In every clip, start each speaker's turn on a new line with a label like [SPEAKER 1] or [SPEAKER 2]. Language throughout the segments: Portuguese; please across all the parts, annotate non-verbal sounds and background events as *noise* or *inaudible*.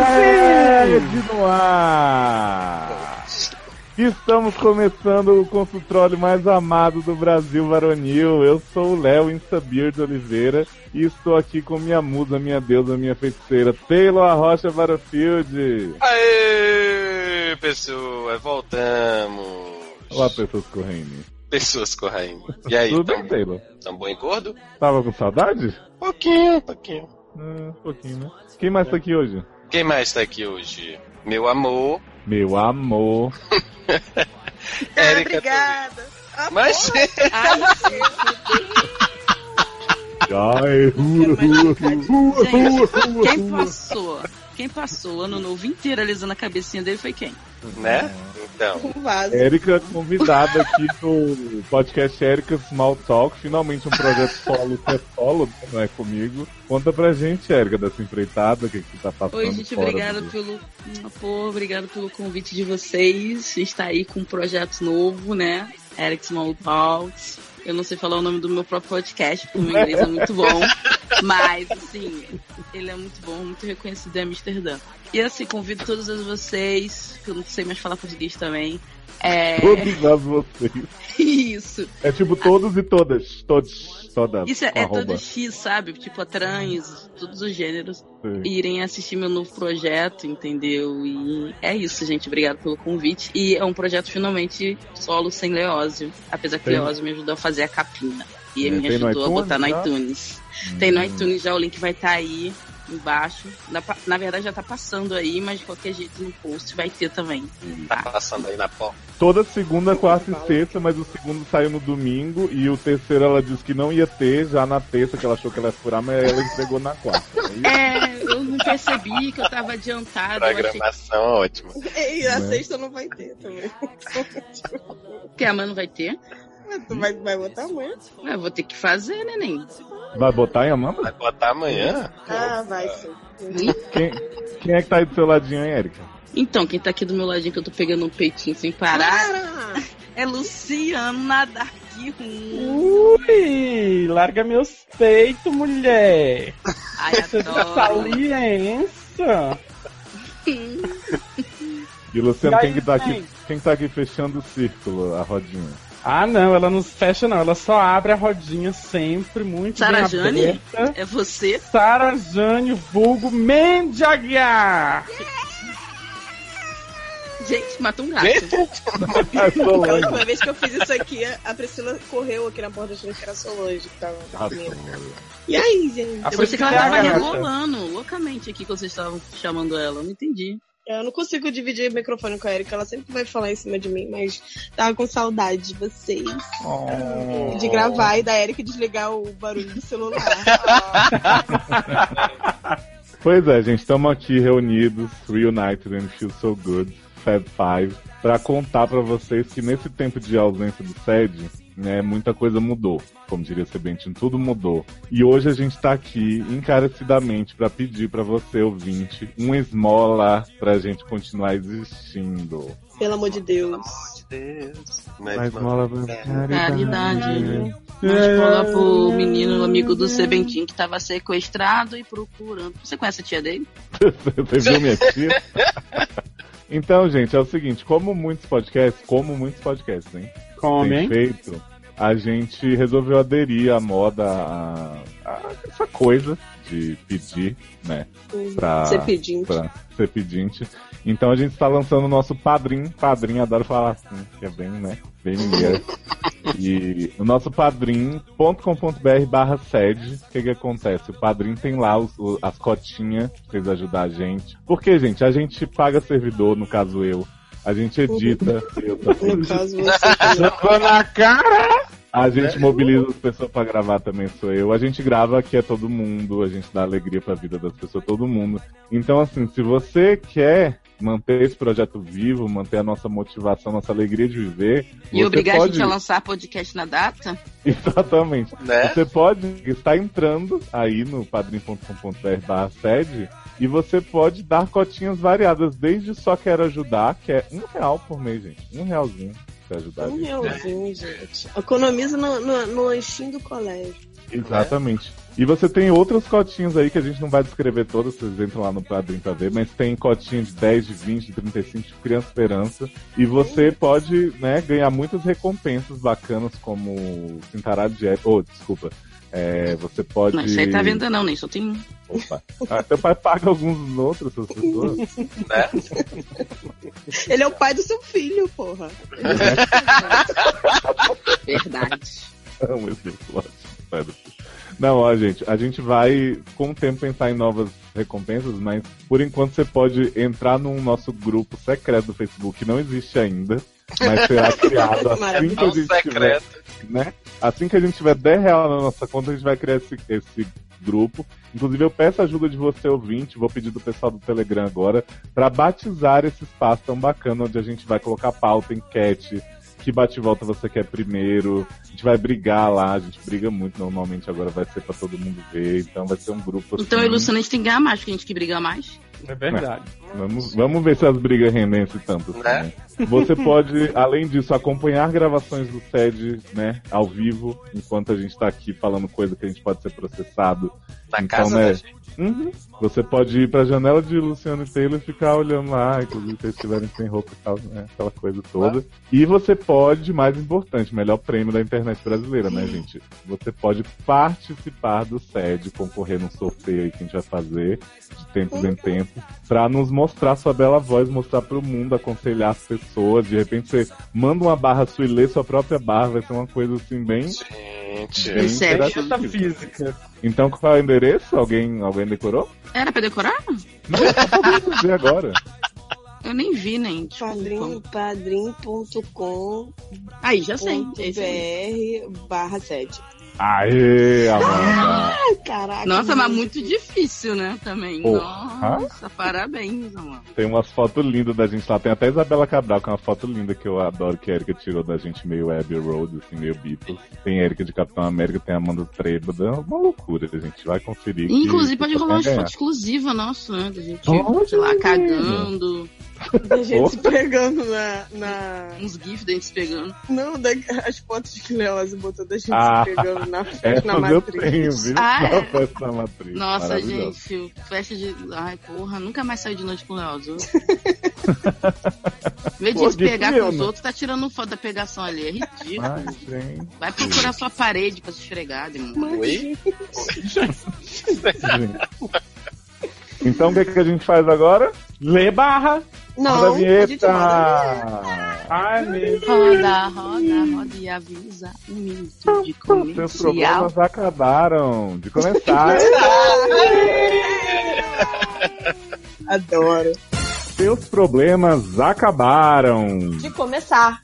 [SPEAKER 1] Nerd no ar! Estamos começando o consultório mais amado do Brasil varonil. Eu sou o Léo Insabir de Oliveira e estou aqui com minha musa, minha deusa, minha feiticeira, Taylor Arrocha Battlefield.
[SPEAKER 2] Aê, pessoas, voltamos.
[SPEAKER 1] Olá, pessoas correndo.
[SPEAKER 2] Pessoas correndo. E É aí,
[SPEAKER 1] Tudo
[SPEAKER 2] tão,
[SPEAKER 1] bem, Taylor?
[SPEAKER 2] tão bom e gordo?
[SPEAKER 1] Tava com saudade?
[SPEAKER 2] Pouquinho, pouquinho.
[SPEAKER 1] Ah, um pouquinho, né? Quem mais tá aqui hoje?
[SPEAKER 2] Quem mais tá aqui hoje? Meu amor,
[SPEAKER 1] Meu amor.
[SPEAKER 3] Ah,
[SPEAKER 2] Érica
[SPEAKER 3] obrigada. Ah,
[SPEAKER 2] Mas
[SPEAKER 3] porra,
[SPEAKER 1] Ai, rua, rua, rua, rua, rua,
[SPEAKER 4] Quem
[SPEAKER 1] rua.
[SPEAKER 4] passou? Quem passou o ano novo inteiro alisando a cabecinha dele foi quem?
[SPEAKER 2] né? Então,
[SPEAKER 3] um vaso.
[SPEAKER 1] Érica, convidada aqui do podcast Érica Small Talk, finalmente um projeto solo que é solo, não é comigo. Conta pra gente, Érica, dessa empreitada, o que, que tá passando.
[SPEAKER 4] Oi, gente,
[SPEAKER 1] fora
[SPEAKER 4] obrigada
[SPEAKER 1] do-
[SPEAKER 4] pelo apoio, obrigado pelo convite de vocês. A gente tá aí com um projeto novo, né? Eric Small Talks. Eu não sei falar o nome do meu próprio podcast, porque o meu inglês é muito bom. Mas, assim, ele é muito bom, muito reconhecido em Amsterdã. E, assim, convido todos vocês, que eu não sei mais falar português também. É. *laughs*
[SPEAKER 1] Todos nós vocês.
[SPEAKER 4] Isso.
[SPEAKER 1] É tipo todos e todas. Todos. Todas.
[SPEAKER 4] Isso é,
[SPEAKER 1] com
[SPEAKER 4] é
[SPEAKER 1] arroba.
[SPEAKER 4] todo X, sabe? Tipo, a trans, todos os gêneros
[SPEAKER 1] Sim.
[SPEAKER 4] irem assistir meu novo projeto, entendeu? E é isso, gente. Obrigado pelo convite. E é um projeto finalmente solo sem Leózio. Apesar que
[SPEAKER 1] Tem-
[SPEAKER 4] Leózio me ajudou a fazer a capinha. E
[SPEAKER 1] É,
[SPEAKER 4] ele me
[SPEAKER 1] tem no
[SPEAKER 4] ajudou a
[SPEAKER 1] iTunes
[SPEAKER 4] botar no
[SPEAKER 1] já?
[SPEAKER 4] iTunes. Tem no
[SPEAKER 1] Hum.
[SPEAKER 4] iTunes já, o link vai estar aí embaixo. Na, pa- na verdade já tá passando aí, mas de qualquer jeito no post vai ter também.
[SPEAKER 2] tá passando aí na porta.
[SPEAKER 1] Toda segunda, quarta e sexta, mas o segundo saiu no domingo e o terceiro ela disse que não ia ter, já na terça que ela achou que ela ia furar, mas ela entregou na quarta. Aí-
[SPEAKER 4] É, eu não percebi que eu tava adiantada. Eu achei
[SPEAKER 2] Programação ótima.
[SPEAKER 3] *laughs* E a
[SPEAKER 1] Né?
[SPEAKER 3] sexta não vai ter também.
[SPEAKER 4] que a mãe não vai ter.
[SPEAKER 3] Tu vai, vai botar amanhã?
[SPEAKER 4] Ah, Eu vou ter que fazer, neném. É.
[SPEAKER 1] Vai botar em Amanda?
[SPEAKER 2] Vai botar amanhã?
[SPEAKER 3] Ah, vai sim.
[SPEAKER 1] Quem, quem é que tá aí do seu ladinho, hein, Érica?
[SPEAKER 4] Então, quem tá aqui do meu ladinho que eu tô pegando um peitinho sem parar
[SPEAKER 3] Para!
[SPEAKER 4] é Luciana Darkirum.
[SPEAKER 5] Ui, larga meus peitos, mulher.
[SPEAKER 4] Ai,
[SPEAKER 5] tá
[SPEAKER 4] adoro.
[SPEAKER 5] Saliência.
[SPEAKER 1] E Luciano,
[SPEAKER 5] E aí,
[SPEAKER 1] quem, que tá aqui,
[SPEAKER 5] gente?
[SPEAKER 1] quem tá aqui fechando o círculo, a
[SPEAKER 5] *laughs*
[SPEAKER 1] rodinha?
[SPEAKER 5] Ah, não, ela não fecha, não. Ela só abre a rodinha sempre, muito
[SPEAKER 4] Sara
[SPEAKER 5] bem
[SPEAKER 4] Jane?
[SPEAKER 5] aberta.
[SPEAKER 4] É você?
[SPEAKER 5] Sara Jane, vulgo Mendiaguiar.
[SPEAKER 4] Gente, mata um gato.
[SPEAKER 5] É,
[SPEAKER 1] Ah,
[SPEAKER 3] A
[SPEAKER 1] Solange.
[SPEAKER 3] última vez que eu fiz isso aqui, a Priscila correu aqui na porta achando que era Solange. Que tava
[SPEAKER 1] Ah,
[SPEAKER 3] comigo.
[SPEAKER 1] Solange.
[SPEAKER 3] tá? e aí, gente?
[SPEAKER 5] Ah,
[SPEAKER 4] Eu
[SPEAKER 5] foi
[SPEAKER 4] pensei que ela tava
[SPEAKER 5] gata.
[SPEAKER 4] rebolando loucamente aqui quando vocês estavam chamando ela. Eu não entendi.
[SPEAKER 3] Eu não consigo dividir o microfone com a Erika, ela sempre vai falar em cima de mim, mas tava com saudade de vocês. De gravar e da Erika desligar o barulho do celular.
[SPEAKER 1] Pois é, gente, estamos aqui reunidos, reunited and feel so good, Fab Five, pra contar pra vocês que nesse tempo de ausência do SED, né, muita coisa mudou. Como diria Sebentin, tudo mudou. E hoje a gente tá aqui encarecidamente pra pedir pra você, ouvinte, um esmola pra gente continuar existindo.
[SPEAKER 3] Pelo amor de
[SPEAKER 2] Pelo
[SPEAKER 3] Deus.
[SPEAKER 2] amor de Deus. Né,
[SPEAKER 1] Uma
[SPEAKER 2] Mas, mano,
[SPEAKER 1] esmola pra
[SPEAKER 4] Caridade. Mas
[SPEAKER 1] É.
[SPEAKER 4] cola pro menino amigo do Sebentim que tava sequestrado e procurando. Você conhece a tia dele?
[SPEAKER 1] *laughs* Você viu minha tia? então, gente, é o seguinte, como muitos podcasts, como muitos podcasts, hein?
[SPEAKER 5] Come,
[SPEAKER 1] Tem
[SPEAKER 5] hein?
[SPEAKER 1] feito, a gente resolveu aderir à moda, a, a essa coisa de pedir, né? Pra,
[SPEAKER 3] Você pedindo.
[SPEAKER 1] pra ser pedinte. Então a gente está lançando o nosso padrinho. Padrinho, adoro falar assim, que é bem, né? Bem mineiro. E o nosso padrim.com.br barra sede, o que que acontece? O padrim tem lá os- o- as cotinhas pra vocês ajudar a gente. Porque, gente, a gente paga servidor, no caso eu. A gente edita, eu também.
[SPEAKER 3] No caso, você
[SPEAKER 5] Jogou na cara.
[SPEAKER 1] A gente mobiliza as pessoas pra gravar também, sou eu. A gente grava aqui é todo mundo, a gente dá alegria pra vida das pessoas, todo mundo. Então, assim, se você quer manter esse projeto vivo, manter a nossa motivação, nossa alegria de viver.
[SPEAKER 4] E
[SPEAKER 1] você
[SPEAKER 4] obrigar a gente
[SPEAKER 1] pode-
[SPEAKER 4] a lançar podcast na data?
[SPEAKER 1] *laughs* Exatamente.
[SPEAKER 2] Né?
[SPEAKER 1] Você pode estar entrando aí no padrim.com.br barra sede e você pode dar cotinhas variadas, desde só quero ajudar, que é um real por mês, gente. Um realzinho pra ajudar. a
[SPEAKER 3] Um
[SPEAKER 1] gente.
[SPEAKER 3] realzinho, gente. Economiza no, no, no lanchinho do colégio.
[SPEAKER 1] Exatamente. E você tem outras cotinhas aí que a gente não vai descrever todas, vocês entram lá no Padrim pra ver, mas tem cotinha de 10, de 20, de 35, de Criança Esperança. E você pode né, ganhar muitas recompensas bacanas, como Cintarado de Época. Oh, desculpa. É, você pode.
[SPEAKER 4] Não, isso aí tá à venda não, nem só tem um.
[SPEAKER 1] Opa. Ah, teu pai paga alguns nos outros, essas pessoas.
[SPEAKER 3] Ele é o pai do seu filho, porra.
[SPEAKER 4] Verdade.
[SPEAKER 1] *laughs* um exemplo ótimo. Pedro. Não, ó, gente, a gente vai com o tempo pensar em novas recompensas, mas por enquanto você pode entrar num nosso grupo secreto do Facebook, que não existe ainda, mas será criado assim que a
[SPEAKER 2] Tão
[SPEAKER 1] gente tiver,
[SPEAKER 2] É um secreto.
[SPEAKER 1] né? Assim que a gente tiver 10 reais na nossa conta, a gente vai criar esse, esse grupo. Inclusive, eu peço a ajuda de você, ouvinte, vou pedir do pessoal do Telegram agora, para batizar esse espaço tão bacana, onde a gente vai colocar pauta, enquete, que bate-volta você quer primeiro. A gente vai brigar lá, a gente briga muito normalmente, agora vai ser pra todo mundo ver, então vai ser um grupo assim.
[SPEAKER 4] Então eu e o Luciano a gente tem que ganhar mais, porque a gente que briga mais.
[SPEAKER 5] É verdade.
[SPEAKER 1] Vamos, vamos ver se as brigas rendem esse tanto. assim,
[SPEAKER 2] Né?
[SPEAKER 1] né? Você pode, além disso, acompanhar gravações do SED, né, ao vivo, enquanto a gente tá aqui falando coisa que a gente pode ser processado.
[SPEAKER 2] Na
[SPEAKER 1] Então,
[SPEAKER 2] casa
[SPEAKER 1] né?
[SPEAKER 2] da gente.
[SPEAKER 1] Uhum. Você pode ir pra janela de Luciano e Taylor e ficar olhando lá, inclusive se eles estiverem sem roupa e tal, né, aquela coisa toda. E você pode, mais importante, melhor prêmio da internet brasileira, né, gente? Você pode participar do SED, concorrer num sorteio aí que a gente vai fazer, de tempos
[SPEAKER 2] Uhum.
[SPEAKER 1] em tempos pra nos mostrar sua bela voz, mostrar pro mundo, aconselhar as pessoas. De repente você manda uma barra sua e lê sua própria barra, vai ser uma coisa assim bem.
[SPEAKER 2] Gente.
[SPEAKER 1] bem
[SPEAKER 4] Certo.
[SPEAKER 1] interativa.
[SPEAKER 5] Essa física.
[SPEAKER 1] Então qual é o endereço? Alguém, alguém decorou?
[SPEAKER 4] Era pra decorar?
[SPEAKER 1] Não, eu só pra dizer agora.
[SPEAKER 4] Eu nem vi, nem. tipo, desculpa.
[SPEAKER 3] Padrim, padrim.com.br
[SPEAKER 4] Aí, já sei. É isso aí.
[SPEAKER 3] barra 7.
[SPEAKER 1] Aê, Amanda!
[SPEAKER 3] Caraca.
[SPEAKER 4] é. Nossa, mas
[SPEAKER 3] gente.
[SPEAKER 4] muito difícil, né? Também.
[SPEAKER 1] Porra.
[SPEAKER 4] Nossa, parabéns, amor.
[SPEAKER 1] Tem umas fotos lindas da gente lá. Tem até a Isabela Cabral, que é uma foto linda que eu adoro, que a Erika tirou da gente, meio Abbey Road, assim, meio Beatles. Tem a Erika de Capitão América, tem a Amanda Trébada. É uma loucura, gente. Vai conferir. que tá
[SPEAKER 4] Inclusive, pode
[SPEAKER 1] vocês
[SPEAKER 4] rolar
[SPEAKER 1] vão
[SPEAKER 4] um umas
[SPEAKER 1] ganhar.
[SPEAKER 4] fotos exclusivas, nossa, né? Da gente,
[SPEAKER 1] Olha,
[SPEAKER 4] sei lá,
[SPEAKER 1] menina.
[SPEAKER 4] cagando,
[SPEAKER 3] Da gente se pegando na. na...
[SPEAKER 4] uns gifs da gente se pegando.
[SPEAKER 3] Não, da... as fotos que o Leoz botou da gente
[SPEAKER 1] Ah,
[SPEAKER 3] se pegando na,
[SPEAKER 1] Essas
[SPEAKER 3] na
[SPEAKER 1] eu
[SPEAKER 3] matriz.
[SPEAKER 1] tenho, viu?
[SPEAKER 4] Ah,
[SPEAKER 1] Na
[SPEAKER 4] é?
[SPEAKER 1] festa da matriz.
[SPEAKER 4] Nossa,
[SPEAKER 1] Maravilhoso.
[SPEAKER 4] gente, festa de. Ai, porra, nunca mais saiu de noite com o Leoz. viu? Em vez
[SPEAKER 1] Pô,
[SPEAKER 4] de se pegar com os
[SPEAKER 1] Guilherme.
[SPEAKER 4] outros, tá tirando foto da pegação ali. É ridículo.
[SPEAKER 1] Ai, gente.
[SPEAKER 4] Vai procurar sua parede pra se esfregar, demônio.
[SPEAKER 2] Oi?
[SPEAKER 1] Então o que, é que a gente faz agora?
[SPEAKER 5] Lê barra.
[SPEAKER 1] Manda a
[SPEAKER 4] Então,
[SPEAKER 3] Não, a gente
[SPEAKER 1] vinheta!
[SPEAKER 3] manda.
[SPEAKER 5] Ai, mesmo.
[SPEAKER 4] Roda, roda, roda e avisa um minuto de
[SPEAKER 1] Seus
[SPEAKER 4] comercial.
[SPEAKER 1] problemas acabaram de começar.
[SPEAKER 3] Adoro.
[SPEAKER 1] Seus problemas acabaram.
[SPEAKER 3] De começar.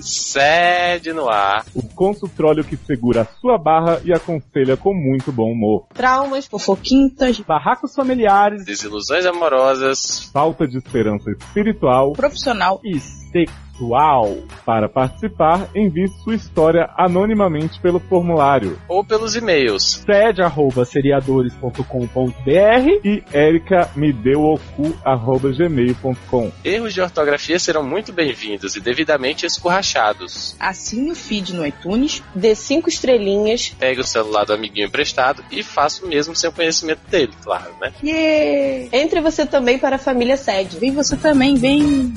[SPEAKER 2] Sede no ar.
[SPEAKER 1] O consultório que segura a sua barra e aconselha com muito bom humor.
[SPEAKER 3] Traumas, fofoquintas,
[SPEAKER 5] Barracos familiares
[SPEAKER 2] Desilusões amorosas.
[SPEAKER 1] Falta de esperança espiritual
[SPEAKER 3] profissional.
[SPEAKER 5] e
[SPEAKER 1] sexual. Para participar, envie sua história anonimamente pelo formulário.
[SPEAKER 2] Ou pelos e-mails.
[SPEAKER 5] sede arroba seriadores.com.br
[SPEAKER 1] E Erika me deu o cu, arroba gmail.com.
[SPEAKER 2] Erros de ortografia serão muito bem-vindos e devidamente escorrachados.
[SPEAKER 6] Assine o feed no iTunes.
[SPEAKER 3] Dê cinco estrelinhas.
[SPEAKER 2] Pegue o celular do amiguinho emprestado e faça o mesmo sem o conhecimento dele, claro, né?
[SPEAKER 6] Yeah!
[SPEAKER 3] Entre você também para a família sede.
[SPEAKER 6] Vem você também, vem!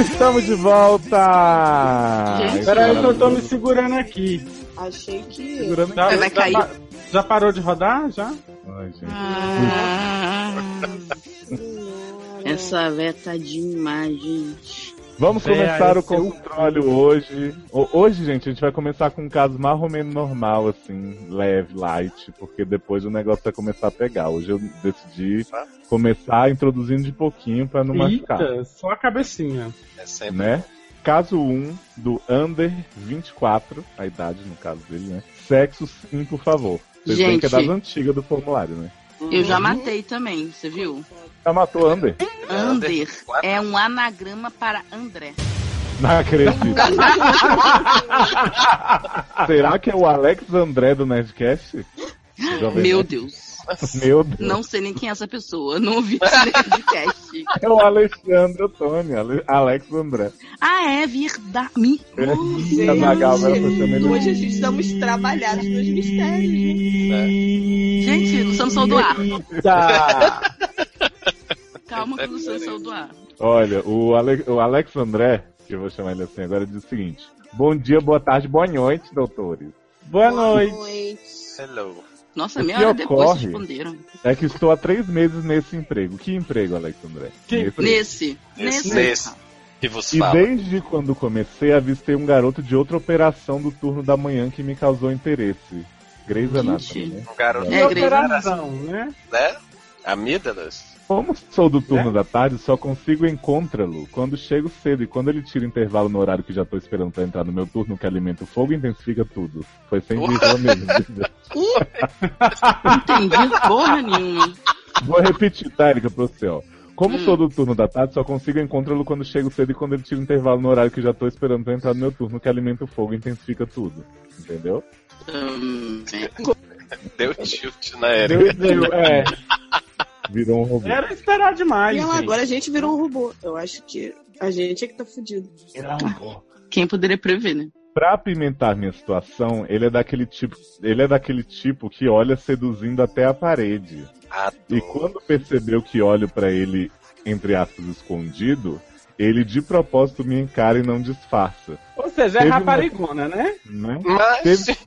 [SPEAKER 1] Estamos de volta!
[SPEAKER 4] Gente,
[SPEAKER 5] Peraí que eu tô me segurando aqui.
[SPEAKER 3] Achei que.
[SPEAKER 1] segurando.
[SPEAKER 5] Já,
[SPEAKER 4] Vai
[SPEAKER 5] já
[SPEAKER 4] cair.
[SPEAKER 5] pa- já parou de rodar? Já?
[SPEAKER 1] Ai, gente.
[SPEAKER 4] Ah, essa véia tá demais, gente.
[SPEAKER 1] Vamos
[SPEAKER 5] Véia,
[SPEAKER 1] começar o
[SPEAKER 5] esse é o
[SPEAKER 1] controle hoje. O- Hoje, gente, a gente vai começar com um caso mais ou menos normal, assim, leve, light, porque depois o negócio vai começar a pegar. Hoje eu decidi
[SPEAKER 2] Tá.
[SPEAKER 1] começar introduzindo de pouquinho pra não machucar,
[SPEAKER 5] Eita, só a cabecinha.
[SPEAKER 2] É sempre.
[SPEAKER 1] né? Caso 1 do Under 24, a idade no caso dele, né? Sexo sim, por favor. Vocês veem que é das
[SPEAKER 4] Gente.
[SPEAKER 1] antigas do formulário, né?
[SPEAKER 4] Eu já matei também, você viu?
[SPEAKER 1] Já matou Under?
[SPEAKER 4] Ander
[SPEAKER 2] quatro.
[SPEAKER 4] é um anagrama para André.
[SPEAKER 1] Não acredito. Será que é o Alex André do Nerdcast? Jovem
[SPEAKER 4] Meu
[SPEAKER 1] Nerd.
[SPEAKER 4] Deus.
[SPEAKER 1] né? Meu Deus.
[SPEAKER 4] Não sei nem quem é essa pessoa. Não ouvi esse podcast.
[SPEAKER 1] É o Alexandre Antônio, Ale- Alex André.
[SPEAKER 4] Ah, é verdade. Me...
[SPEAKER 1] Ih, a Zagal Tá
[SPEAKER 3] Uhum.
[SPEAKER 1] vai puxando ele.
[SPEAKER 3] Hoje a gente estamos trabalhados nos mistérios. né?
[SPEAKER 4] Gente, Luciano saiu do ar.
[SPEAKER 5] Tá.
[SPEAKER 4] Calma que o Luciano saiu do ar.
[SPEAKER 1] Olha, o, Ale- o Alex André, que eu vou chamar ele assim agora, diz o seguinte: Bom dia, boa tarde, boa noite, doutores.
[SPEAKER 5] Boa noite.
[SPEAKER 2] Hello.
[SPEAKER 4] Nossa,
[SPEAKER 1] O
[SPEAKER 4] meia
[SPEAKER 1] que
[SPEAKER 4] hora depois
[SPEAKER 1] ocorre?
[SPEAKER 4] responderam.
[SPEAKER 1] É que estou há três meses nesse emprego. Que emprego, Alex André?
[SPEAKER 5] Que-
[SPEAKER 1] Nesse-
[SPEAKER 4] Nesse.
[SPEAKER 2] Nesse.
[SPEAKER 4] Nesse.
[SPEAKER 2] Nesse. Que vos
[SPEAKER 1] E
[SPEAKER 2] fala.
[SPEAKER 1] desde quando comecei, avistei um garoto de outra operação do turno da manhã que me causou interesse. Grey's Anatomy,
[SPEAKER 4] Gente.
[SPEAKER 1] né?
[SPEAKER 2] Um garoto
[SPEAKER 4] É,
[SPEAKER 5] Que
[SPEAKER 4] Grey.
[SPEAKER 5] operação, né?
[SPEAKER 1] É.
[SPEAKER 2] né? Amígdalas.
[SPEAKER 1] Como sou do turno da tarde, só consigo encontrá-lo quando chego cedo e quando ele tira o intervalo no horário que já tô esperando pra entrar no meu turno, que alimenta o fogo, intensifica tudo. Foi sem visão mesmo.
[SPEAKER 4] Não entendi porra nenhuma.
[SPEAKER 1] Vou repetir, tá, Erika, pra você, ó. Como
[SPEAKER 4] Hum.
[SPEAKER 1] sou do turno da tarde, só consigo encontrá-lo quando chego cedo e quando ele tira o intervalo no horário que já tô esperando pra entrar no meu turno, que alimenta o fogo, intensifica tudo. Entendeu?
[SPEAKER 4] Hum,
[SPEAKER 2] Deu tilt na era.
[SPEAKER 1] Deu, deu, é. Virou um robô.
[SPEAKER 5] Era esperar demais.
[SPEAKER 3] E ela,
[SPEAKER 5] gente.
[SPEAKER 3] agora a gente virou um robô. Eu acho que a gente é que tá fudido.
[SPEAKER 4] Quem poderia prever, né?
[SPEAKER 1] Pra apimentar minha situação, ele é daquele tipo, ele é daquele tipo que olha seduzindo até a parede. E quando percebeu que olho pra ele, entre aspas, escondido, ele de propósito me encara e não disfarça,
[SPEAKER 5] Ou seja, é
[SPEAKER 1] Teve uma-
[SPEAKER 5] raparigona, né?
[SPEAKER 1] né?
[SPEAKER 2] Mas
[SPEAKER 1] Teve-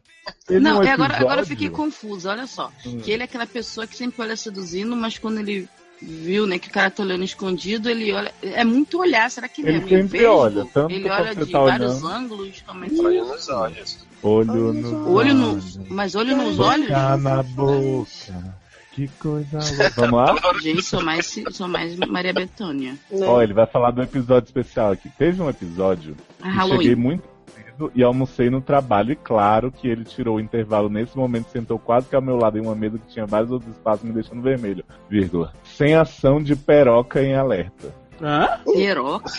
[SPEAKER 1] Teve
[SPEAKER 4] não,
[SPEAKER 1] um
[SPEAKER 4] e agora, agora eu
[SPEAKER 1] episódio-
[SPEAKER 4] fiquei confusa, olha só.
[SPEAKER 1] Hum.
[SPEAKER 4] Que ele é aquela pessoa que sempre olha seduzindo, mas quando ele viu, né, que o cara tá olhando escondido, ele olha. É muito olhar, será que ele,
[SPEAKER 1] Ele
[SPEAKER 4] é meio
[SPEAKER 1] sempre
[SPEAKER 4] vesgo?
[SPEAKER 1] olha, tanto
[SPEAKER 4] Ele
[SPEAKER 1] quando
[SPEAKER 4] olha
[SPEAKER 1] você
[SPEAKER 4] de
[SPEAKER 1] tá
[SPEAKER 4] vários
[SPEAKER 1] olhando.
[SPEAKER 4] ângulos, como é que
[SPEAKER 2] *laughs* olha nos olhos.
[SPEAKER 1] Olho no
[SPEAKER 4] Olho no. Mas olho nos olhos.
[SPEAKER 1] Boca na boca. Que coisa louca. Vamos lá?
[SPEAKER 4] Gente, sou mais, sou mais Maria Bethânia.
[SPEAKER 3] Né?
[SPEAKER 1] Ó, ele vai falar do episódio especial aqui. Teve um episódio que
[SPEAKER 4] A
[SPEAKER 1] cheguei
[SPEAKER 4] Halloween.
[SPEAKER 1] muito cedo e almocei no trabalho. E claro que ele tirou o intervalo nesse momento, sentou quase que ao meu lado em uma mesa que tinha vários outros espaços, me deixando vermelho. Vírgula. Sem ação de peroca em alerta.
[SPEAKER 5] Hã?
[SPEAKER 4] Peroque?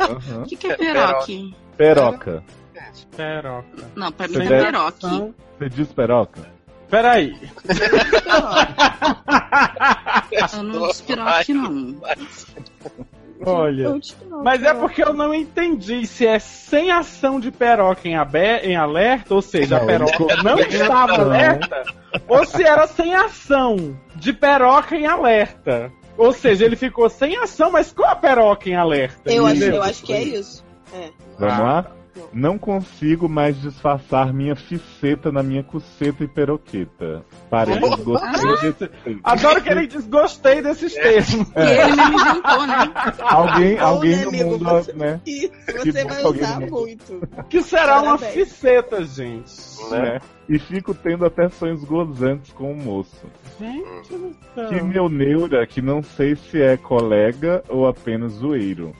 [SPEAKER 1] Aham.
[SPEAKER 4] O que, que é peroque?
[SPEAKER 1] *laughs* Peroca.
[SPEAKER 5] Peroca.
[SPEAKER 4] Não, pra mim
[SPEAKER 1] Você
[SPEAKER 4] é
[SPEAKER 1] deve-
[SPEAKER 4] peroque.
[SPEAKER 5] Então,
[SPEAKER 1] Você diz peroca?
[SPEAKER 5] Peraí.
[SPEAKER 4] Eu não disse peroque, não.
[SPEAKER 5] Olha.
[SPEAKER 3] Eu te amo.
[SPEAKER 5] Mas é porque eu não entendi se é sem ação de peroca em, abe- em alerta, ou seja,
[SPEAKER 1] Não,
[SPEAKER 5] a peroca não estava
[SPEAKER 1] Não.
[SPEAKER 5] alerta, ou se era sem ação de peroca em alerta. Ou seja, ele ficou sem ação, mas com a peroca em alerta.
[SPEAKER 3] Eu acho,
[SPEAKER 5] entendeu?
[SPEAKER 3] eu acho que é isso.
[SPEAKER 1] Vamos
[SPEAKER 5] Ah.
[SPEAKER 1] lá? Não consigo mais disfarçar minha ficeta na minha cuceta e peroqueta. Parece gostei desse
[SPEAKER 5] Adoro que ele diz gostei desses
[SPEAKER 1] É.
[SPEAKER 5] termos.
[SPEAKER 4] E ele mesmo inventou, né?
[SPEAKER 1] Alguém,
[SPEAKER 3] Bom,
[SPEAKER 1] alguém
[SPEAKER 3] né,
[SPEAKER 1] no
[SPEAKER 3] amigo?
[SPEAKER 1] mundo,
[SPEAKER 3] Você-
[SPEAKER 1] né?
[SPEAKER 3] E
[SPEAKER 1] bom
[SPEAKER 3] você vai
[SPEAKER 1] que alguém
[SPEAKER 3] usar
[SPEAKER 1] me-
[SPEAKER 3] muito.
[SPEAKER 5] Que será uma
[SPEAKER 3] Parabéns.
[SPEAKER 5] ficeta, gente.
[SPEAKER 2] Né?
[SPEAKER 1] né? E fico tendo até sonhos gozantes com o moço.
[SPEAKER 5] Gente do
[SPEAKER 1] Que
[SPEAKER 5] céu.
[SPEAKER 1] meu neura, que não sei se é colega ou apenas zoeiro.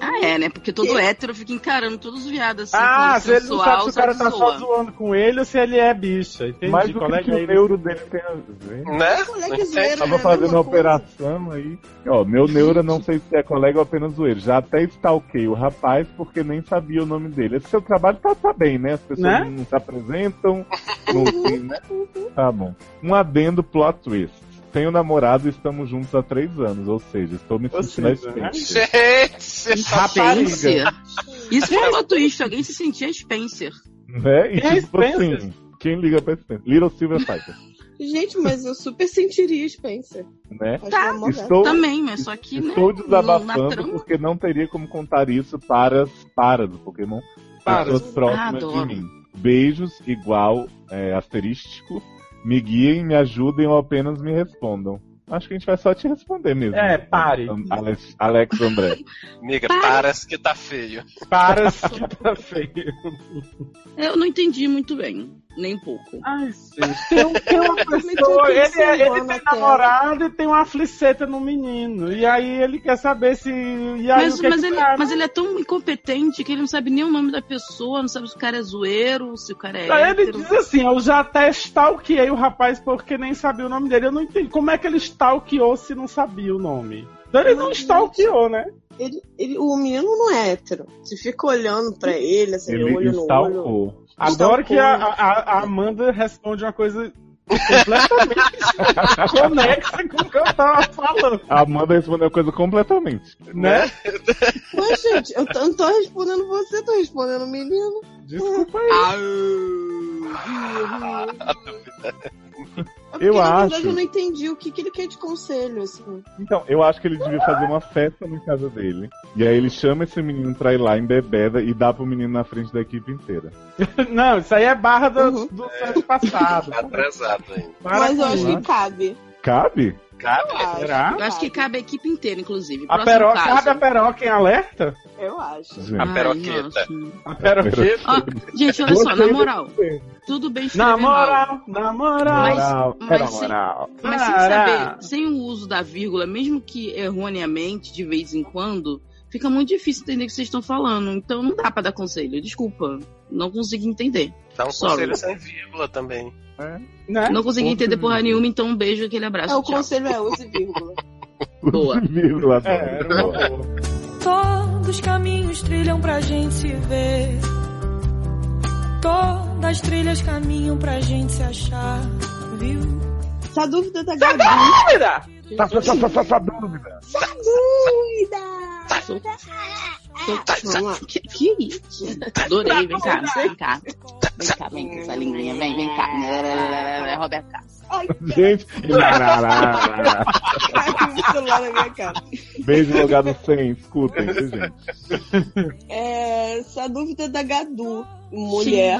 [SPEAKER 4] Ah, é, né? Porque todo hétero fica encarando todos os viados assim,
[SPEAKER 5] Ah,
[SPEAKER 4] como
[SPEAKER 5] se ele não
[SPEAKER 4] sensual,
[SPEAKER 5] sabe se o cara tá
[SPEAKER 4] zoa.
[SPEAKER 5] só zoando com ele ou se ele é bicha. Entendi.
[SPEAKER 1] Mas o que,
[SPEAKER 5] colega
[SPEAKER 1] que o
[SPEAKER 5] aí-
[SPEAKER 1] neuro dele tem a ver?
[SPEAKER 2] Né?
[SPEAKER 3] Moleque zoeiro,
[SPEAKER 1] é, Tava
[SPEAKER 3] né?
[SPEAKER 1] fazendo uma
[SPEAKER 3] Mesma coisa.
[SPEAKER 1] operação aí. Ó, meu neura, não sei se é colega ou apenas zoeiro. Já até stalkei o rapaz porque nem sabia o nome dele. Esse seu trabalho tá, tá bem, né? As pessoas
[SPEAKER 5] Né?
[SPEAKER 1] não se apresentam. não tem, né? Tá bom. Um adendo plot twist. Tenho namorado e estamos juntos há três anos, ou seja, estou me
[SPEAKER 5] Ou
[SPEAKER 1] sentindo à
[SPEAKER 5] seja, né?
[SPEAKER 1] experiência.
[SPEAKER 2] Gente! tá
[SPEAKER 5] Rapariga.
[SPEAKER 4] Spencer. Isso foi um plot twist, alguém se sentia Spencer.
[SPEAKER 1] Né? E
[SPEAKER 5] Quem é
[SPEAKER 1] tipo
[SPEAKER 5] Spencer?
[SPEAKER 1] assim, quem liga pra Spencer? Little Silver Piper,
[SPEAKER 3] Gente, mas eu super sentiria Spencer.
[SPEAKER 1] né?
[SPEAKER 3] Acho
[SPEAKER 4] Tá.
[SPEAKER 3] uma mó gata.
[SPEAKER 1] Estou,
[SPEAKER 4] Também, mas só que, né?
[SPEAKER 1] estou
[SPEAKER 4] na
[SPEAKER 1] desabafando
[SPEAKER 4] trama.
[SPEAKER 1] porque não teria como contar isso para as para do Pokémon.
[SPEAKER 5] Para.
[SPEAKER 1] Pessoas próximas de
[SPEAKER 4] Adoro.
[SPEAKER 1] mim. Beijos, igual, é, asterístico. Me guiem, me ajudem ou apenas me respondam. Acho que a gente vai só te responder mesmo.
[SPEAKER 5] É, pare.
[SPEAKER 1] Alex, Alex André.
[SPEAKER 4] *laughs*
[SPEAKER 2] Amiga, parece que tá feio.
[SPEAKER 5] Para que tá feio.
[SPEAKER 4] Eu não entendi muito bem. nem um pouco.
[SPEAKER 5] Ai, gente. Tem, um- tem uma
[SPEAKER 3] Também
[SPEAKER 5] pessoa.
[SPEAKER 3] tem
[SPEAKER 5] Ele,
[SPEAKER 3] que
[SPEAKER 5] é-
[SPEAKER 3] ser
[SPEAKER 5] ele
[SPEAKER 3] igual
[SPEAKER 5] tem
[SPEAKER 3] na tela.
[SPEAKER 5] namorado e tem uma fliceta no menino. E aí ele quer saber se. E aí
[SPEAKER 4] Mas,
[SPEAKER 5] o que
[SPEAKER 4] mas
[SPEAKER 5] que
[SPEAKER 4] ele,
[SPEAKER 5] dá,
[SPEAKER 4] mas ele é tão incompetente que ele não sabe nem o nome da pessoa, não sabe se o cara é zoeiro, se o cara é.
[SPEAKER 5] Aí ele
[SPEAKER 4] hétero.
[SPEAKER 5] diz assim, eu já até stalkeei o rapaz porque nem sabia o nome dele. Eu não entendi como é que ele stalkeou se não sabia o nome. Então ele não
[SPEAKER 3] Mas,
[SPEAKER 5] stalkeou, né?
[SPEAKER 3] Ele, ele- o menino não é hétero. Você fica olhando pra ele, assim,
[SPEAKER 1] Ele
[SPEAKER 3] olho no olho.
[SPEAKER 1] stalkou.
[SPEAKER 5] Adoro
[SPEAKER 3] Stalkeou.
[SPEAKER 5] que a, a- a Amanda responde uma coisa completamente *laughs* conexa com o que eu tava falando,
[SPEAKER 1] A Amanda respondeu a coisa completamente.
[SPEAKER 5] né?
[SPEAKER 3] Mas, gente, eu t- eu não tô respondendo você, tô respondendo o menino.
[SPEAKER 5] Desculpa aí.
[SPEAKER 3] É porque,
[SPEAKER 1] Eu
[SPEAKER 3] na
[SPEAKER 1] acho.
[SPEAKER 3] verdade, eu não entendi o que, que ele quer de conselho, assim.
[SPEAKER 1] Então, eu acho que ele devia fazer uma festa na casa dele. E aí ele chama esse menino pra ir lá em bebeda e dá pro menino na frente da equipe inteira.
[SPEAKER 5] Não, isso aí é barra do,
[SPEAKER 3] Uhum.
[SPEAKER 5] do século passado.
[SPEAKER 2] Tá atrasado ainda.
[SPEAKER 5] Para
[SPEAKER 3] Mas eu
[SPEAKER 5] com
[SPEAKER 3] acho
[SPEAKER 5] isso. né? É,
[SPEAKER 3] que cabe.
[SPEAKER 1] Cabe?
[SPEAKER 3] Eu
[SPEAKER 2] Cabe?
[SPEAKER 3] acho.
[SPEAKER 5] Será?
[SPEAKER 4] Eu acho que cabe a equipe inteira, inclusive.
[SPEAKER 5] A
[SPEAKER 4] Próximo
[SPEAKER 5] peroca,
[SPEAKER 4] caso.
[SPEAKER 5] sabe a peroca em alerta?
[SPEAKER 3] Eu acho.
[SPEAKER 1] Gente.
[SPEAKER 2] A
[SPEAKER 4] Ai,
[SPEAKER 2] peroqueta.
[SPEAKER 4] nossa.
[SPEAKER 5] A peroqueta.
[SPEAKER 4] Ah, gente, olha só, na
[SPEAKER 1] Gostei
[SPEAKER 4] moral, tudo bem escrever
[SPEAKER 5] Na
[SPEAKER 4] mal.
[SPEAKER 5] moral, na moral.
[SPEAKER 1] Moral,
[SPEAKER 4] mas
[SPEAKER 1] era
[SPEAKER 4] sim.
[SPEAKER 1] moral.
[SPEAKER 4] Mas sem
[SPEAKER 5] Cara.
[SPEAKER 4] saber, sem o uso da vírgula, mesmo que erroneamente, de vez em quando, fica muito difícil entender o que vocês estão falando. Então não dá pra dar conselho, desculpa. Não consegui entender.
[SPEAKER 2] Dá um
[SPEAKER 4] Sorry.
[SPEAKER 2] conselho sem vírgula também.
[SPEAKER 5] Né?
[SPEAKER 4] Não consegui
[SPEAKER 1] Outro
[SPEAKER 4] entender porra
[SPEAKER 1] nível.
[SPEAKER 4] nenhuma, então um beijo, aquele abraço.
[SPEAKER 3] É, o
[SPEAKER 4] tchau.
[SPEAKER 3] conselho é use vírgula.
[SPEAKER 1] *laughs*
[SPEAKER 4] Boa.
[SPEAKER 1] Vírgula,
[SPEAKER 5] É, era
[SPEAKER 1] adoro.
[SPEAKER 5] uma boa.
[SPEAKER 7] Todos os caminhos trilham pra gente se ver. Todas as trilhas caminham pra gente se achar, viu?
[SPEAKER 3] Essa dúvida da
[SPEAKER 5] *laughs*
[SPEAKER 3] Gabi.
[SPEAKER 5] Mira,
[SPEAKER 1] Tá, tá, tá, tá, tá, tá dúvida.
[SPEAKER 3] Dúvida!
[SPEAKER 4] Sou-
[SPEAKER 3] Tá, vamos lá.
[SPEAKER 4] Que, que isso? Adorei, vem cá, vem cá. Vem cá, vem com essa linguinha, vem, vem cá. É, Roberto Carlos.
[SPEAKER 3] Ai,
[SPEAKER 1] Gente, *laughs* lararara.
[SPEAKER 3] *laughs* caiu o celular na minha cara.
[SPEAKER 1] beijo logado sem, escutem, viu, gente?
[SPEAKER 3] É, essa dúvida da Gadu, mulher.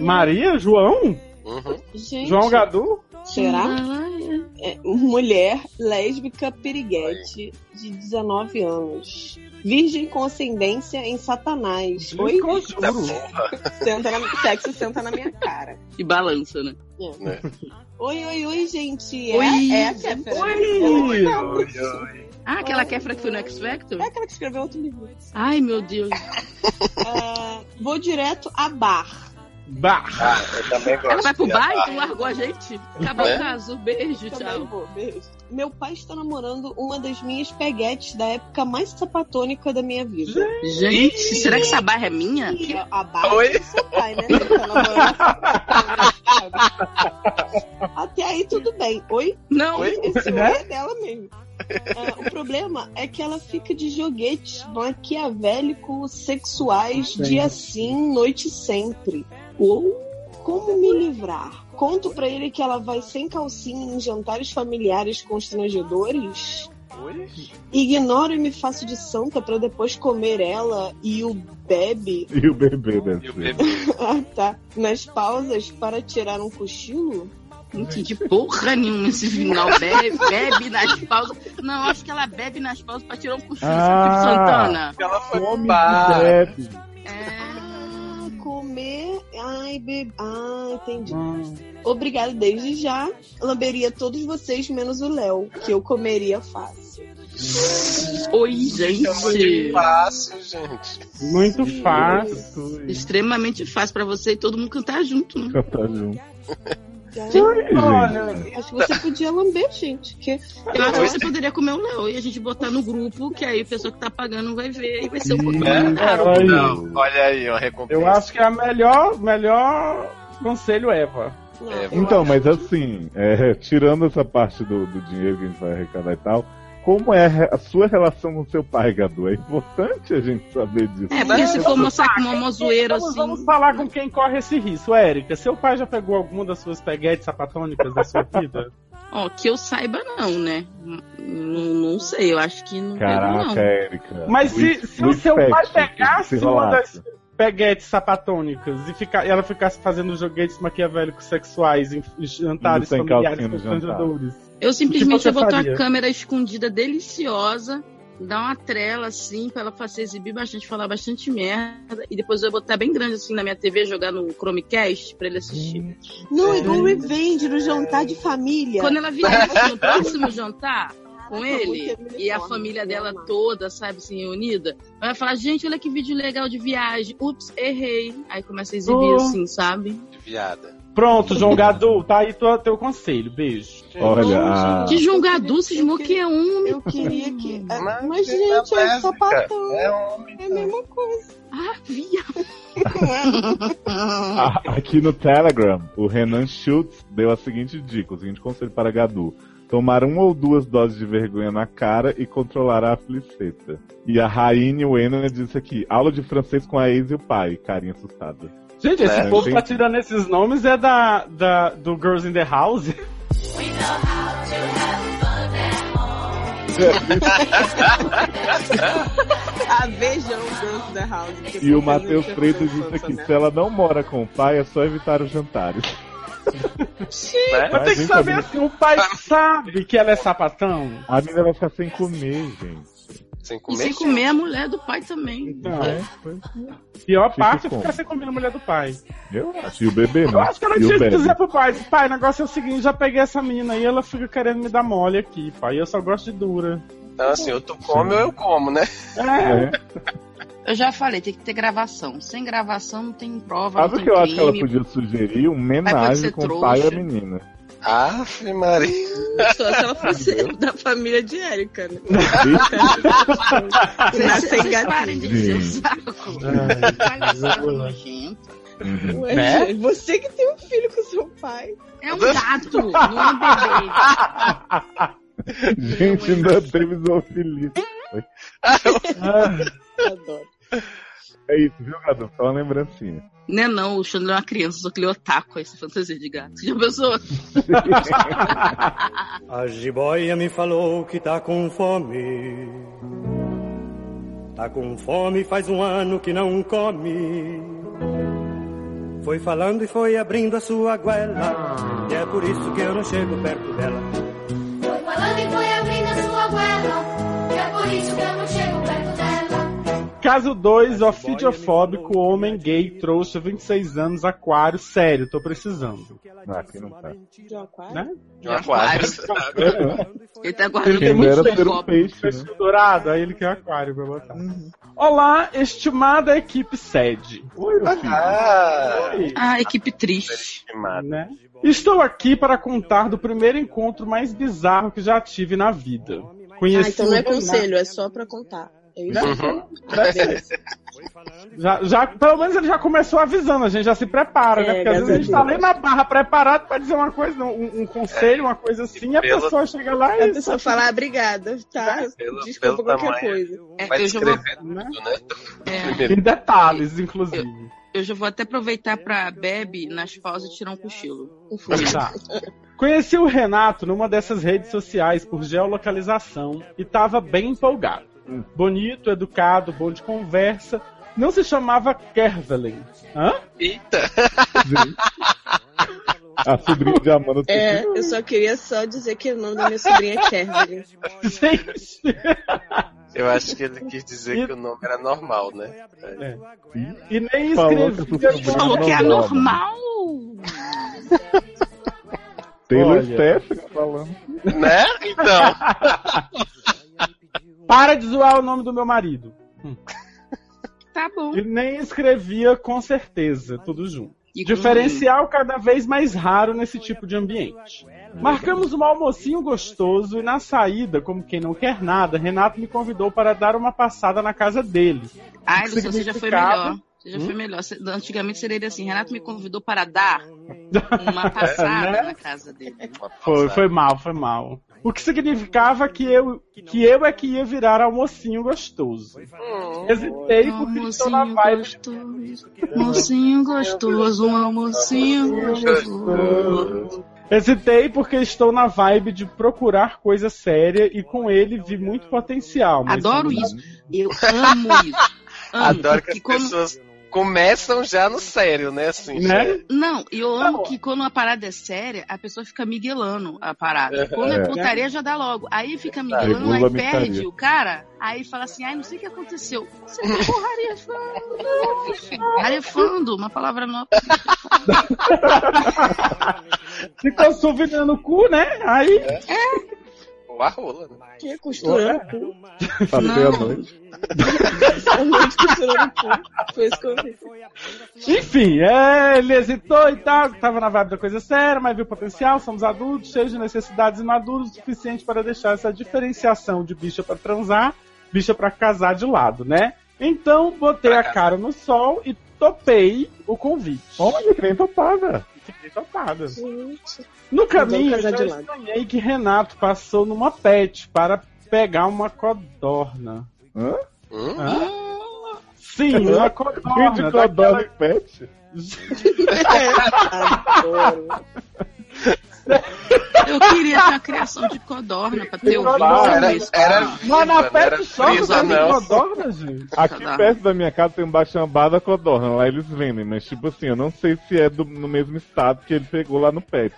[SPEAKER 5] Maria, João?
[SPEAKER 2] Uhum.
[SPEAKER 3] Gente,
[SPEAKER 5] João Gadu?
[SPEAKER 3] será? É, mulher lésbica piriguete de 19 anos. Virgem com ascendência em Satanás. Oi?
[SPEAKER 2] Da
[SPEAKER 5] Conjuro.
[SPEAKER 2] Tá porra.
[SPEAKER 3] Senta na, sexo senta na minha cara.
[SPEAKER 4] E balança, né?
[SPEAKER 3] Oi, oi, oi, gente. É,
[SPEAKER 4] Oi.
[SPEAKER 3] é a Kéfera.
[SPEAKER 5] Oi.
[SPEAKER 4] Ah, aquela Kefra que foi no X Factor?
[SPEAKER 3] É aquela que escreveu outro livro.
[SPEAKER 4] Ai, meu Deus.
[SPEAKER 3] Ah, vou direto a bar.
[SPEAKER 5] Bah.
[SPEAKER 2] Ah, eu também gosto.
[SPEAKER 4] Ela vai pro
[SPEAKER 2] de
[SPEAKER 4] bar
[SPEAKER 2] andar.
[SPEAKER 4] então largou a gente? Acabou
[SPEAKER 2] É.
[SPEAKER 4] o caso. Beijo,
[SPEAKER 3] Também
[SPEAKER 4] tchau.
[SPEAKER 3] vou, beijo. Meu pai está namorando uma das minhas peguetes da época mais sapatônica da minha vida.
[SPEAKER 4] Gente, será que essa barra é minha?
[SPEAKER 3] E a barra
[SPEAKER 2] Oi?
[SPEAKER 3] do seu pai, né? Tá namorando. Até aí tudo bem. Oi?
[SPEAKER 4] Não.
[SPEAKER 2] Oi?
[SPEAKER 3] Esse oi
[SPEAKER 5] Né?
[SPEAKER 3] é dela mesmo. Ah, o problema é que ela fica de joguetes maquiavélicos sexuais dia sim, noite sempre. Ou como me livrar? Conto pra ele que ela vai sem calcinha em jantares familiares constrangedores?
[SPEAKER 2] Oi?
[SPEAKER 3] Ignoro e me faço de santa pra depois comer ela e o bebe
[SPEAKER 1] E o bebê né? deve
[SPEAKER 2] E o
[SPEAKER 1] ser.
[SPEAKER 2] bebê?
[SPEAKER 3] ah, tá. Nas pausas para tirar um cochilo?
[SPEAKER 4] Não entendi porra nenhuma esse final. Bebe, bebe nas pausas. Não, acho que ela bebe nas pausas pra tirar um cochilo
[SPEAKER 1] Ah.
[SPEAKER 4] de Santana.
[SPEAKER 2] Ela foi pro
[SPEAKER 1] Come
[SPEAKER 2] bar.
[SPEAKER 1] e bebe.
[SPEAKER 4] É.
[SPEAKER 3] Ah, comer. Ai, bebê. Ah, entendi. Obrigada desde já. Lamberia todos vocês, menos o Léo, que eu comeria fácil.
[SPEAKER 4] Oi,
[SPEAKER 2] É muito
[SPEAKER 4] gente.
[SPEAKER 2] fácil, gente.
[SPEAKER 5] Muito fácil.
[SPEAKER 4] Extremamente fácil pra você e todo mundo cantar junto, né?
[SPEAKER 1] Cantar junto.
[SPEAKER 3] Já-
[SPEAKER 1] Olha, gente.
[SPEAKER 3] Acho que você podia lamber, gente. Que...
[SPEAKER 4] Eu acho que você poderia comer o Léo e a gente botar no grupo, que aí a pessoa que tá pagando vai ver e vai ser um pouquinho
[SPEAKER 2] É.
[SPEAKER 4] mais caro.
[SPEAKER 5] Aí.
[SPEAKER 2] Não, olha aí, ó, a recompensa.
[SPEAKER 5] Eu acho que é a melhor, melhor conselho Eva.
[SPEAKER 3] Não,
[SPEAKER 2] É,
[SPEAKER 3] eu
[SPEAKER 1] Então,
[SPEAKER 3] acho
[SPEAKER 1] mas
[SPEAKER 3] que-
[SPEAKER 1] assim, é, tirando essa parte do, do dinheiro que a gente vai arrecadar e tal, como é a re- a sua relação com seu pai, Gadu? É importante a gente saber disso.
[SPEAKER 4] É, porque se for uma, saca, uma, uma zoeira
[SPEAKER 5] vamos,
[SPEAKER 4] assim.
[SPEAKER 5] vamos falar com quem corre esse risco, Érica. Seu pai já pegou alguma das suas peguetes sapatônicas da sua vida?
[SPEAKER 4] Ó, que eu saiba não, né? Não, não sei, eu acho que não pegou,
[SPEAKER 1] Caraca,
[SPEAKER 4] não.
[SPEAKER 1] Érica.
[SPEAKER 5] Mas se-
[SPEAKER 1] Luiz-
[SPEAKER 5] se o
[SPEAKER 1] Luiz
[SPEAKER 5] seu pai
[SPEAKER 1] Pet,
[SPEAKER 5] pegasse
[SPEAKER 1] se
[SPEAKER 5] uma
[SPEAKER 1] rolasse.
[SPEAKER 5] Peguetes sapatônicas e fica, e ela ficasse fazendo joguetes maquiavélicos sexuais em em jantares
[SPEAKER 1] Indo sem
[SPEAKER 5] familiares
[SPEAKER 1] calcinha no jantar.
[SPEAKER 5] constrangedores.
[SPEAKER 4] Eu
[SPEAKER 5] O que
[SPEAKER 4] simplesmente
[SPEAKER 5] você
[SPEAKER 4] ia botar
[SPEAKER 5] faria?
[SPEAKER 4] a câmera escondida deliciosa dar uma trela assim pra ela fazer exibir bastante, falar bastante merda. E depois eu ia botar bem grande assim na minha TV, jogar no Chromecast pra ele assistir.
[SPEAKER 5] Hum.
[SPEAKER 3] Não, é igual Revenge no jantar de família.
[SPEAKER 4] Quando ela viesse no próximo jantar com
[SPEAKER 3] Caraca,
[SPEAKER 4] ele
[SPEAKER 3] muito
[SPEAKER 4] e a
[SPEAKER 3] uniforme,
[SPEAKER 4] família
[SPEAKER 3] né,
[SPEAKER 4] dela
[SPEAKER 3] mano?
[SPEAKER 4] toda, sabe, assim, reunida, ela vai falar, gente, olha que vídeo legal de viagem. Ups, errei. Aí começa a exibir,
[SPEAKER 5] Oh.
[SPEAKER 4] assim, sabe?
[SPEAKER 2] de viada.
[SPEAKER 5] Pronto, João Gadu, tá aí tua, teu conselho. Beijo.
[SPEAKER 1] Olha,
[SPEAKER 5] Ah.
[SPEAKER 1] a-
[SPEAKER 4] De julgadu, cismou que é um.
[SPEAKER 3] Eu queria que. é, Mas,
[SPEAKER 8] Mas
[SPEAKER 3] gente, é
[SPEAKER 8] é
[SPEAKER 3] sapatão.
[SPEAKER 8] É
[SPEAKER 3] É
[SPEAKER 2] um,
[SPEAKER 8] homem.
[SPEAKER 3] a mesma coisa.
[SPEAKER 4] Ah, viado.
[SPEAKER 1] A- Ah, Aqui no Telegram, o Renan Schultz deu a seguinte dica, o seguinte conselho para Gadu. Tomar uma ou duas doses de vergonha na cara e controlar a fliceta. E a Raine Wena disse aqui, aula de francês com a ex e o pai. Carinha assustada.
[SPEAKER 5] Gente, esse
[SPEAKER 2] É,
[SPEAKER 5] povo tá
[SPEAKER 1] gente.
[SPEAKER 5] tirando esses nomes é da, da, do Girls in the
[SPEAKER 1] É,
[SPEAKER 5] House.
[SPEAKER 3] A vejam Girls in the House. porque
[SPEAKER 1] E o
[SPEAKER 3] tá
[SPEAKER 1] Matheus
[SPEAKER 3] fazendo
[SPEAKER 1] Freitas
[SPEAKER 3] essa
[SPEAKER 1] disse aqui,
[SPEAKER 3] né?
[SPEAKER 1] se ela não mora com o pai, é só evitar os jantares.
[SPEAKER 2] Né?
[SPEAKER 5] Mas tem que
[SPEAKER 1] vem
[SPEAKER 5] saber
[SPEAKER 1] comigo.
[SPEAKER 5] assim, o pai sabe que ela é sapatão?
[SPEAKER 1] A menina vai ficar sem comer, gente.
[SPEAKER 2] Sem
[SPEAKER 4] E
[SPEAKER 3] é
[SPEAKER 2] comer.
[SPEAKER 4] sem comer a mulher do pai também.
[SPEAKER 5] Não.
[SPEAKER 1] É, pois
[SPEAKER 5] Pior
[SPEAKER 1] Fica
[SPEAKER 5] parte é
[SPEAKER 1] como?
[SPEAKER 5] ficar sem comer a mulher do pai.
[SPEAKER 1] Eu acho. E o bebê,
[SPEAKER 5] Eu
[SPEAKER 1] né?
[SPEAKER 5] acho que eu não
[SPEAKER 1] E o
[SPEAKER 5] tinha que
[SPEAKER 1] bebê.
[SPEAKER 5] dizer pro pai, pai, o negócio é o seguinte, já peguei essa menina aí, ela fica querendo me dar mole aqui, pai. Eu só gosto de dura.
[SPEAKER 2] Então, assim, ou tu come ou eu como, né?
[SPEAKER 5] É,
[SPEAKER 1] É.
[SPEAKER 4] Eu já falei, tem que ter gravação. Sem gravação não tem prova,
[SPEAKER 1] Sabe o
[SPEAKER 4] não
[SPEAKER 1] que
[SPEAKER 4] tem
[SPEAKER 1] eu acho que ela
[SPEAKER 4] crime.
[SPEAKER 1] podia sugerir? Um homenagem
[SPEAKER 4] ser
[SPEAKER 1] com o pai e a
[SPEAKER 4] trouxa.
[SPEAKER 1] menina.
[SPEAKER 2] Aff, Maria.
[SPEAKER 4] Só se
[SPEAKER 1] *laughs*
[SPEAKER 4] ela fosse da família de Érica, né? é
[SPEAKER 3] Nasce
[SPEAKER 4] Ah, Vocês
[SPEAKER 3] engatinho.
[SPEAKER 4] parem de encher o saco. Palhaçada nojenta.
[SPEAKER 1] Uhum.
[SPEAKER 3] Ué,
[SPEAKER 5] Né?
[SPEAKER 3] gente, Você que tem um filho com seu pai.
[SPEAKER 4] É um gato, não é um bebê.
[SPEAKER 1] Gente, ainda teve zoofilia.
[SPEAKER 5] Ah,
[SPEAKER 3] Eu Adoro.
[SPEAKER 1] É isso, viu, Gadu? Só uma lembrancinha.
[SPEAKER 4] Não é não, o Xandro é uma criança, só que ele é otaku, essa fantasia de gato. Já pensou?
[SPEAKER 9] A jiboia me falou que tá com fome. Tá com fome faz um ano que não come. Foi falando e foi abrindo a sua goela. E é por isso que eu não chego perto dela.
[SPEAKER 10] Foi falando e foi abrindo a sua goela. que É por isso que eu não chego perto dela.
[SPEAKER 5] Caso 2, ofidiofóbico, homem gay, trouxa, 26 anos, aquário, sério, tô precisando.
[SPEAKER 1] Ah, aqui não tá.
[SPEAKER 3] De um aquário?
[SPEAKER 5] Né?
[SPEAKER 2] De um aquário.
[SPEAKER 4] Ele tá
[SPEAKER 5] Ele
[SPEAKER 4] guardando
[SPEAKER 5] tem
[SPEAKER 1] Quem
[SPEAKER 5] muito
[SPEAKER 1] dera
[SPEAKER 5] tempo.
[SPEAKER 1] ser um peixe, né?
[SPEAKER 5] Peixe dourado, aí ele quer aquário pra botar. Olá, estimada equipe sede.
[SPEAKER 1] Oi, meu filho.
[SPEAKER 2] Ah,
[SPEAKER 4] Ah, equipe triste.
[SPEAKER 2] estimado.
[SPEAKER 5] Né? Estou aqui para contar do primeiro encontro mais bizarro que já tive na vida.
[SPEAKER 3] Ah,
[SPEAKER 5] Conheci
[SPEAKER 3] então não é
[SPEAKER 5] um Renato-
[SPEAKER 3] conselho, é só pra contar. É isso?
[SPEAKER 2] Uhum.
[SPEAKER 3] Ah, beleza.
[SPEAKER 5] Já, já, pelo menos ele já começou avisando, a gente já se prepara,
[SPEAKER 3] É,
[SPEAKER 5] né? Porque às vezes a gente
[SPEAKER 3] graças a
[SPEAKER 5] tá ali na barra preparado pra dizer uma coisa, um, um conselho, uma coisa assim, e a
[SPEAKER 2] Pelo-
[SPEAKER 5] pessoa chega lá
[SPEAKER 3] A
[SPEAKER 5] e.
[SPEAKER 3] pessoa fala, ah, obrigada, tá?
[SPEAKER 2] Pelo- pelo
[SPEAKER 3] Desculpa qualquer
[SPEAKER 2] tamanho.
[SPEAKER 3] coisa.
[SPEAKER 4] É,
[SPEAKER 2] Vai
[SPEAKER 4] eu, já vou,
[SPEAKER 2] descrever
[SPEAKER 5] Né?
[SPEAKER 2] tudo, né?
[SPEAKER 4] é,
[SPEAKER 2] Primeiro.
[SPEAKER 5] Em detalhes, inclusive.
[SPEAKER 4] eu já vou até aproveitar pra Bebe nas pausas tirar um cochilo. Um furo.
[SPEAKER 5] Tá. Conheci o Renato numa dessas redes sociais por geolocalização e tava bem empolgado. Bonito, educado, bom de conversa. Não se chamava Kervelin. *laughs* Hã?
[SPEAKER 2] Eita!
[SPEAKER 5] né?
[SPEAKER 1] A sobrinha de Amanda tá
[SPEAKER 3] É,
[SPEAKER 1] aqui.
[SPEAKER 3] eu só queria só dizer que o nome da minha sobrinha é Kervelin. *laughs*
[SPEAKER 5] Gente.
[SPEAKER 2] Eu acho que ele quis dizer que o nome era normal, né?
[SPEAKER 5] E nem
[SPEAKER 1] Falou que tu
[SPEAKER 5] escrevia.
[SPEAKER 1] sobrou.
[SPEAKER 4] Falou que é
[SPEAKER 1] Não,
[SPEAKER 4] normal.
[SPEAKER 1] Taylor
[SPEAKER 5] Olha.
[SPEAKER 1] Stephens falando.
[SPEAKER 2] Né? Então. *laughs*
[SPEAKER 5] Para de zoar o nome do meu marido.
[SPEAKER 4] Tá bom.
[SPEAKER 5] E nem escrevia com certeza, tudo junto.
[SPEAKER 4] E com-
[SPEAKER 5] Diferencial cada vez mais raro nesse tipo de ambiente. Marcamos um almocinho gostoso e na saída, como quem não quer nada, Renato me convidou para dar uma passada na casa dele.
[SPEAKER 4] Ai, Luciano, você já foi
[SPEAKER 5] Significado.
[SPEAKER 4] melhor. Você já foi melhor. Você- Antigamente seria assim, Renato me convidou para dar uma
[SPEAKER 5] Né?
[SPEAKER 4] passada na casa dele. né?
[SPEAKER 5] Foi, foi mal, foi mal. O que significava que eu, que eu é que ia virar almocinho gostoso.
[SPEAKER 2] Hum.
[SPEAKER 5] Hesitei porque estou na
[SPEAKER 4] Almocinho
[SPEAKER 5] vibe
[SPEAKER 4] gostoso, almocinho gostoso, um almocinho gostoso.
[SPEAKER 5] Hesitei porque estou na vibe de procurar coisa séria e com ele vi muito potencial. mas-
[SPEAKER 4] Adoro isso. Eu amo isso. Amo,
[SPEAKER 2] Adoro que
[SPEAKER 4] porque
[SPEAKER 2] as
[SPEAKER 4] quando-
[SPEAKER 2] pessoas começam já no sério, né? Assim,
[SPEAKER 5] Né?
[SPEAKER 4] Não, e eu amo
[SPEAKER 5] Não.
[SPEAKER 4] que quando a parada é séria, a pessoa fica miguelando a parada. Quando é,
[SPEAKER 1] É.
[SPEAKER 4] putaria, já dá logo. Aí fica
[SPEAKER 1] Aí
[SPEAKER 4] miguelando, aí
[SPEAKER 1] burla a
[SPEAKER 4] perde
[SPEAKER 1] mitaria.
[SPEAKER 4] o cara, aí fala assim, ai, não sei o que aconteceu. Você tá ficou rarefando. Rarefando, uma palavra nova.
[SPEAKER 5] Ficou suvindo no cu, né? Aí.
[SPEAKER 2] Ou a rola, né?
[SPEAKER 3] é
[SPEAKER 6] Que
[SPEAKER 5] é,
[SPEAKER 6] costurando o cu.
[SPEAKER 1] Passei a noite.
[SPEAKER 6] A noite costurando o cu. Foi isso que eu vi.
[SPEAKER 5] Enfim, é, ele hesitou e tal, que tava na vibe da coisa séria, mas viu potencial, somos adultos, cheios de necessidades e maduros o suficiente para deixar essa diferenciação de bicha pra transar, bicha pra casar de lado, né? Então, botei a cara no sol e topei o convite.
[SPEAKER 1] Olha, que nem topada.
[SPEAKER 5] Fiquei topada. No caminho, eu
[SPEAKER 6] Então, casar
[SPEAKER 5] já
[SPEAKER 6] de lado.
[SPEAKER 5] estranhei que Renato passou numa pet para pegar uma codorna.
[SPEAKER 1] Hã?
[SPEAKER 2] Hum?
[SPEAKER 5] Sim, uma
[SPEAKER 1] Gente,
[SPEAKER 5] codorna.
[SPEAKER 1] que adoro
[SPEAKER 5] daquela-
[SPEAKER 1] em pet.
[SPEAKER 6] Adoro.
[SPEAKER 4] Eu queria ter uma criação de codorna pra ter ouvido
[SPEAKER 5] Não,
[SPEAKER 4] sobre
[SPEAKER 2] era,
[SPEAKER 4] isso.
[SPEAKER 2] era
[SPEAKER 4] Ah,
[SPEAKER 5] Mas
[SPEAKER 2] viva, não
[SPEAKER 5] na pet
[SPEAKER 2] era
[SPEAKER 5] shop
[SPEAKER 2] presa,
[SPEAKER 5] tem
[SPEAKER 2] não.
[SPEAKER 5] codorna, gente.
[SPEAKER 1] Aqui
[SPEAKER 4] Codorna.
[SPEAKER 1] perto da minha casa tem um bachambada codorna, lá eles vendem, mas tipo assim, eu não sei se é do- no mesmo estado que ele pegou lá no pet.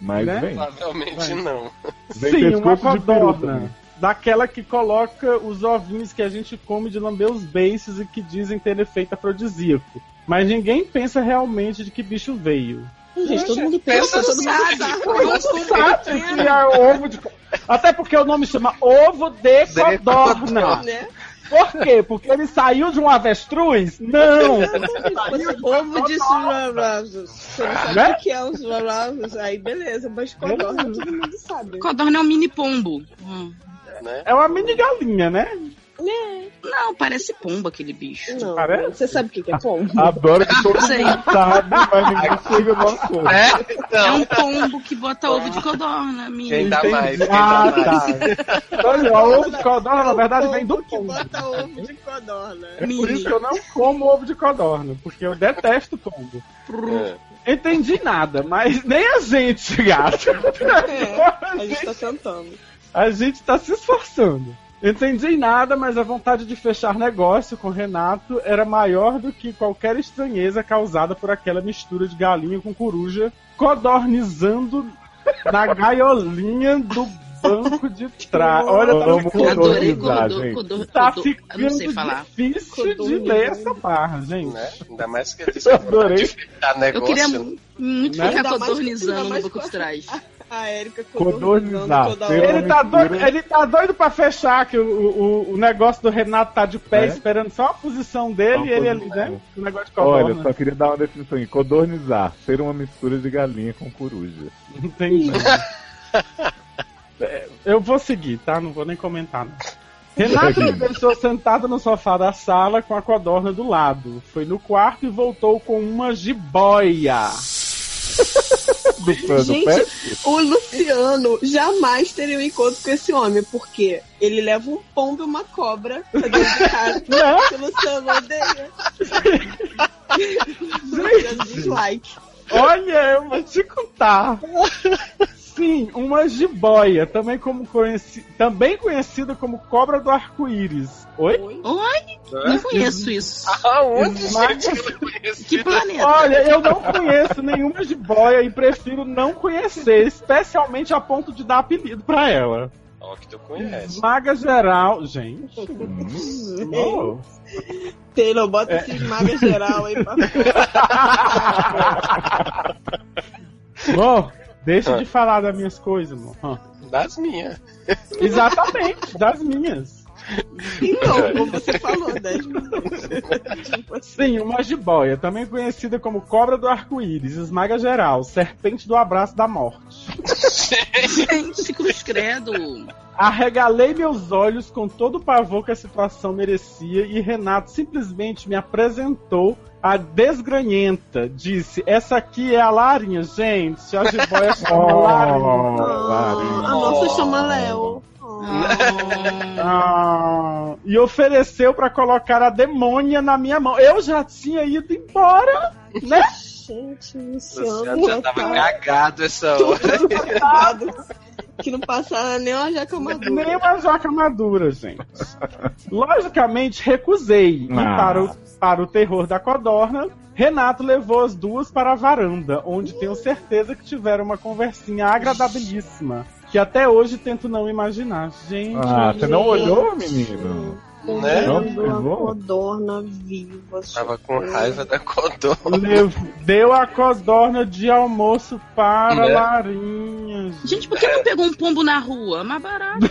[SPEAKER 1] Mas
[SPEAKER 5] Né?
[SPEAKER 1] vem.
[SPEAKER 2] Provavelmente não.
[SPEAKER 1] Vem
[SPEAKER 5] Sim, uma
[SPEAKER 1] pescoço de peru
[SPEAKER 5] codorna.
[SPEAKER 1] também.
[SPEAKER 5] Daquela que coloca os ovinhos que a gente come de lamber os beiços e que dizem ter efeito afrodisíaco. Mas ninguém pensa realmente de que bicho veio.
[SPEAKER 6] Gente, todo mundo pensa, todo mundo
[SPEAKER 4] sabe.
[SPEAKER 5] Não sabe se é ovo de co- Até porque o nome chama ovo de
[SPEAKER 2] De
[SPEAKER 5] codorna.
[SPEAKER 2] codorna.
[SPEAKER 3] Né?
[SPEAKER 5] Por quê? Porque ele saiu de um avestruz? Não!
[SPEAKER 3] Ovo de surabravos. Você não sabe
[SPEAKER 5] Né?
[SPEAKER 3] o que é os surabravos? Aí beleza, mas codorna todo mundo sabe.
[SPEAKER 4] Codorna é um mini pombo. Hum.
[SPEAKER 2] Né?
[SPEAKER 5] É uma mini galinha, né?
[SPEAKER 4] Não, parece pombo aquele bicho.
[SPEAKER 3] Não,
[SPEAKER 5] Parece?
[SPEAKER 3] você sabe o que que é pombo?
[SPEAKER 1] Adoro que todo
[SPEAKER 4] Sei.
[SPEAKER 1] mundo sabe, mas ninguém chega no assunto.
[SPEAKER 2] É, *laughs*
[SPEAKER 4] É
[SPEAKER 2] então,
[SPEAKER 4] um pombo que bota ovo de codorna,
[SPEAKER 2] quem
[SPEAKER 4] menina.
[SPEAKER 2] dá mais? Quem
[SPEAKER 5] Ah,
[SPEAKER 2] dá mais?
[SPEAKER 5] tá. Então, ó, ovo de codorna, na verdade, vem do
[SPEAKER 3] que
[SPEAKER 5] pombo.
[SPEAKER 3] bota ovo de codorna.
[SPEAKER 5] É por isso que eu não como ovo de codorna, porque eu detesto pombo.
[SPEAKER 2] É.
[SPEAKER 5] Entendi nada, mas nem a gente, *laughs* gato. É.
[SPEAKER 3] A gente tá tentando.
[SPEAKER 5] A gente tá se esforçando. Entendi nada, mas a vontade de fechar negócio com Renato era maior do que qualquer estranheza causada por aquela mistura de galinha com coruja, codornizando na gaiolinha do banco de trás. Olha,
[SPEAKER 1] Vamos
[SPEAKER 5] tá, ficando-
[SPEAKER 4] Adorei
[SPEAKER 1] Codornizar,
[SPEAKER 4] codor,
[SPEAKER 1] gente.
[SPEAKER 4] codor,
[SPEAKER 5] tá
[SPEAKER 4] codor. Eu não sei falar.
[SPEAKER 5] ficando difícil de ler essa barra, gente.
[SPEAKER 2] Né? Ainda mais que ele disse
[SPEAKER 1] Eu
[SPEAKER 2] que vontade
[SPEAKER 1] adorei.
[SPEAKER 2] de fechar
[SPEAKER 4] Eu
[SPEAKER 2] negócio.
[SPEAKER 4] queria mu- muito
[SPEAKER 5] Né?
[SPEAKER 4] ficar
[SPEAKER 3] Ainda mais-
[SPEAKER 4] codornizando
[SPEAKER 3] ainda
[SPEAKER 4] no
[SPEAKER 3] mais
[SPEAKER 4] boca de trás.
[SPEAKER 3] A Erika
[SPEAKER 1] Codornizar.
[SPEAKER 3] codornizando toda
[SPEAKER 1] Tem
[SPEAKER 3] hora.
[SPEAKER 5] Ele tá, doido, ele tá doido pra fechar, que o, o, o negócio do Renato tá de pé
[SPEAKER 1] É.
[SPEAKER 5] esperando só a posição dele
[SPEAKER 1] Só
[SPEAKER 5] e
[SPEAKER 1] a
[SPEAKER 5] ele ali,
[SPEAKER 1] posição.
[SPEAKER 5] né? O negócio de
[SPEAKER 1] Olha,
[SPEAKER 5] codorna.
[SPEAKER 1] só queria dar uma definição aqui. Codornizar, ser uma mistura de galinha com coruja.
[SPEAKER 5] Entendi. É, Eu vou seguir, tá? Não vou nem comentar. Não. Renato me deixou sentado no sofá da sala com a codorna do lado. Foi no quarto e voltou com uma jiboia.
[SPEAKER 1] Do fã do
[SPEAKER 3] Gente, é
[SPEAKER 1] pé?
[SPEAKER 3] O Luciano jamais teria um encontro com esse homem, porque ele leva um pombo e uma cobra pra dentro de casa.
[SPEAKER 5] é?
[SPEAKER 3] Que o Luciano odeia. Luciano dislike.
[SPEAKER 5] Olha, eu vou te contar. Sim, uma jiboia, também, como conheci... também conhecida como cobra do arco-íris. Oi?
[SPEAKER 4] Oi? Não conheço isso.
[SPEAKER 2] Aonde,
[SPEAKER 5] Mas-
[SPEAKER 2] né? Ah, gente? Eu não conheço.
[SPEAKER 4] Que planeta?
[SPEAKER 5] Olha, eu não conheço nenhuma jiboia e prefiro não conhecer, especialmente a ponto de dar apelido pra ela.
[SPEAKER 2] Ó, que tu conhece.
[SPEAKER 5] Maga geral, gente.
[SPEAKER 1] Hum,
[SPEAKER 5] não.
[SPEAKER 3] Taylor, bota esses magas geral aí pra
[SPEAKER 5] Bom, deixa de falar das minhas coisas, amor. Ah.
[SPEAKER 2] Das minhas.
[SPEAKER 5] Exatamente, das minhas.
[SPEAKER 3] Não, como você falou, né? Tipo assim,
[SPEAKER 5] Sim, uma jiboia, também conhecida como cobra do arco-íris, esmaga geral, serpente do abraço da morte.
[SPEAKER 4] Gente, cruz credo.
[SPEAKER 5] Arregalei meus olhos com todo o pavor que a situação merecia e Renato simplesmente me apresentou a desgranhenta. Disse: Essa aqui é a Larinha, gente. A jiboia chama Larinha.
[SPEAKER 1] Oh,
[SPEAKER 3] ah, a
[SPEAKER 1] Larinha.
[SPEAKER 3] nossa chama Léo. Ah,
[SPEAKER 4] Ah,
[SPEAKER 5] Ah, e ofereceu pra colocar a demônia na minha mão. Eu já tinha ido embora, né?
[SPEAKER 3] gente, o
[SPEAKER 2] Você
[SPEAKER 3] Luciano
[SPEAKER 2] já
[SPEAKER 3] já
[SPEAKER 2] tava
[SPEAKER 3] tá
[SPEAKER 2] cagado essa hora.
[SPEAKER 3] tudo cagado. Que não passava nem uma jaca madura.
[SPEAKER 5] Nem uma jaca é madura, gente. Logicamente, recusei. E
[SPEAKER 1] Ah.
[SPEAKER 5] para o, para o terror da codorna, Renato levou as duas para a varanda, onde tenho certeza que tiveram uma conversinha agradabilíssima. Que até hoje tento não imaginar. Gente,
[SPEAKER 1] Ah, você não olhou, menino?
[SPEAKER 2] Né?
[SPEAKER 1] Não
[SPEAKER 3] Comendo uma
[SPEAKER 1] pegou?
[SPEAKER 3] codorna viva.
[SPEAKER 2] Tava com raiva da Codó.
[SPEAKER 5] lev- deu a codorna de almoço para
[SPEAKER 2] Né?
[SPEAKER 5] Larinha. gente.
[SPEAKER 4] Gente, por que não pegou um pombo na rua? Mais barato.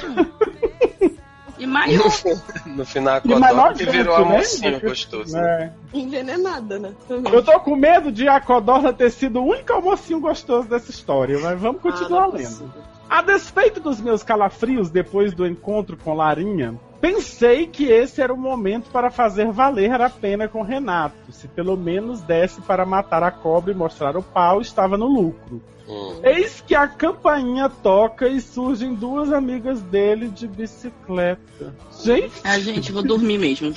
[SPEAKER 4] E mais um.
[SPEAKER 2] No, fi- *laughs* no final a
[SPEAKER 5] E mais
[SPEAKER 2] Codó que
[SPEAKER 5] nojento,
[SPEAKER 2] virou
[SPEAKER 5] né?
[SPEAKER 2] almocinho gostoso.
[SPEAKER 5] É.
[SPEAKER 3] Envenenada, né?
[SPEAKER 5] Eu tô com medo de a codorna ter sido o único almocinho gostoso dessa história, mas vamos continuar
[SPEAKER 3] Ah, não é
[SPEAKER 5] lendo.
[SPEAKER 3] possível.
[SPEAKER 5] A despeito dos meus calafrios depois do encontro com Larinha, pensei que esse era o momento para fazer valer a pena com Renato. Se pelo menos desse para matar a cobra e mostrar o pau, estava no lucro.
[SPEAKER 2] Hum.
[SPEAKER 5] Eis que a campainha toca e surgem duas amigas dele de bicicleta. Gente,
[SPEAKER 4] Ah, gente, vou dormir mesmo.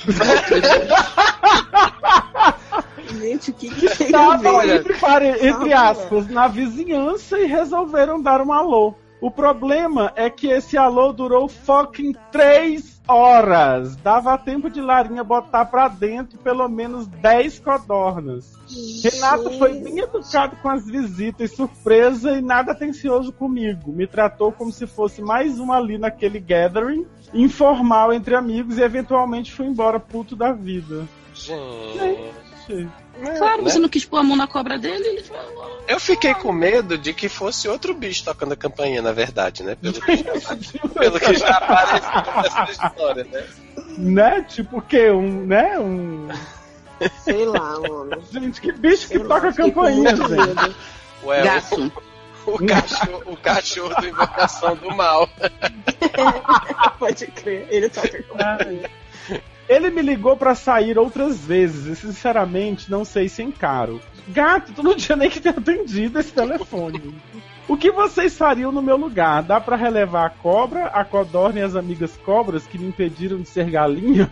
[SPEAKER 3] Gente, o que que tem a
[SPEAKER 5] estavam
[SPEAKER 3] ver?
[SPEAKER 5] entre, pare- entre
[SPEAKER 3] Olha.
[SPEAKER 5] aspas na vizinhança e resolveram dar um alô. O problema é que esse alô durou fucking três horas. Dava tempo de Larinha botar pra dentro pelo menos 10 codornas. Renato foi bem educado com as visitas, surpresa e nada atencioso comigo. Me tratou como se fosse mais um ali naquele gathering, informal entre amigos e eventualmente fui embora puto da vida.
[SPEAKER 2] Gente.
[SPEAKER 4] Claro, você não quis pôr a mão na cobra dele, ele falou.
[SPEAKER 2] Eu fiquei com medo de que fosse outro bicho tocando a campainha, na verdade, né?
[SPEAKER 5] *laughs*
[SPEAKER 2] Pelo que, pelo que já apareceu nessa história, né?
[SPEAKER 5] Né? Tipo o quê? Um, né? Um...
[SPEAKER 3] Sei lá, mano.
[SPEAKER 5] Gente, que bicho que
[SPEAKER 3] Sei lá,
[SPEAKER 5] toca
[SPEAKER 3] fiquei com
[SPEAKER 5] campainha,
[SPEAKER 3] muito
[SPEAKER 5] gente.
[SPEAKER 3] medo.
[SPEAKER 2] Ué,
[SPEAKER 4] Gato.
[SPEAKER 2] o, o cachorro, o cachorro do Invocação do Mal.
[SPEAKER 3] Pode crer. Ele toca com
[SPEAKER 5] Ele me ligou pra sair outras vezes e, sinceramente, não sei se encaro. Gato, tu não tinha nem que ter atendido esse telefone. O que vocês fariam no meu lugar? Dá pra relevar a cobra, a codorna e as amigas cobras que me impediram de ser galinha?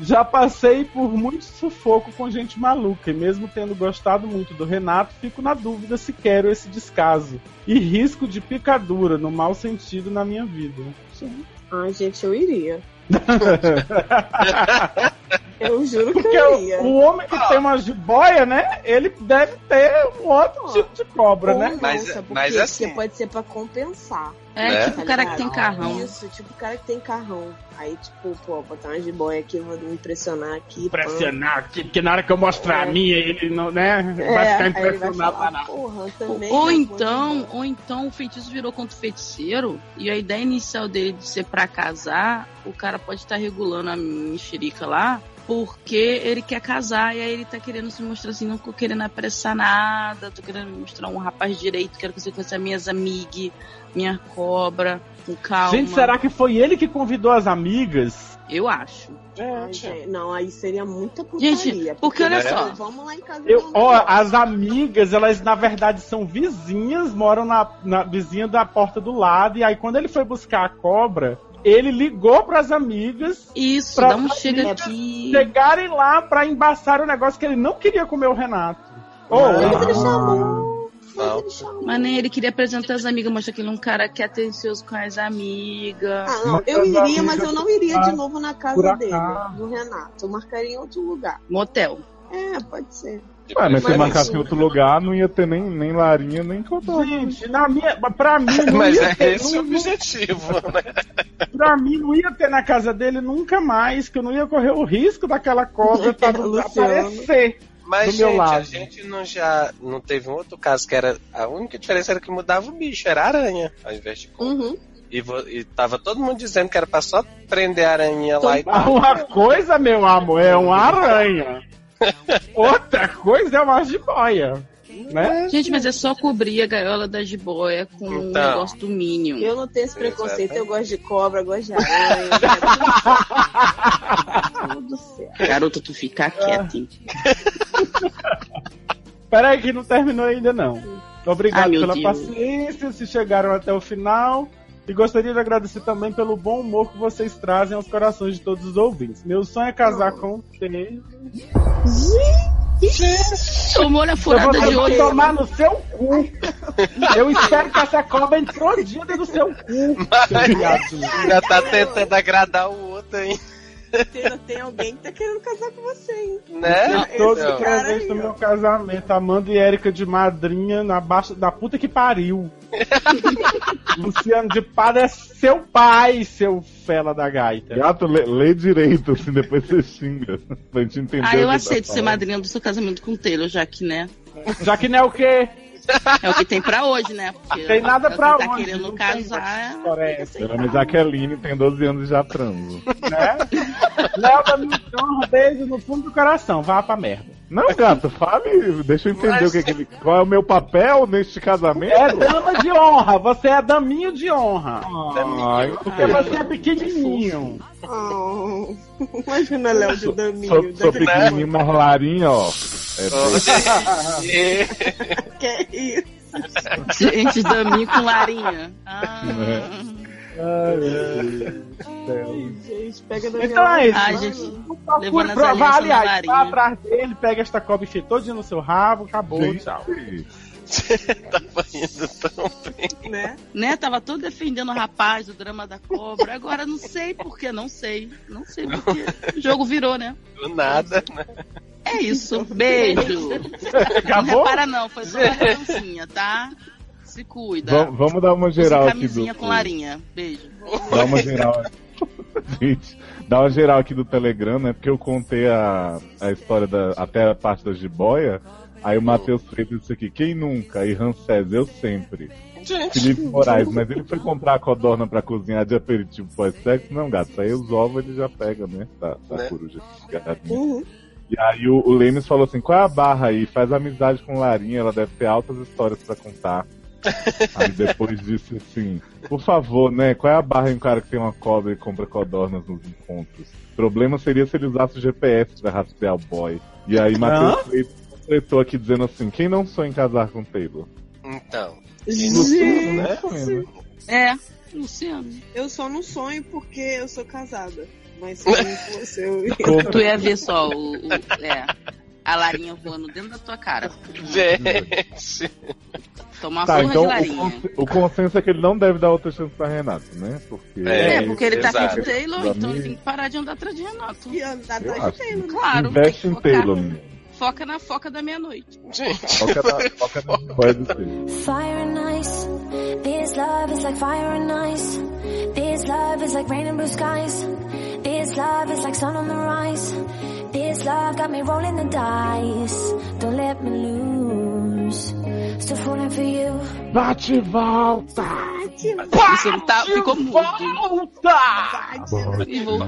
[SPEAKER 5] Já passei por muito sufoco com gente maluca e mesmo tendo gostado muito do Renato, fico na dúvida se quero esse descaso e risco de picadura no mau sentido na minha vida.
[SPEAKER 3] Ai, gente, eu
[SPEAKER 5] *laughs*
[SPEAKER 3] iria. Eu juro que
[SPEAKER 5] Porque é
[SPEAKER 3] eu
[SPEAKER 5] o, né?
[SPEAKER 3] iria.
[SPEAKER 5] o homem que tem uma jiboia, né? Ele deve ter um
[SPEAKER 3] Ah.
[SPEAKER 5] outro tipo de cobra,
[SPEAKER 3] Ou
[SPEAKER 5] né?
[SPEAKER 2] Mas-
[SPEAKER 3] não, sabe por
[SPEAKER 2] mas
[SPEAKER 3] quê?
[SPEAKER 2] assim-
[SPEAKER 3] Porque tipo, pode ser pra compensar. tá
[SPEAKER 4] É,
[SPEAKER 2] Né?
[SPEAKER 4] tipo o cara que tem carrão.
[SPEAKER 3] Isso, tipo o cara que tem carrão. Aí, tipo, pô, botar uma jiboia aqui, vou me impressionar aqui. pã.
[SPEAKER 5] aqui, porque na hora que eu mostrar a minha, ele não, né?
[SPEAKER 3] É, aí ele falar, Porra, também. né,
[SPEAKER 4] Ou
[SPEAKER 3] não
[SPEAKER 4] então,
[SPEAKER 3] vou
[SPEAKER 4] ou então o feitiço virou contra o feiticeiro e a ideia inicial dele de ser pra casar, o cara pode estar regulando a mexerica lá porque ele quer casar e aí ele tá querendo se mostrar assim, não tô querendo apressar nada, tô querendo me mostrar um rapaz direito, quero que você conheça minhas amigas, minha cobra, com calma.
[SPEAKER 5] Gente, será que foi ele que convidou as amigas?
[SPEAKER 4] Eu acho.
[SPEAKER 3] Ai, gente, não, aí seria muita putaria. tipo,
[SPEAKER 4] Gente, porque olha
[SPEAKER 2] Né?
[SPEAKER 4] só,
[SPEAKER 3] Vamos lá em casa.
[SPEAKER 5] Eu,
[SPEAKER 3] não,
[SPEAKER 5] ó,
[SPEAKER 3] não.
[SPEAKER 5] as amigas, elas na verdade são vizinhas, moram na, na vizinha da porta do lado. E aí, quando ele foi buscar a cobra, ele ligou pras amigas
[SPEAKER 4] isso,
[SPEAKER 5] Pra-
[SPEAKER 4] dá um chega
[SPEAKER 3] É,
[SPEAKER 4] aqui.
[SPEAKER 5] chegarem lá pra embaçar o negócio que ele não queria comer o Renato. ah. Ou
[SPEAKER 3] Mas ele chamou. Mas
[SPEAKER 2] Não.
[SPEAKER 3] ele chamou.
[SPEAKER 4] Mas nem ele queria apresentar as amigas, mostra que ele é um cara que é atencioso com as amigas.
[SPEAKER 3] Ah, não,
[SPEAKER 5] Mas
[SPEAKER 3] eu
[SPEAKER 5] as
[SPEAKER 3] iria, mas
[SPEAKER 5] amigas
[SPEAKER 3] eu não iria de
[SPEAKER 5] ficaram
[SPEAKER 3] novo na
[SPEAKER 5] por
[SPEAKER 3] casa dele,
[SPEAKER 5] acaso.
[SPEAKER 3] do Renato. Eu marcaria em outro lugar.
[SPEAKER 4] Motel.
[SPEAKER 3] É, pode ser.
[SPEAKER 1] Ué, mas se
[SPEAKER 3] Mas-
[SPEAKER 1] marcasse em outro lugar, não ia ter nem, nem larinha, nem codorna.
[SPEAKER 5] Gente, na minha,
[SPEAKER 2] *laughs*
[SPEAKER 5] pra mim, não
[SPEAKER 2] Mas
[SPEAKER 5] ia
[SPEAKER 2] é
[SPEAKER 5] ter, um,
[SPEAKER 2] esse o
[SPEAKER 5] não- não-
[SPEAKER 2] objetivo, né?
[SPEAKER 5] pra mim não ia ter na casa dele nunca mais, que eu não ia correr o risco daquela cobra tá,
[SPEAKER 3] Luciano.
[SPEAKER 5] aparecer.
[SPEAKER 2] Mas,
[SPEAKER 5] Do meu
[SPEAKER 2] gente, a
[SPEAKER 5] lado.
[SPEAKER 2] gente não já. Não teve um outro caso que era. A única diferença era que mudava o bicho, era aranha, ao invés de cobra.
[SPEAKER 3] Uhum.
[SPEAKER 2] E, vo- e tava todo mundo dizendo que era pra só prender a aranha lá e
[SPEAKER 5] Mas Ah, Uma coisa, meu amor, é uma *laughs* aranha. Outra coisa é uma jiboia. Né?
[SPEAKER 4] Gente, mas é só cobrir a gaiola da jiboia com o
[SPEAKER 2] Então.
[SPEAKER 4] negócio do Minion.
[SPEAKER 3] Eu não tenho esse
[SPEAKER 2] Exato.
[SPEAKER 3] preconceito, eu gosto de cobra, gosto de aranha. eu quero tudo certo. Tudo certo.
[SPEAKER 4] Garota, tu
[SPEAKER 5] Ah.
[SPEAKER 4] fica quieta, hein?
[SPEAKER 5] Peraí que não terminou ainda não.
[SPEAKER 4] Ai,
[SPEAKER 5] Obrigado
[SPEAKER 4] meu
[SPEAKER 5] pela
[SPEAKER 4] Deus.
[SPEAKER 5] paciência, se chegaram até o final. E gostaria de agradecer também pelo bom humor que vocês um trazem aos corações de todos os ouvintes. Meu sonho é casar com você.
[SPEAKER 4] Tomou na
[SPEAKER 5] Eu
[SPEAKER 4] furada
[SPEAKER 5] vou um
[SPEAKER 4] de olho.
[SPEAKER 5] tomar no seu cu. Eu espero que essa cobra entrodida no seu cu. seu viado.
[SPEAKER 2] Ainda tá tentando agradar o outro aí,
[SPEAKER 6] Tem, tem alguém que tá querendo casar com você, hein?
[SPEAKER 2] né?
[SPEAKER 5] Todos
[SPEAKER 2] Então,
[SPEAKER 5] os presentes do meu casamento. Amanda e Érica de madrinha na baixa da puta
[SPEAKER 4] *laughs*
[SPEAKER 5] que pariu. Luciano de Pada é seu pai, seu fela da gaita.
[SPEAKER 1] Gato, lê, lê direito, assim, depois você xinga. Pra gente entender.
[SPEAKER 4] Ah,
[SPEAKER 1] o que
[SPEAKER 4] eu
[SPEAKER 1] tá
[SPEAKER 4] aceito ser
[SPEAKER 1] falando.
[SPEAKER 4] madrinha do seu casamento com o Taylor, já que, né?
[SPEAKER 5] Já que não é o quê?
[SPEAKER 4] É o que tem pra hoje, né? Porque
[SPEAKER 5] Tem nada
[SPEAKER 4] é o
[SPEAKER 5] pra
[SPEAKER 4] que tá
[SPEAKER 5] hoje, não
[SPEAKER 4] querendo
[SPEAKER 5] tem
[SPEAKER 4] casar.
[SPEAKER 5] Coreia,
[SPEAKER 1] Meu nome é Jaqueline, tem 12 anos e já transo.
[SPEAKER 5] né? Léo da Missão, um beijo no fundo do coração. Vá pra merda.
[SPEAKER 1] Não, gato, fale, deixa eu entender o que, é que ele, qual é o meu papel neste casamento.
[SPEAKER 5] É dama de honra, você é daminho de honra.
[SPEAKER 1] Ah, eu não
[SPEAKER 5] Porque
[SPEAKER 1] quero.
[SPEAKER 5] você é pequenininho.
[SPEAKER 6] Oh, imagina Léo de
[SPEAKER 1] Sou,
[SPEAKER 6] Daminho.
[SPEAKER 1] sou
[SPEAKER 6] daqui-
[SPEAKER 1] pequenininho, mas larinha, ó. É,
[SPEAKER 5] *laughs*
[SPEAKER 2] e-
[SPEAKER 6] Que isso?
[SPEAKER 4] Gente, daminho com larinha. Ah,
[SPEAKER 6] Gente, pega da minha
[SPEAKER 5] Então é isso.
[SPEAKER 4] Ah,
[SPEAKER 5] né?
[SPEAKER 4] gente,
[SPEAKER 5] Não procure
[SPEAKER 4] levando as
[SPEAKER 5] pro-
[SPEAKER 4] alianças
[SPEAKER 5] vá,
[SPEAKER 4] na
[SPEAKER 5] aliás,
[SPEAKER 4] varinha.
[SPEAKER 5] vá atrás dele, pega esta cobra e enfia todinha no seu rabo, acabou,
[SPEAKER 1] Gente.
[SPEAKER 5] tchau.
[SPEAKER 2] tava indo tão bem.
[SPEAKER 6] mão, né?
[SPEAKER 4] né? Tava todo defendendo o rapaz, o drama da cobra. Agora não sei por quê, não sei. Não sei por quê. O jogo virou, né?
[SPEAKER 2] Do nada, né?
[SPEAKER 4] É isso. Beijo. Não
[SPEAKER 1] Tá
[SPEAKER 5] Acabou?
[SPEAKER 4] repara, não. Foi
[SPEAKER 1] *laughs*
[SPEAKER 4] só uma cancinha, tá? Se cuida.
[SPEAKER 1] Vam- vamos dar uma
[SPEAKER 4] Use
[SPEAKER 1] geral aqui do.
[SPEAKER 4] camisinha com larinha. Beijo.
[SPEAKER 1] Dá uma
[SPEAKER 4] *laughs*
[SPEAKER 1] geral. Gente, dá uma geral aqui do Telegram, né? Porque eu contei a, a história da, até a parte da jiboia. Aí
[SPEAKER 4] Hum.
[SPEAKER 1] o Matheus Freitas disse aqui, quem nunca? E Ramsés, eu sempre.
[SPEAKER 2] Gente,
[SPEAKER 1] Felipe Moraes, mas ele foi comprar a codorna pra cozinhar de aperitivo pós-sexo? Não, gato, aí os ovos ele já pega, né? Tá, tá
[SPEAKER 2] Né?
[SPEAKER 1] coruja. gatinho.
[SPEAKER 6] Uhum.
[SPEAKER 1] E aí o, o Lemes falou assim, qual é a barra aí? Faz amizade com Larinha, ela deve ter altas histórias pra
[SPEAKER 2] *laughs*
[SPEAKER 1] contar. aí depois disse assim, por favor, né? Qual é a barra em um cara que tem uma cobra e compra codornas nos encontros? O problema seria se ele usasse o GPS pra rastrear o boy. E aí Matheus Freitas completou aqui dizendo assim, quem não sonha em casar com Taylor?
[SPEAKER 2] então.
[SPEAKER 6] Gente,
[SPEAKER 1] Não é sonho, né?
[SPEAKER 4] É, Luciano.
[SPEAKER 6] eu só não sonho porque eu sou casada. Mas se não fosse eu. ia-
[SPEAKER 4] Tu ia ver só o, o- é, a larinha voando dentro da tua cara.
[SPEAKER 2] É. Gente.
[SPEAKER 4] Tomar
[SPEAKER 1] Tá,
[SPEAKER 4] surra
[SPEAKER 1] então
[SPEAKER 4] de
[SPEAKER 1] o,
[SPEAKER 4] larinha.
[SPEAKER 1] consen- o consenso é que ele não deve dar outra chance pra Renato, né? Porque...
[SPEAKER 2] É,
[SPEAKER 4] É, porque ele tá
[SPEAKER 2] Exato.
[SPEAKER 4] com o Taylor,
[SPEAKER 1] Pra
[SPEAKER 4] então
[SPEAKER 1] mim-
[SPEAKER 4] ele tem que parar de andar atrás de Renato.
[SPEAKER 6] E andar
[SPEAKER 1] Eu
[SPEAKER 6] atrás de
[SPEAKER 1] acho.
[SPEAKER 6] Taylor.
[SPEAKER 4] Claro,
[SPEAKER 1] Investe
[SPEAKER 4] tem
[SPEAKER 1] em
[SPEAKER 4] que focar.
[SPEAKER 1] Taylor, menino.
[SPEAKER 4] Foca na foca da meia-noite.
[SPEAKER 2] Gente.
[SPEAKER 1] Foca na, foca na boia do Taylor.
[SPEAKER 10] Fire and ice. This love is like fire and ice. This love is like rain and blue skies. This love is like sun on the rise. This love got me rolling the dice. Don't let me lose. Still falling for you.
[SPEAKER 1] Bate e volta!
[SPEAKER 4] Luciano tá, ficou mudo. E voltou.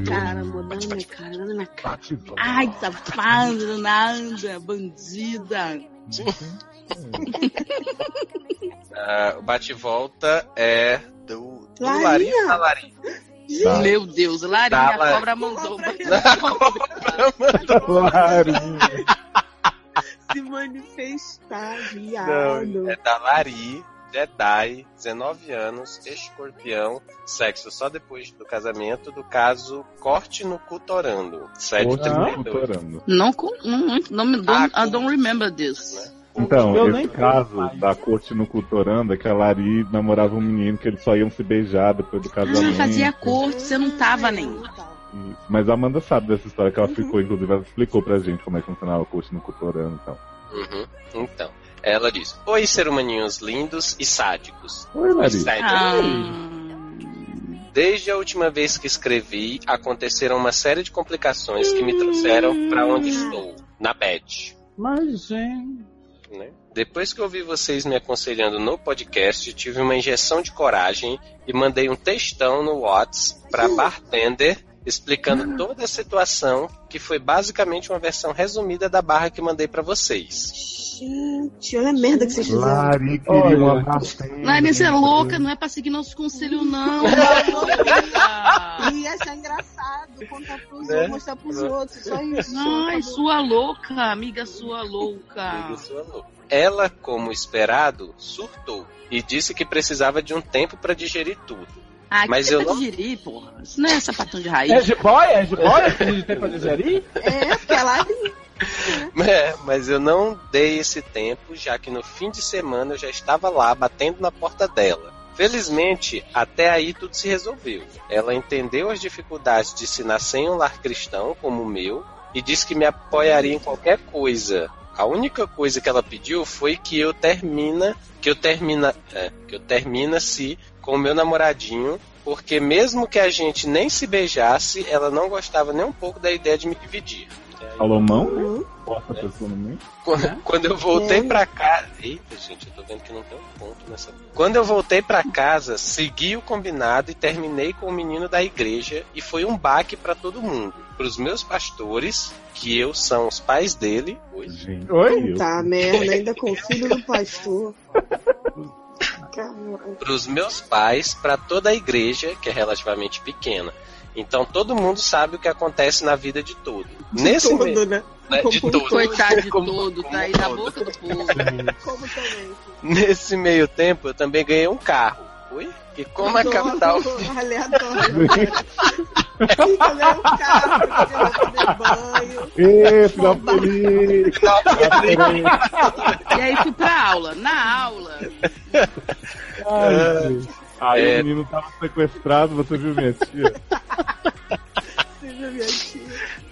[SPEAKER 6] Cara, mudando minha cara, dando minha cara.
[SPEAKER 1] Bate e volta!
[SPEAKER 4] Ai, safada, nada,
[SPEAKER 10] *laughs*
[SPEAKER 4] bandida.
[SPEAKER 2] Ah, o bate-volta é do, do
[SPEAKER 6] Larinha.
[SPEAKER 2] Larinha da Larinha.
[SPEAKER 1] Tá.
[SPEAKER 4] Meu Deus, Larinha,
[SPEAKER 2] Tá,
[SPEAKER 4] a
[SPEAKER 2] Larinha.
[SPEAKER 4] cobra mandou.
[SPEAKER 1] Larinha.
[SPEAKER 6] Se manifestar,
[SPEAKER 2] Não,
[SPEAKER 6] viado.
[SPEAKER 2] é da Lari, Jedi, 19 anos, escorpião, sexo só depois do casamento, do caso Corte no Cutorando,
[SPEAKER 1] Poxa,
[SPEAKER 2] 732.
[SPEAKER 1] culturando.
[SPEAKER 4] Não, com- não, não, me-
[SPEAKER 2] Ah,
[SPEAKER 4] don't, I don't remember this.
[SPEAKER 1] Então,
[SPEAKER 5] Eu nem
[SPEAKER 1] esse caso da corte no culturando é que a Lari namorava um menino que eles só iam se beijar depois do
[SPEAKER 4] Ah,
[SPEAKER 1] casamento.
[SPEAKER 4] fazia corte, você não tava nem.
[SPEAKER 1] Isso. Mas a Amanda sabe dessa história que ela
[SPEAKER 4] Uhum.
[SPEAKER 1] ficou, inclusive, ela explicou pra gente como é que funcionava a corte no culturando. Então.
[SPEAKER 2] Uhum. Então, ela diz: Oi, ser humaninhos lindos e sádicos.
[SPEAKER 1] Oi, Lari.
[SPEAKER 2] É
[SPEAKER 4] Ah,
[SPEAKER 2] Desde a última vez que escrevi, aconteceram uma série de complicações que me trouxeram pra onde estou, na bed.
[SPEAKER 5] Mas, gente.
[SPEAKER 2] né? Depois que eu ouvi vocês me aconselhando no podcast, tive uma injeção de coragem e mandei um textão no Whats pra bartender explicando toda a situação, que foi basicamente uma versão resumida da barra que mandei pra vocês.
[SPEAKER 6] Gente, olha a merda que vocês
[SPEAKER 3] é
[SPEAKER 6] fizeram.
[SPEAKER 1] Lari um queria uma
[SPEAKER 5] Olha.
[SPEAKER 1] batida.
[SPEAKER 4] Larinha, você é louca, não é pra seguir nossos
[SPEAKER 2] *laughs*
[SPEAKER 4] conselhos, não. Larinha.
[SPEAKER 6] E achar engraçado, contar pros
[SPEAKER 2] Né?
[SPEAKER 6] outros, mostrar pros outros, só isso.
[SPEAKER 4] Ai,
[SPEAKER 6] acabou.
[SPEAKER 4] sua louca, amiga sua louca.
[SPEAKER 2] Ela, como esperado, surtou e disse que precisava de um tempo pra digerir tudo.
[SPEAKER 4] Ah,
[SPEAKER 2] Mas
[SPEAKER 4] que
[SPEAKER 2] eu
[SPEAKER 4] você
[SPEAKER 2] não-
[SPEAKER 4] tá digerir, porra. Isso não é sapatão de raiz.
[SPEAKER 5] É jiboia? É jiboia que a gente tem pra digerir?
[SPEAKER 6] É, porque ela
[SPEAKER 2] *laughs* É, mas eu não dei esse tempo, já que no fim de semana eu já estava lá batendo na porta dela. Felizmente, até aí tudo se resolveu. Ela entendeu as dificuldades de se nascer em um lar cristão como o meu e disse que me apoiaria em qualquer coisa. A única coisa que ela pediu foi que eu termina, que eu termina, é, que eu termina se com o meu namoradinho, porque mesmo que a gente nem se beijasse, ela não gostava nem um pouco da ideia de me dividir. E aí,
[SPEAKER 1] Salomão, né? Bota a pessoa no meio.
[SPEAKER 2] Quando, *laughs* quando eu voltei pra casa. Eita, gente, eu tô vendo que não tem um ponto nessa. Quando eu voltei pra casa, segui o combinado e terminei com o menino da igreja. E foi um baque pra todo mundo. Pros meus pastores, que eu são os pais dele. Oi.
[SPEAKER 1] Gente, Oi? *laughs*
[SPEAKER 6] Tá, merda, ainda com o filho do pastor. Caramba.
[SPEAKER 2] Pros meus pais, pra toda a igreja, que é relativamente pequena. Então todo mundo sabe o que acontece na vida de todo. Nesse
[SPEAKER 6] Todo,
[SPEAKER 2] meio-
[SPEAKER 6] né?
[SPEAKER 2] né, de todo.
[SPEAKER 4] Coitado de
[SPEAKER 2] Como-
[SPEAKER 4] todo,
[SPEAKER 2] como
[SPEAKER 4] tá aí na
[SPEAKER 2] todo.
[SPEAKER 4] boca do povo.
[SPEAKER 6] Como também.
[SPEAKER 2] Nesse meio tempo, eu também ganhei um carro. Ui? E como é a capital.
[SPEAKER 6] *laughs* Aleatório. Fica né, um carro, poder banho.
[SPEAKER 1] Ê, final feliz!
[SPEAKER 4] E aí fui pra aula. Na aula,
[SPEAKER 1] Ai, gente. É. Aí
[SPEAKER 2] É.
[SPEAKER 1] o menino tava sequestrado, você viu minha tia?
[SPEAKER 6] Seja minha tia.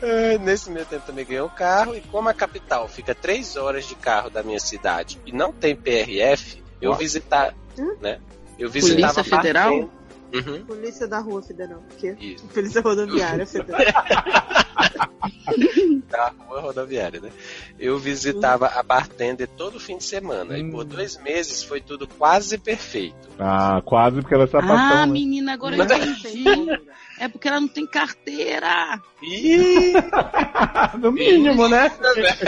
[SPEAKER 2] É, Nesse meio tempo também ganhei um carro e como a capital fica três horas de carro da minha cidade e não tem PRF, eu visitar, né? Eu visitava
[SPEAKER 4] Hum? Polícia Federal?
[SPEAKER 2] Bartend-
[SPEAKER 6] *laughs*
[SPEAKER 2] Uhum,
[SPEAKER 6] Polícia da Rua Federal. O quê?
[SPEAKER 2] isso,
[SPEAKER 6] Polícia Rodoviária Federal.
[SPEAKER 2] da rua rodoviária, né? Eu visitava a bartender todo fim de semana e por dois meses foi tudo quase perfeito.
[SPEAKER 1] Ah, quase porque ela é sapatão.
[SPEAKER 4] ah,
[SPEAKER 1] né?
[SPEAKER 4] menina, agora eu
[SPEAKER 2] Mas-
[SPEAKER 4] entendi. É porque ela não tem carteira.
[SPEAKER 2] Ih,
[SPEAKER 5] No mínimo, né?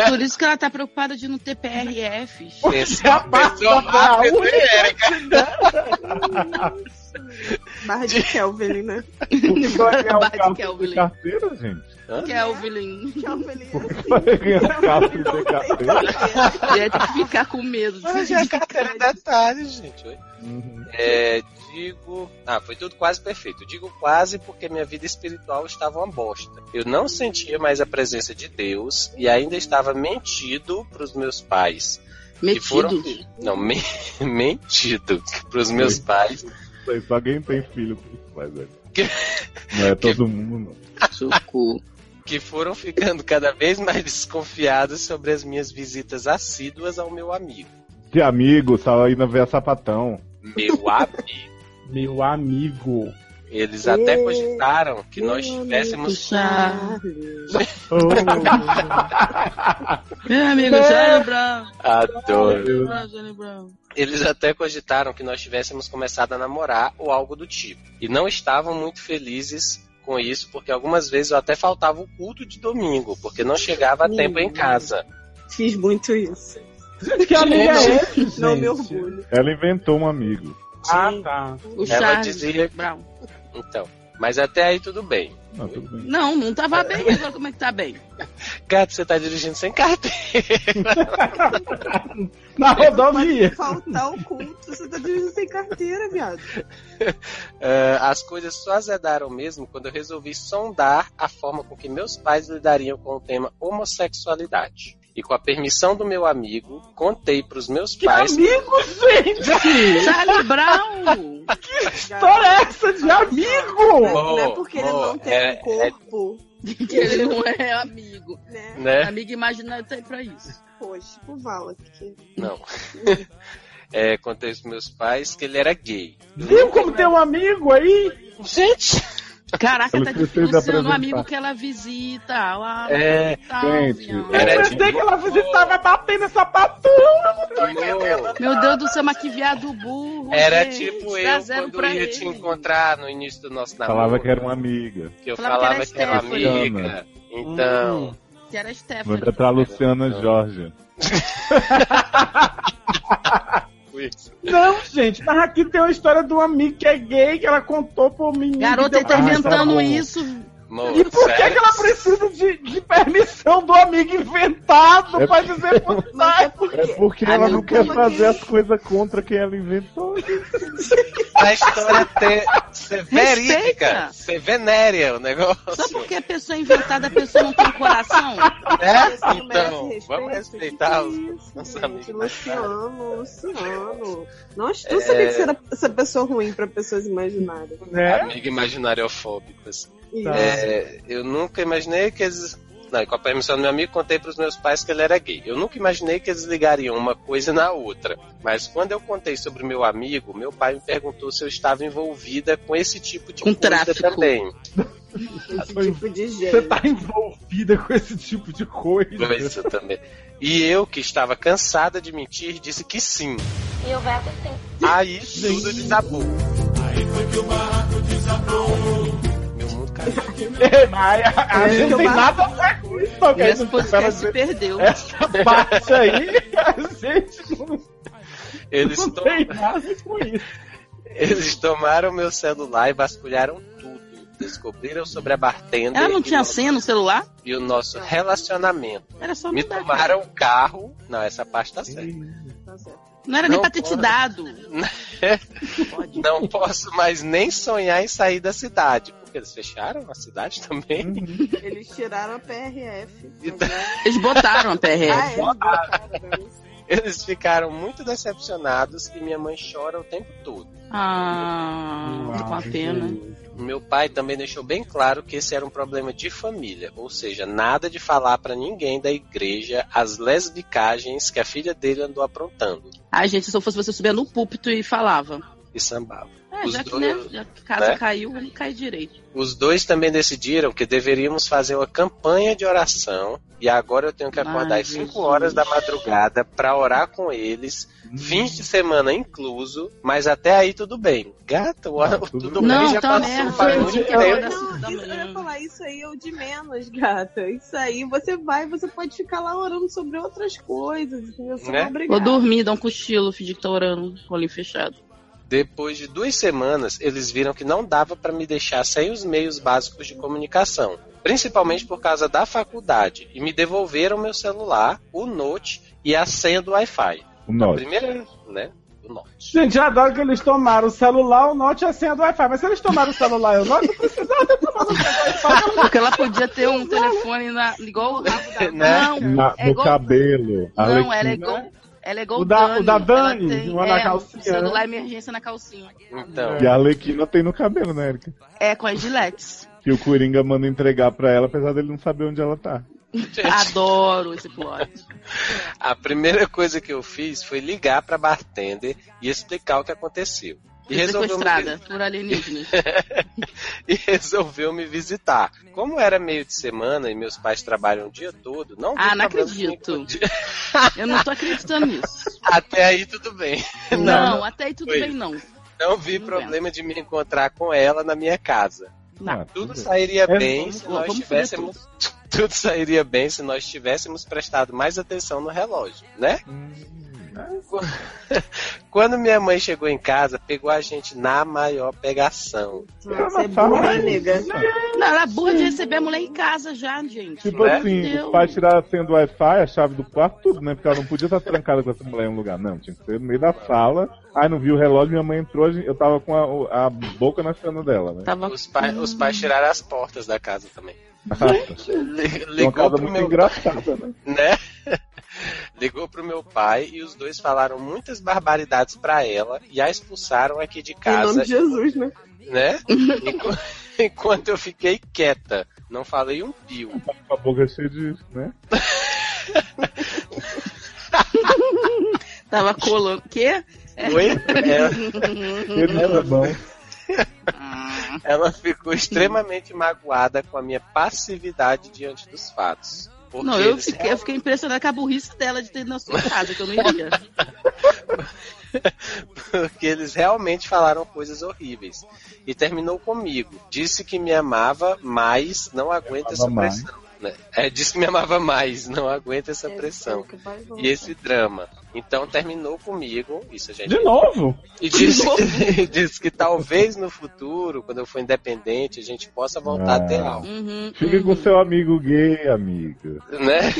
[SPEAKER 4] Por isso que ela tá preocupada de não ter PRFs.
[SPEAKER 2] pensou, pensou
[SPEAKER 5] da
[SPEAKER 2] rápido, hein, Erika?
[SPEAKER 6] Barra de Kelvin,
[SPEAKER 2] *laughs*
[SPEAKER 6] né?
[SPEAKER 1] Porque vai ganhar um
[SPEAKER 4] Bate
[SPEAKER 1] carro
[SPEAKER 4] Kelvin.
[SPEAKER 1] sem carteira, gente? *laughs*
[SPEAKER 4] Kelvin.
[SPEAKER 6] *laughs*
[SPEAKER 2] né?
[SPEAKER 6] Kelvin.
[SPEAKER 1] Vai ganhar um carro
[SPEAKER 4] *laughs*
[SPEAKER 1] sem carteira?
[SPEAKER 4] Ia ter que ficar com medo.
[SPEAKER 2] Mas é a carteira detalhe, gente. Oi.
[SPEAKER 1] Uhum.
[SPEAKER 2] É, digo. Ah, foi tudo quase perfeito. Digo quase porque minha vida espiritual estava uma bosta. Eu não sentia mais a presença de Deus e ainda estava mentido para os meus pais. Que foram.
[SPEAKER 4] Metido.
[SPEAKER 2] Não, me- *laughs* mentido para os meus pais.
[SPEAKER 1] Isso aí Só quem tem filho mas é. Não é todo mundo, não.
[SPEAKER 4] Socorro.
[SPEAKER 2] Que foram ficando cada vez mais desconfiados sobre as minhas visitas assíduas ao meu amigo.
[SPEAKER 1] Que amigo, só ainda ver a sapatão.
[SPEAKER 2] Meu amigo.
[SPEAKER 5] Meu amigo.
[SPEAKER 2] Eles até
[SPEAKER 6] Ei,
[SPEAKER 2] cogitaram que nós tivéssemos.
[SPEAKER 4] Puxa.
[SPEAKER 1] Oh,
[SPEAKER 4] Meu amigo,
[SPEAKER 1] É.
[SPEAKER 4] Charlie Brown.
[SPEAKER 2] Adoro.
[SPEAKER 1] meu Deus.
[SPEAKER 4] Ah, Charlie Brown.
[SPEAKER 2] Eles até cogitaram que nós tivéssemos começado a namorar ou algo do tipo. E não estavam muito felizes com isso, porque algumas vezes eu até faltava o culto de domingo, porque não chegava a tempo
[SPEAKER 5] Uhum.
[SPEAKER 2] em casa.
[SPEAKER 6] Fiz muito isso.
[SPEAKER 5] Que amigo é esse, gente?
[SPEAKER 6] Não me orgulho.
[SPEAKER 1] Ela inventou um amigo.
[SPEAKER 5] Ah, tá.
[SPEAKER 4] O
[SPEAKER 2] Ela
[SPEAKER 4] Charles
[SPEAKER 2] dizia-
[SPEAKER 4] Brown.
[SPEAKER 2] Então, mas até aí tudo bem.
[SPEAKER 1] Não, tudo bem.
[SPEAKER 4] Não, não tava bem. Agora como é que tá bem?
[SPEAKER 2] Gato, você tá dirigindo sem carteira. *laughs*
[SPEAKER 5] Na rodovia.
[SPEAKER 6] Faltar o culto, você tá dirigindo sem carteira, viado.
[SPEAKER 2] Ah, as coisas só azedaram mesmo quando eu resolvi sondar a forma com que meus pais lidariam com o tema homossexualidade. E com a permissão do meu amigo, contei pros meus
[SPEAKER 5] Que
[SPEAKER 2] pais.
[SPEAKER 5] amigo, gente!
[SPEAKER 4] Charlie Brown.
[SPEAKER 5] História é essa de amigo?
[SPEAKER 6] não é
[SPEAKER 2] Mo,
[SPEAKER 6] porque ele
[SPEAKER 2] Mo,
[SPEAKER 6] não tem
[SPEAKER 2] é-
[SPEAKER 6] um corpo,
[SPEAKER 4] Que ele não é amigo.
[SPEAKER 6] né?
[SPEAKER 2] Né?
[SPEAKER 4] Amigo imaginário tá aí pra isso.
[SPEAKER 6] Poxa, tipo Vala. Que...
[SPEAKER 2] Não. é, contei aos meus pais que ele era gay.
[SPEAKER 5] Viu como tem um amigo aí?
[SPEAKER 2] Gente!
[SPEAKER 4] Caraca,
[SPEAKER 1] Ela
[SPEAKER 4] tá
[SPEAKER 1] precisa
[SPEAKER 4] dificultando o
[SPEAKER 1] apresentar.
[SPEAKER 4] amigo que ela visita. Lá,
[SPEAKER 2] É,
[SPEAKER 4] tal,
[SPEAKER 1] gente,
[SPEAKER 4] viado.
[SPEAKER 2] Era
[SPEAKER 5] Eu
[SPEAKER 2] de
[SPEAKER 5] pensei que ela
[SPEAKER 2] boa.
[SPEAKER 5] visitava batendo sapatão.
[SPEAKER 2] Mo,
[SPEAKER 4] Meu Deus do céu, mas que viado burro.
[SPEAKER 2] era
[SPEAKER 4] gente.
[SPEAKER 2] tipo
[SPEAKER 4] Dá
[SPEAKER 2] eu
[SPEAKER 4] zero
[SPEAKER 2] quando eu
[SPEAKER 4] pra
[SPEAKER 2] ia
[SPEAKER 4] ele.
[SPEAKER 2] te encontrar no início do nosso namoro.
[SPEAKER 1] Falava que era uma amiga.
[SPEAKER 2] que eu falava
[SPEAKER 4] falava
[SPEAKER 2] que
[SPEAKER 4] que
[SPEAKER 2] era,
[SPEAKER 4] era
[SPEAKER 2] amiga. Então,
[SPEAKER 4] Que era a
[SPEAKER 1] Vou
[SPEAKER 4] Stephanie.
[SPEAKER 1] encontrar a Luciana Jorge. Hum.
[SPEAKER 2] isso.
[SPEAKER 5] Não, gente, mas aqui tem uma história de um amigo que é gay que ela contou por mim.
[SPEAKER 4] Garota
[SPEAKER 1] pra
[SPEAKER 4] tá inventando
[SPEAKER 1] arrasar,
[SPEAKER 4] isso.
[SPEAKER 2] Amor,
[SPEAKER 5] E por que,
[SPEAKER 2] sério?
[SPEAKER 5] que ela precisa de, de permissão do amigo inventado
[SPEAKER 1] É
[SPEAKER 5] pra dizer
[SPEAKER 3] Mas é
[SPEAKER 5] putz?
[SPEAKER 1] É
[SPEAKER 3] porque
[SPEAKER 1] porque
[SPEAKER 4] Ah,
[SPEAKER 1] ela
[SPEAKER 4] não,
[SPEAKER 1] não quer
[SPEAKER 3] como
[SPEAKER 1] fazer
[SPEAKER 3] que-
[SPEAKER 1] as coisas contra quem ela inventou.
[SPEAKER 2] A história ter,
[SPEAKER 4] *laughs*
[SPEAKER 2] ser verídica, ser venérea o negócio.
[SPEAKER 4] Só porque a pessoa é inventada, a pessoa não tem coração?
[SPEAKER 2] Né?
[SPEAKER 3] Esse merece
[SPEAKER 2] Então,
[SPEAKER 3] respeito,
[SPEAKER 2] vamos
[SPEAKER 3] que
[SPEAKER 2] respeitar
[SPEAKER 3] que
[SPEAKER 2] os
[SPEAKER 3] é
[SPEAKER 2] nossos
[SPEAKER 3] isso,
[SPEAKER 2] amigos. É.
[SPEAKER 3] gente? Luciano, Luciano. Nós, tu sabia que você era essa pessoa ruim pra pessoas imaginárias.
[SPEAKER 1] É.
[SPEAKER 5] Né?
[SPEAKER 2] Amigo assim. imaginariofóbicos.
[SPEAKER 3] Isso.
[SPEAKER 5] Tá.
[SPEAKER 2] É, eu nunca imaginei que eles. Não, com a permissão do meu amigo, contei pros meus pais que ele era gay. Eu nunca imaginei que eles ligariam uma coisa na outra. Mas quando eu contei sobre o meu amigo, meu pai me perguntou se eu estava envolvida com esse tipo de
[SPEAKER 4] Com
[SPEAKER 2] coisa
[SPEAKER 4] tráfico.
[SPEAKER 2] também.
[SPEAKER 3] Esse tipo de
[SPEAKER 5] Você
[SPEAKER 3] gente.
[SPEAKER 5] tá envolvida com esse tipo de coisa.
[SPEAKER 2] Isso também. E eu, que estava cansada de mentir, disse que sim.
[SPEAKER 10] E o Veto tem
[SPEAKER 2] Aí tudo desabou. Aí foi que o barraco desabou. Meu mundo caiu.
[SPEAKER 5] É, mas a, a
[SPEAKER 3] É,
[SPEAKER 5] gente
[SPEAKER 3] eu
[SPEAKER 5] não tem
[SPEAKER 3] acho-
[SPEAKER 5] nada a ver com isso, não, que a
[SPEAKER 4] Nesse
[SPEAKER 5] gente tá tava
[SPEAKER 4] podcast se
[SPEAKER 5] dizendo
[SPEAKER 4] perdeu.
[SPEAKER 5] Essa parte aí, *laughs* a gente não,
[SPEAKER 2] Eles,
[SPEAKER 5] não
[SPEAKER 2] to-
[SPEAKER 5] tem nada com isso.
[SPEAKER 2] eles tomaram meu celular e vasculharam tudo. Descobriram sobre a bartender
[SPEAKER 4] Ela não
[SPEAKER 2] e,
[SPEAKER 4] tinha
[SPEAKER 2] o-
[SPEAKER 4] senha no celular?
[SPEAKER 2] e o nosso relacionamento.
[SPEAKER 4] Era só
[SPEAKER 2] Me
[SPEAKER 4] mudar.
[SPEAKER 2] tomaram o carro. Não, essa parte tá certa.
[SPEAKER 3] Tá certo.
[SPEAKER 4] Não era nem
[SPEAKER 2] Não
[SPEAKER 4] pra ter te
[SPEAKER 2] pode.
[SPEAKER 4] dado.
[SPEAKER 2] Não posso mais nem sonhar em sair da cidade. Porque eles fecharam a cidade *laughs* também.
[SPEAKER 3] Eles tiraram a PRF.
[SPEAKER 2] Então-
[SPEAKER 3] Agora-
[SPEAKER 4] Eles botaram a
[SPEAKER 3] Ah,
[SPEAKER 4] PRF.
[SPEAKER 3] é, botaram.
[SPEAKER 2] Eles ficaram muito decepcionados e minha mãe chora o tempo todo.
[SPEAKER 4] Ah, com a pena.
[SPEAKER 2] Meu pai também deixou bem claro que esse era um problema de família, ou seja, nada de falar pra ninguém da igreja as lesbicagens que a filha dele andou aprontando
[SPEAKER 4] Ai, gente, se eu fosse você, eu subia no púlpito e falava.
[SPEAKER 2] e sambava.
[SPEAKER 4] É,
[SPEAKER 2] Os
[SPEAKER 4] já que, né,
[SPEAKER 2] dois-
[SPEAKER 4] já que casa
[SPEAKER 2] né?
[SPEAKER 4] caiu, não cai direito.
[SPEAKER 2] Os dois também decidiram que deveríamos fazer uma campanha de oração e agora eu tenho que acordar
[SPEAKER 4] Ai,
[SPEAKER 2] às 5
[SPEAKER 4] Jesus.
[SPEAKER 2] horas da madrugada pra orar com eles, fins de semana incluso, mas até aí tudo bem. Gata, o
[SPEAKER 1] Não,
[SPEAKER 2] tudo,
[SPEAKER 1] tudo
[SPEAKER 2] bem
[SPEAKER 1] bem.
[SPEAKER 4] Não,
[SPEAKER 2] já
[SPEAKER 4] tá
[SPEAKER 2] passou
[SPEAKER 4] merda.
[SPEAKER 2] faz muito
[SPEAKER 5] Gente,
[SPEAKER 2] tempo.
[SPEAKER 5] eu-
[SPEAKER 4] Cinco
[SPEAKER 3] Não,
[SPEAKER 4] da
[SPEAKER 3] isso, eu
[SPEAKER 4] manhã.
[SPEAKER 3] ia falar isso aí é o de menos, gata. Isso aí você vai, você pode ficar lá orando sobre outras coisas, entendeu?
[SPEAKER 2] Né?
[SPEAKER 3] Você não é
[SPEAKER 4] Vou
[SPEAKER 3] obrigado.
[SPEAKER 4] dormir, dar um cochilo, fingir que tá orando, com o olhinho fechado.
[SPEAKER 2] Depois de duas semanas, eles viram que não dava para me deixar sem os meios básicos de comunicação, principalmente por causa da faculdade, e me devolveram meu celular, o Note e a senha do Wi-Fi.
[SPEAKER 1] O Note.
[SPEAKER 2] Primeiro, né? O Note.
[SPEAKER 5] Gente, eu adoro que eles tomaram o celular, o Note e a senha do Wi-Fi. Mas se eles tomaram o celular e o Note, não precisava ter tomado o Wi-Fi.
[SPEAKER 4] Porque ela podia ter um telefone na, igual o rabo da...
[SPEAKER 2] *laughs* Né?
[SPEAKER 4] Não,
[SPEAKER 1] Na-
[SPEAKER 4] É
[SPEAKER 1] no
[SPEAKER 4] igual-
[SPEAKER 1] cabelo.
[SPEAKER 4] não, ela é
[SPEAKER 1] Alequina.
[SPEAKER 4] igual... Ela é igual
[SPEAKER 5] O da- o da Dani,
[SPEAKER 4] Ela tem-
[SPEAKER 5] uma na
[SPEAKER 4] é,
[SPEAKER 5] calcinha, né?
[SPEAKER 4] o celular emergência na calcinha.
[SPEAKER 2] Então,
[SPEAKER 1] E a Alequina tem no cabelo, né, Erika?
[SPEAKER 4] É, com as giletes.
[SPEAKER 1] Que o Coringa manda entregar pra ela, apesar dele não saber onde ela tá.
[SPEAKER 2] *laughs*
[SPEAKER 4] Adoro esse plot.
[SPEAKER 2] a primeira coisa que eu fiz foi ligar para bartender e explicar o que aconteceu. *laughs* E resolveu me
[SPEAKER 4] Sequestrada por alienígenas.
[SPEAKER 2] *laughs* e resolveu me visitar. Como era meio de semana e meus pais trabalham o dia todo, não vi
[SPEAKER 4] Ah, não
[SPEAKER 2] problema nenhum.
[SPEAKER 4] acredito. Eu não tô acreditando nisso.
[SPEAKER 2] *laughs* Até aí tudo bem.
[SPEAKER 4] Não, até aí tudo
[SPEAKER 2] Foi.
[SPEAKER 4] bem, não.
[SPEAKER 2] Não vi
[SPEAKER 4] Tudo
[SPEAKER 2] problema de me encontrar com ela na minha casa.
[SPEAKER 4] Não.
[SPEAKER 1] Ah,
[SPEAKER 2] Tudo
[SPEAKER 1] bem.
[SPEAKER 2] sairia bem
[SPEAKER 5] vamos-
[SPEAKER 2] se
[SPEAKER 4] Vamos
[SPEAKER 2] nós
[SPEAKER 4] foder
[SPEAKER 2] tivéssemos. *laughs*
[SPEAKER 4] tudo.
[SPEAKER 2] Tudo sairia bem se nós tivéssemos prestado mais atenção no relógio, né? Quando minha mãe chegou em casa, pegou a gente na maior pegação.
[SPEAKER 3] Você é burra, nega.
[SPEAKER 4] Não, ela é burra de receber a mulher em casa já, gente.
[SPEAKER 1] Tipo
[SPEAKER 2] Né?
[SPEAKER 1] assim,
[SPEAKER 4] Meu
[SPEAKER 1] os pais tiraram a senha do Wi-Fi, a chave do quarto, tudo, né? Porque ela não podia estar trancada com essa mulher em um lugar. Não, tinha que ser no meio da sala. Aí não vi o relógio, minha mãe entrou, eu tava com a, a boca na cena
[SPEAKER 2] *laughs*
[SPEAKER 1] dela, né?
[SPEAKER 4] Tava...
[SPEAKER 2] Os, pai- os pais tiraram as portas da casa também. Li-
[SPEAKER 1] É uma
[SPEAKER 2] Ligou
[SPEAKER 1] casa
[SPEAKER 2] pro
[SPEAKER 1] muito
[SPEAKER 2] meu
[SPEAKER 1] engraçada, né?
[SPEAKER 2] né? *laughs* Ligou pro meu pai e os dois falaram muitas barbaridades pra ela e a expulsaram aqui de
[SPEAKER 3] Em nome
[SPEAKER 2] casa,
[SPEAKER 3] de Jesus, né?
[SPEAKER 2] né? Enqu- *laughs* Enquanto eu fiquei quieta, não falei um pio.
[SPEAKER 1] Com a boca cheia de. né?
[SPEAKER 4] Tava colando.
[SPEAKER 2] *laughs*
[SPEAKER 4] Quê?
[SPEAKER 3] É.
[SPEAKER 2] Oi? Ela, Uhum.
[SPEAKER 1] Cheia de sabão.
[SPEAKER 4] Ah,
[SPEAKER 2] ela ficou extremamente magoada com a minha passividade diante dos fatos. Porque
[SPEAKER 4] não, eu
[SPEAKER 2] eles-
[SPEAKER 4] fiquei, eu fiquei impressionada com a burrice dela de ter ido na sua casa, que eu não
[SPEAKER 5] *laughs*
[SPEAKER 4] iria.
[SPEAKER 2] porque eles realmente falaram coisas horríveis. E terminou comigo. Disse que me amava, mas não aguenta
[SPEAKER 1] Amava
[SPEAKER 2] essa
[SPEAKER 1] mais.
[SPEAKER 2] pressão. né? É, disse que me amava mais, não aguenta essa
[SPEAKER 3] É,
[SPEAKER 2] pressão.
[SPEAKER 3] que vai voltar.
[SPEAKER 2] E esse drama. Então terminou comigo, isso a gente
[SPEAKER 5] De novo?
[SPEAKER 2] *laughs* E disse, que- disse que talvez no futuro, quando eu for independente, a gente possa voltar a ter
[SPEAKER 1] Ah.
[SPEAKER 2] algo,
[SPEAKER 4] Uhum,
[SPEAKER 1] Fique com
[SPEAKER 4] uhum.
[SPEAKER 1] seu amigo gay, amiga.
[SPEAKER 2] né?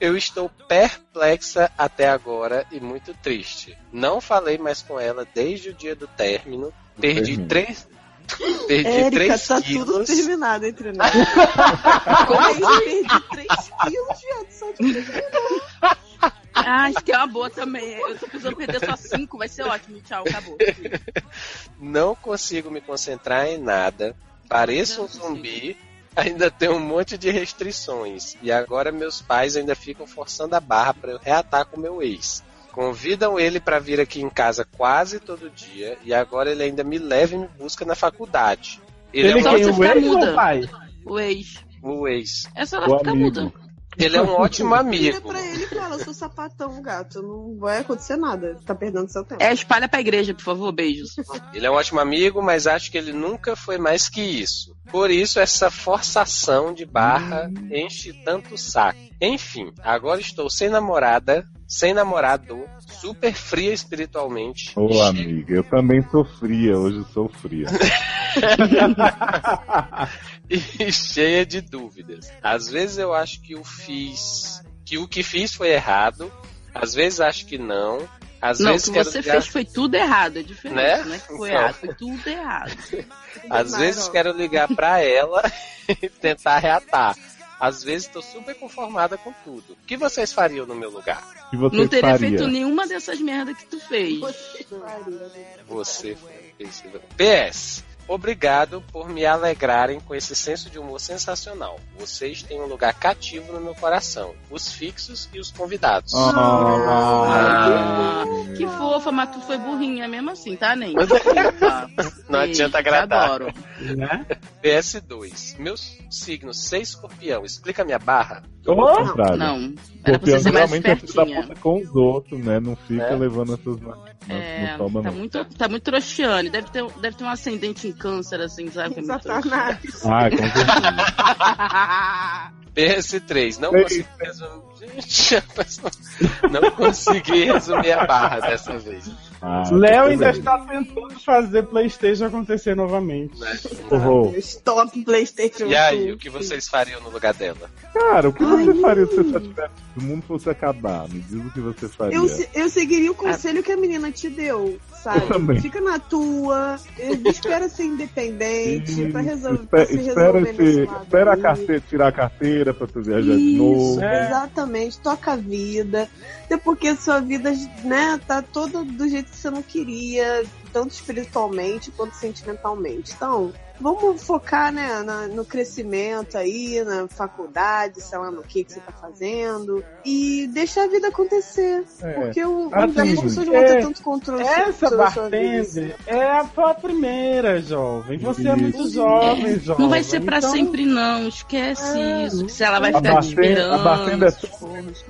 [SPEAKER 2] eu estou perplexa até agora e muito triste. Não falei mais com ela desde o dia do término. Perdi
[SPEAKER 1] Término.
[SPEAKER 2] três... Perdi
[SPEAKER 6] Érica,
[SPEAKER 2] três
[SPEAKER 6] tá tudo
[SPEAKER 2] quilos.
[SPEAKER 6] terminado entre nós.
[SPEAKER 3] Como é que eu perdi 3 quilos, viado? Só de
[SPEAKER 4] Ah, acho que é uma boa também. Eu tô precisando perder só cinco, vai ser ótimo. Tchau, acabou.
[SPEAKER 2] Não consigo me concentrar em nada. Pareço um zumbi. Ainda tenho um monte de restrições. E agora meus pais ainda ficam forçando a barra para eu reatar com meu ex. Convidam ele para vir aqui em casa quase todo dia. E agora ele ainda me leva e me busca na faculdade. Ele,
[SPEAKER 5] Ele
[SPEAKER 2] é um
[SPEAKER 4] quem?
[SPEAKER 5] tem
[SPEAKER 4] você
[SPEAKER 5] o
[SPEAKER 4] ficar
[SPEAKER 5] ex ou
[SPEAKER 4] muda.
[SPEAKER 5] o pai?
[SPEAKER 4] O ex.
[SPEAKER 2] ótimo ex.
[SPEAKER 4] É só
[SPEAKER 1] O
[SPEAKER 2] tá
[SPEAKER 4] ela ficar
[SPEAKER 1] amigo.
[SPEAKER 4] muda.
[SPEAKER 2] Ele é um *laughs* ótimo
[SPEAKER 6] Vira
[SPEAKER 2] amigo.
[SPEAKER 6] pra ele e fala, eu sou sapatão, gato. Não vai acontecer nada. Tá perdendo seu tempo.
[SPEAKER 4] É, espalha pra igreja, por favor. Beijos.
[SPEAKER 2] Ele é um ótimo amigo, mas acho que ele nunca foi mais que isso. Por isso, essa forçação de barra enche tanto o saco. Enfim, agora estou sem namorada, sem namorado, super fria espiritualmente.
[SPEAKER 1] Ô, amiga, eu também sofria, hoje sofria.
[SPEAKER 2] *laughs* e cheia de dúvidas. Às vezes eu acho que o fiz, que o que fiz foi errado, às vezes acho que não, às
[SPEAKER 4] Não, o
[SPEAKER 2] vezes
[SPEAKER 4] que
[SPEAKER 2] quero
[SPEAKER 4] você
[SPEAKER 2] ligar-
[SPEAKER 4] fez foi tudo errado. É diferente.
[SPEAKER 2] Né?
[SPEAKER 4] Não é que foi
[SPEAKER 2] Então.
[SPEAKER 4] errado, foi tudo errado.
[SPEAKER 2] Às vezes quero ligar pra ela e tentar reatar. Às vezes tô super conformada com tudo. O que vocês fariam no meu lugar?
[SPEAKER 1] E você
[SPEAKER 4] Não teria
[SPEAKER 1] faria?
[SPEAKER 4] feito nenhuma dessas merdas que tu fez.
[SPEAKER 3] né?
[SPEAKER 2] Você fez- PS. Obrigado por me alegrarem com esse senso de humor sensacional. Vocês têm um lugar cativo no meu coração. Os fixos e os convidados.
[SPEAKER 4] Ah, que fofa, mas tu foi burrinha mesmo assim, tá, nem?
[SPEAKER 2] Não adianta agradar.
[SPEAKER 4] Adoro.
[SPEAKER 5] Né?
[SPEAKER 2] PS2. Meu signo 6 escorpião. Explica minha barra.
[SPEAKER 1] Ou ao contrário.
[SPEAKER 4] Não. Era pra
[SPEAKER 1] Porque
[SPEAKER 4] você ser mais
[SPEAKER 1] realmente é filho da
[SPEAKER 4] espertinha.
[SPEAKER 1] puta com os outros, né? Não fica
[SPEAKER 2] É.
[SPEAKER 1] levando essas. Não,
[SPEAKER 4] É,
[SPEAKER 1] não toma,
[SPEAKER 4] tá
[SPEAKER 1] não.
[SPEAKER 4] muito, tá muito trouxiane. Deve ter, deve ter um ascendente em câncer, assim, sabe? Que é muito
[SPEAKER 6] Satanás.
[SPEAKER 1] Ah, com certeza.
[SPEAKER 2] PS3. Não
[SPEAKER 1] Ei.
[SPEAKER 2] consegui resumir. Gente, a pessoa- Não consegui resumir a barra dessa vez.
[SPEAKER 1] Ah,
[SPEAKER 5] *laughs* Léo ainda
[SPEAKER 1] tudo bem.
[SPEAKER 5] está tentando fazer Playstation acontecer novamente.
[SPEAKER 2] né?
[SPEAKER 1] Ô,
[SPEAKER 6] Stop PlayStation.
[SPEAKER 2] E aí,
[SPEAKER 3] um.
[SPEAKER 6] Sul.
[SPEAKER 2] o que vocês fariam no lugar dela?
[SPEAKER 1] Cara, o que você faria se essa tivesse, se o mundo fosse acabar? Me diz o que você faria.
[SPEAKER 6] Eu, se- eu seguiria o conselho que a menina te deu, sabe?
[SPEAKER 1] Eu também.
[SPEAKER 6] Fica na tua,
[SPEAKER 1] *laughs*
[SPEAKER 6] eh, espera ser independente pra resolver. pra
[SPEAKER 1] Espera,
[SPEAKER 6] se resolver
[SPEAKER 1] espera,
[SPEAKER 6] nesse
[SPEAKER 4] né?
[SPEAKER 1] esse-
[SPEAKER 6] lado
[SPEAKER 1] espera a
[SPEAKER 6] aí.
[SPEAKER 1] carteira, tirar a carteira pra tu viajar de
[SPEAKER 6] Isso,
[SPEAKER 1] novo.
[SPEAKER 5] É.
[SPEAKER 6] Exatamente, toca a vida. Até porque sua vida, né, tá toda do jeito que você não queria, tanto espiritualmente quanto sentimentalmente. Então, vamos focar, né, na- no crescimento aí, na faculdade, sei lá, no que, que você tá fazendo. E deixar a vida acontecer.
[SPEAKER 1] É.
[SPEAKER 6] Porque o,
[SPEAKER 5] Ah,
[SPEAKER 6] as
[SPEAKER 5] sim.
[SPEAKER 6] pessoas não vão ter
[SPEAKER 5] É.
[SPEAKER 6] tanto controle
[SPEAKER 5] Essa
[SPEAKER 6] sobre a sua vida.
[SPEAKER 5] bartender é a tua primeira, jovem. Você é muito
[SPEAKER 1] Isso.
[SPEAKER 5] jovem, jovem.
[SPEAKER 4] Não vai ser pra
[SPEAKER 5] Então,
[SPEAKER 4] sempre, não. Esquece
[SPEAKER 5] É,
[SPEAKER 4] isso. Que se ela vai
[SPEAKER 1] A
[SPEAKER 4] ficar te
[SPEAKER 1] bartender-
[SPEAKER 4] tá esperando.
[SPEAKER 1] a bartender é
[SPEAKER 4] essas porras.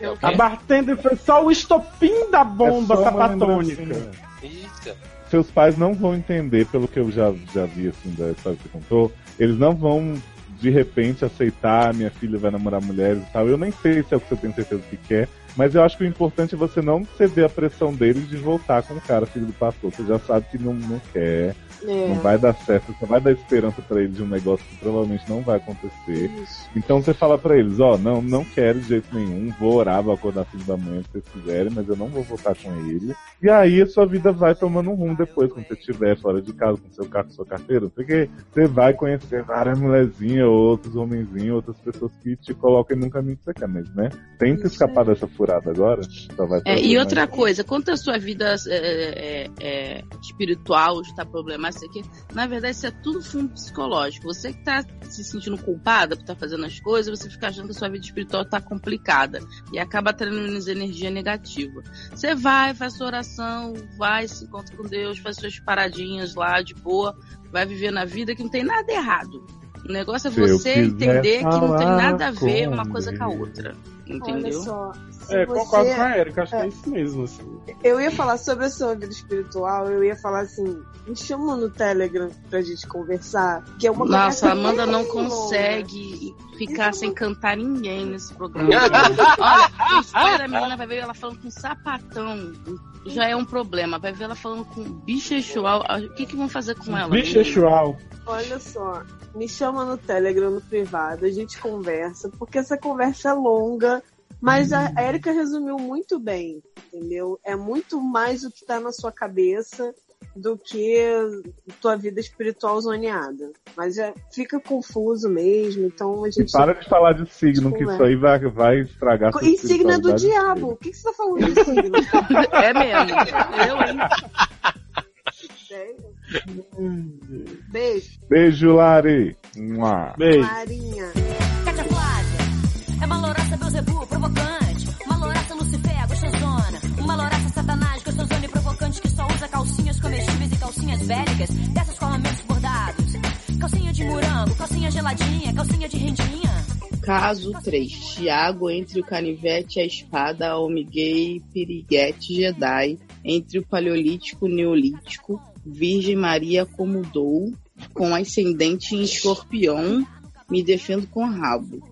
[SPEAKER 2] É o
[SPEAKER 5] A
[SPEAKER 2] quê?
[SPEAKER 5] bartender foi só o estopim da bomba
[SPEAKER 1] É só uma
[SPEAKER 5] sapatônica.
[SPEAKER 1] lembrancinha.
[SPEAKER 2] Eita.
[SPEAKER 1] Seus pais não vão entender, pelo que eu já, já vi assim da história que você contou, eles não vão de repente aceitar "Ah, minha filha vai namorar mulheres e tal. Eu nem sei se é o que você tem certeza que quer, mas eu acho que o importante é você não ceder à pressão deles de voltar com o cara filho do pastor. Você já sabe que não, não quer,
[SPEAKER 6] É.
[SPEAKER 1] não vai dar certo, você vai dar esperança pra eles de um negócio que provavelmente não vai acontecer.
[SPEAKER 6] Isso.
[SPEAKER 1] Então você fala pra eles, ó, não, não quero de jeito nenhum, vou orar, vou acordar filho da manhã se vocês quiserem, mas eu não vou voltar com ele. E aí a sua vida vai tomando um rumo depois, quando você estiver fora de casa, com seu carro, com sua carteira, não sei o quê. Você vai conhecer várias mulherzinhas, outros homenzinhos, outras pessoas que te colocam num caminho que você quer, mas, né? Tenta escapar dessa furada agora, só vai
[SPEAKER 4] É,
[SPEAKER 1] trazer
[SPEAKER 4] e outra
[SPEAKER 1] mais-
[SPEAKER 4] coisa, quanto a sua vida é, é, é, espiritual tá está problemática, isso aqui, na verdade isso é tudo fundo psicológico. Você que está se sentindo culpada por estar fazendo as coisas, você fica achando que a sua vida espiritual está complicada e acaba tendo energia negativa. Você vai, faz sua oração, vai, se encontra com Deus, faz suas paradinhas lá de boa, vai viver na vida que não tem nada errado. O negócio é
[SPEAKER 1] Se eu
[SPEAKER 4] você
[SPEAKER 1] quiser
[SPEAKER 4] entender que não tem
[SPEAKER 1] falar
[SPEAKER 4] nada a ver
[SPEAKER 1] com
[SPEAKER 4] uma coisa com a
[SPEAKER 1] Deus.
[SPEAKER 4] outra.
[SPEAKER 6] Olha
[SPEAKER 4] entendeu?
[SPEAKER 6] só. se
[SPEAKER 5] É,
[SPEAKER 6] você-
[SPEAKER 5] concordo com a Erika, acho que
[SPEAKER 6] é.
[SPEAKER 5] é isso mesmo, assim.
[SPEAKER 6] Eu ia falar sobre a sua vida espiritual, eu ia falar assim, me chama no Telegram pra gente conversar, que é uma
[SPEAKER 4] Nossa,
[SPEAKER 6] conversa
[SPEAKER 4] a
[SPEAKER 3] assim,
[SPEAKER 4] Amanda
[SPEAKER 3] né?
[SPEAKER 6] muito
[SPEAKER 4] não
[SPEAKER 3] Tipo,
[SPEAKER 6] longa.
[SPEAKER 4] consegue ficar
[SPEAKER 6] Isso
[SPEAKER 4] sem cantar ninguém nesse
[SPEAKER 2] *laughs*
[SPEAKER 4] programa. Olha, o espelho, a menina vai ver ela falando com um sapatão, já é um problema. Vai ver ela falando com um bichexual, o que que vão fazer com ela?
[SPEAKER 5] Bichexual.
[SPEAKER 6] Olha só, me chama no Telegram, no privado, a gente conversa, porque essa conversa é longa, mas a
[SPEAKER 1] Uhum.
[SPEAKER 6] a Erika resumiu muito bem, entendeu? É muito mais o que tá na sua cabeça do que tua vida espiritual zoneada. Mas é, fica confuso mesmo, então a
[SPEAKER 1] E
[SPEAKER 6] gente...
[SPEAKER 1] para de falar de signo, que isso aí vai, vai estragar sua
[SPEAKER 6] tipo, é. E signo é do
[SPEAKER 1] espiritualidade
[SPEAKER 6] diabo. O que, que você tá falando de signo?
[SPEAKER 1] *laughs*
[SPEAKER 4] É mesmo. Eu, hein?
[SPEAKER 6] Sério? Beijo,
[SPEAKER 1] inteira. Beijo, Lari. Mua.
[SPEAKER 5] Beijo.
[SPEAKER 6] Marinha.
[SPEAKER 10] Cátia Flávia. É uma louraça Beuzebu, provocante. Uma louraça Lucifer, gostosona. Uma louraça Satanás, gostosona e provocante que só usa calcinhas comestíveis e calcinhas bélicas, dessas com aumentos bordados. Calcinha de morango, calcinha geladinha, calcinha de rendinha.
[SPEAKER 4] Caso 3. Tiago entre o canivete, a espada, almiguei, piriguete, Jedi. Entre o paleolítico, neolítico. Virgem Maria como dou. Com ascendente em escorpião. Me defendo com rabo.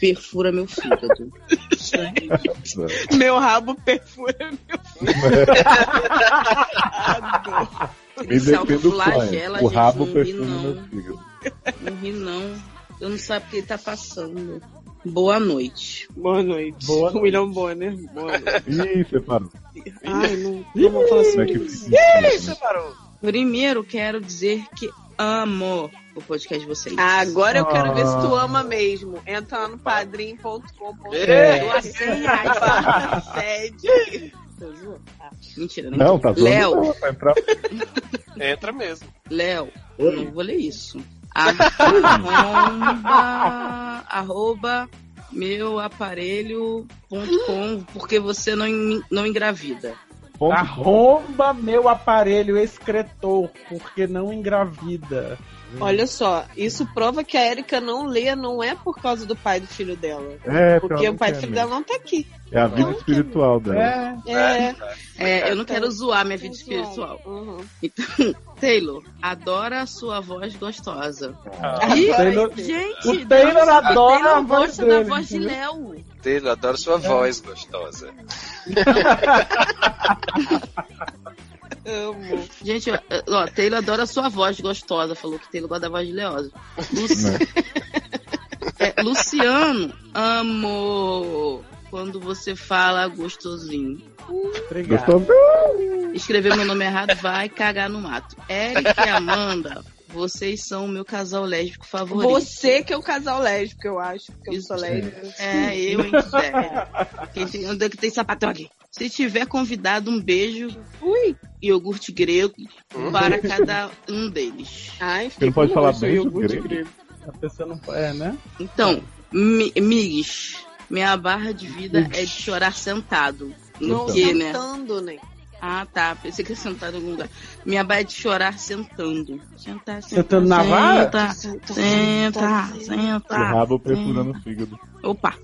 [SPEAKER 4] Perfura meu fígado.
[SPEAKER 3] Meu rabo perfura.
[SPEAKER 1] *laughs* Me defendo
[SPEAKER 4] Autoflagela,
[SPEAKER 1] fã. O
[SPEAKER 4] gente,
[SPEAKER 1] rabo
[SPEAKER 4] não
[SPEAKER 1] perfume
[SPEAKER 4] vi, não.
[SPEAKER 1] no fígado.
[SPEAKER 4] Não ri, não. Eu não sei o que ele tá passando. Boa noite.
[SPEAKER 3] Boa noite.
[SPEAKER 5] Boa noite.
[SPEAKER 3] William Bonner. Boa noite.
[SPEAKER 1] Ih, separou.
[SPEAKER 3] Ai, não, não vou
[SPEAKER 1] Como
[SPEAKER 3] falar
[SPEAKER 1] é
[SPEAKER 3] sobre
[SPEAKER 1] que
[SPEAKER 3] isso.
[SPEAKER 1] fica isso?
[SPEAKER 3] Separou.
[SPEAKER 4] Primeiro, quero dizer que amo o podcast de vocês.
[SPEAKER 3] Agora eu quero ver se tu
[SPEAKER 5] Ah.
[SPEAKER 3] ama mesmo. Entra lá no padrim.com.br.
[SPEAKER 2] É.
[SPEAKER 3] Doa 100 reais pra sede. Tô zoando.
[SPEAKER 4] Mentira, né?
[SPEAKER 1] Não, tá zoando.
[SPEAKER 4] Léo.
[SPEAKER 1] não, vai entrar-
[SPEAKER 2] Entra mesmo.
[SPEAKER 4] Léo, eu
[SPEAKER 1] Oi.
[SPEAKER 4] não vou ler
[SPEAKER 5] *laughs*
[SPEAKER 4] isso. Arroba, arroba meu aparelho.com, porque você não, en- não engravida.
[SPEAKER 1] Ponto.
[SPEAKER 5] *laughs* Arromba meu aparelho excretor, porque não engravida.
[SPEAKER 3] Olha só, isso prova que a Erika não lê, não é por causa do pai do filho dela.
[SPEAKER 1] É,
[SPEAKER 3] Porque
[SPEAKER 1] pelo
[SPEAKER 3] o pai do
[SPEAKER 1] menos
[SPEAKER 3] filho
[SPEAKER 1] é,
[SPEAKER 3] dela não tá aqui.
[SPEAKER 1] né? É a vida
[SPEAKER 3] Não,
[SPEAKER 1] espiritual dela.
[SPEAKER 5] É,
[SPEAKER 3] É.
[SPEAKER 4] É, eu não quero zoar minha vida espiritual.
[SPEAKER 3] Uhum.
[SPEAKER 4] Taylor, adora a sua voz gostosa.
[SPEAKER 1] Ah.
[SPEAKER 5] o Taylor,
[SPEAKER 4] Gente,
[SPEAKER 5] o Taylor adora
[SPEAKER 4] Taylor
[SPEAKER 5] a voz
[SPEAKER 4] gosta
[SPEAKER 5] dele.
[SPEAKER 4] um da voz de
[SPEAKER 5] entendeu?
[SPEAKER 4] Léo.
[SPEAKER 2] Taylor, adoro sua
[SPEAKER 4] É.
[SPEAKER 2] voz gostosa.
[SPEAKER 3] Amo.
[SPEAKER 4] Gente, ó, ó, Taylor adora a sua voz gostosa. Falou que Taylor gosta da voz de Leosa. Luci- É, Luciano, amo quando você fala gostosinho.
[SPEAKER 5] Obrigado.
[SPEAKER 1] Gostou?
[SPEAKER 4] Escreveu meu nome errado, vai cagar no mato. Eric e Amanda, vocês são o meu casal lésbico favorito.
[SPEAKER 3] Você que é o casal lésbico, eu acho. Porque eu
[SPEAKER 4] Isso.
[SPEAKER 3] sou lésbica.
[SPEAKER 4] É, eu, hein, Zé. Quem tem, onde é que tem sapatão aqui? Se tiver convidado, um beijo
[SPEAKER 3] Ui.
[SPEAKER 4] e iogurte grego
[SPEAKER 2] Hum.
[SPEAKER 4] para cada um deles.
[SPEAKER 3] Ai,
[SPEAKER 1] Você não pode falar bem do
[SPEAKER 3] iogurte
[SPEAKER 1] grego?
[SPEAKER 5] A pessoa não é, né?
[SPEAKER 4] Então, mi- migs, minha barra de vida é de chorar sentado. No
[SPEAKER 1] Não,
[SPEAKER 5] Então.
[SPEAKER 4] quê, né?
[SPEAKER 1] então.
[SPEAKER 3] Cantando, né?
[SPEAKER 4] Ah, tá. Pensei que ia sentar em algum lugar. Minha barra é de chorar sentando. Sentar, sentar.
[SPEAKER 5] Sentando na vara?
[SPEAKER 4] Senta, senta,
[SPEAKER 1] O
[SPEAKER 4] senta.
[SPEAKER 1] rabo perfurando o fígado.
[SPEAKER 4] Opa.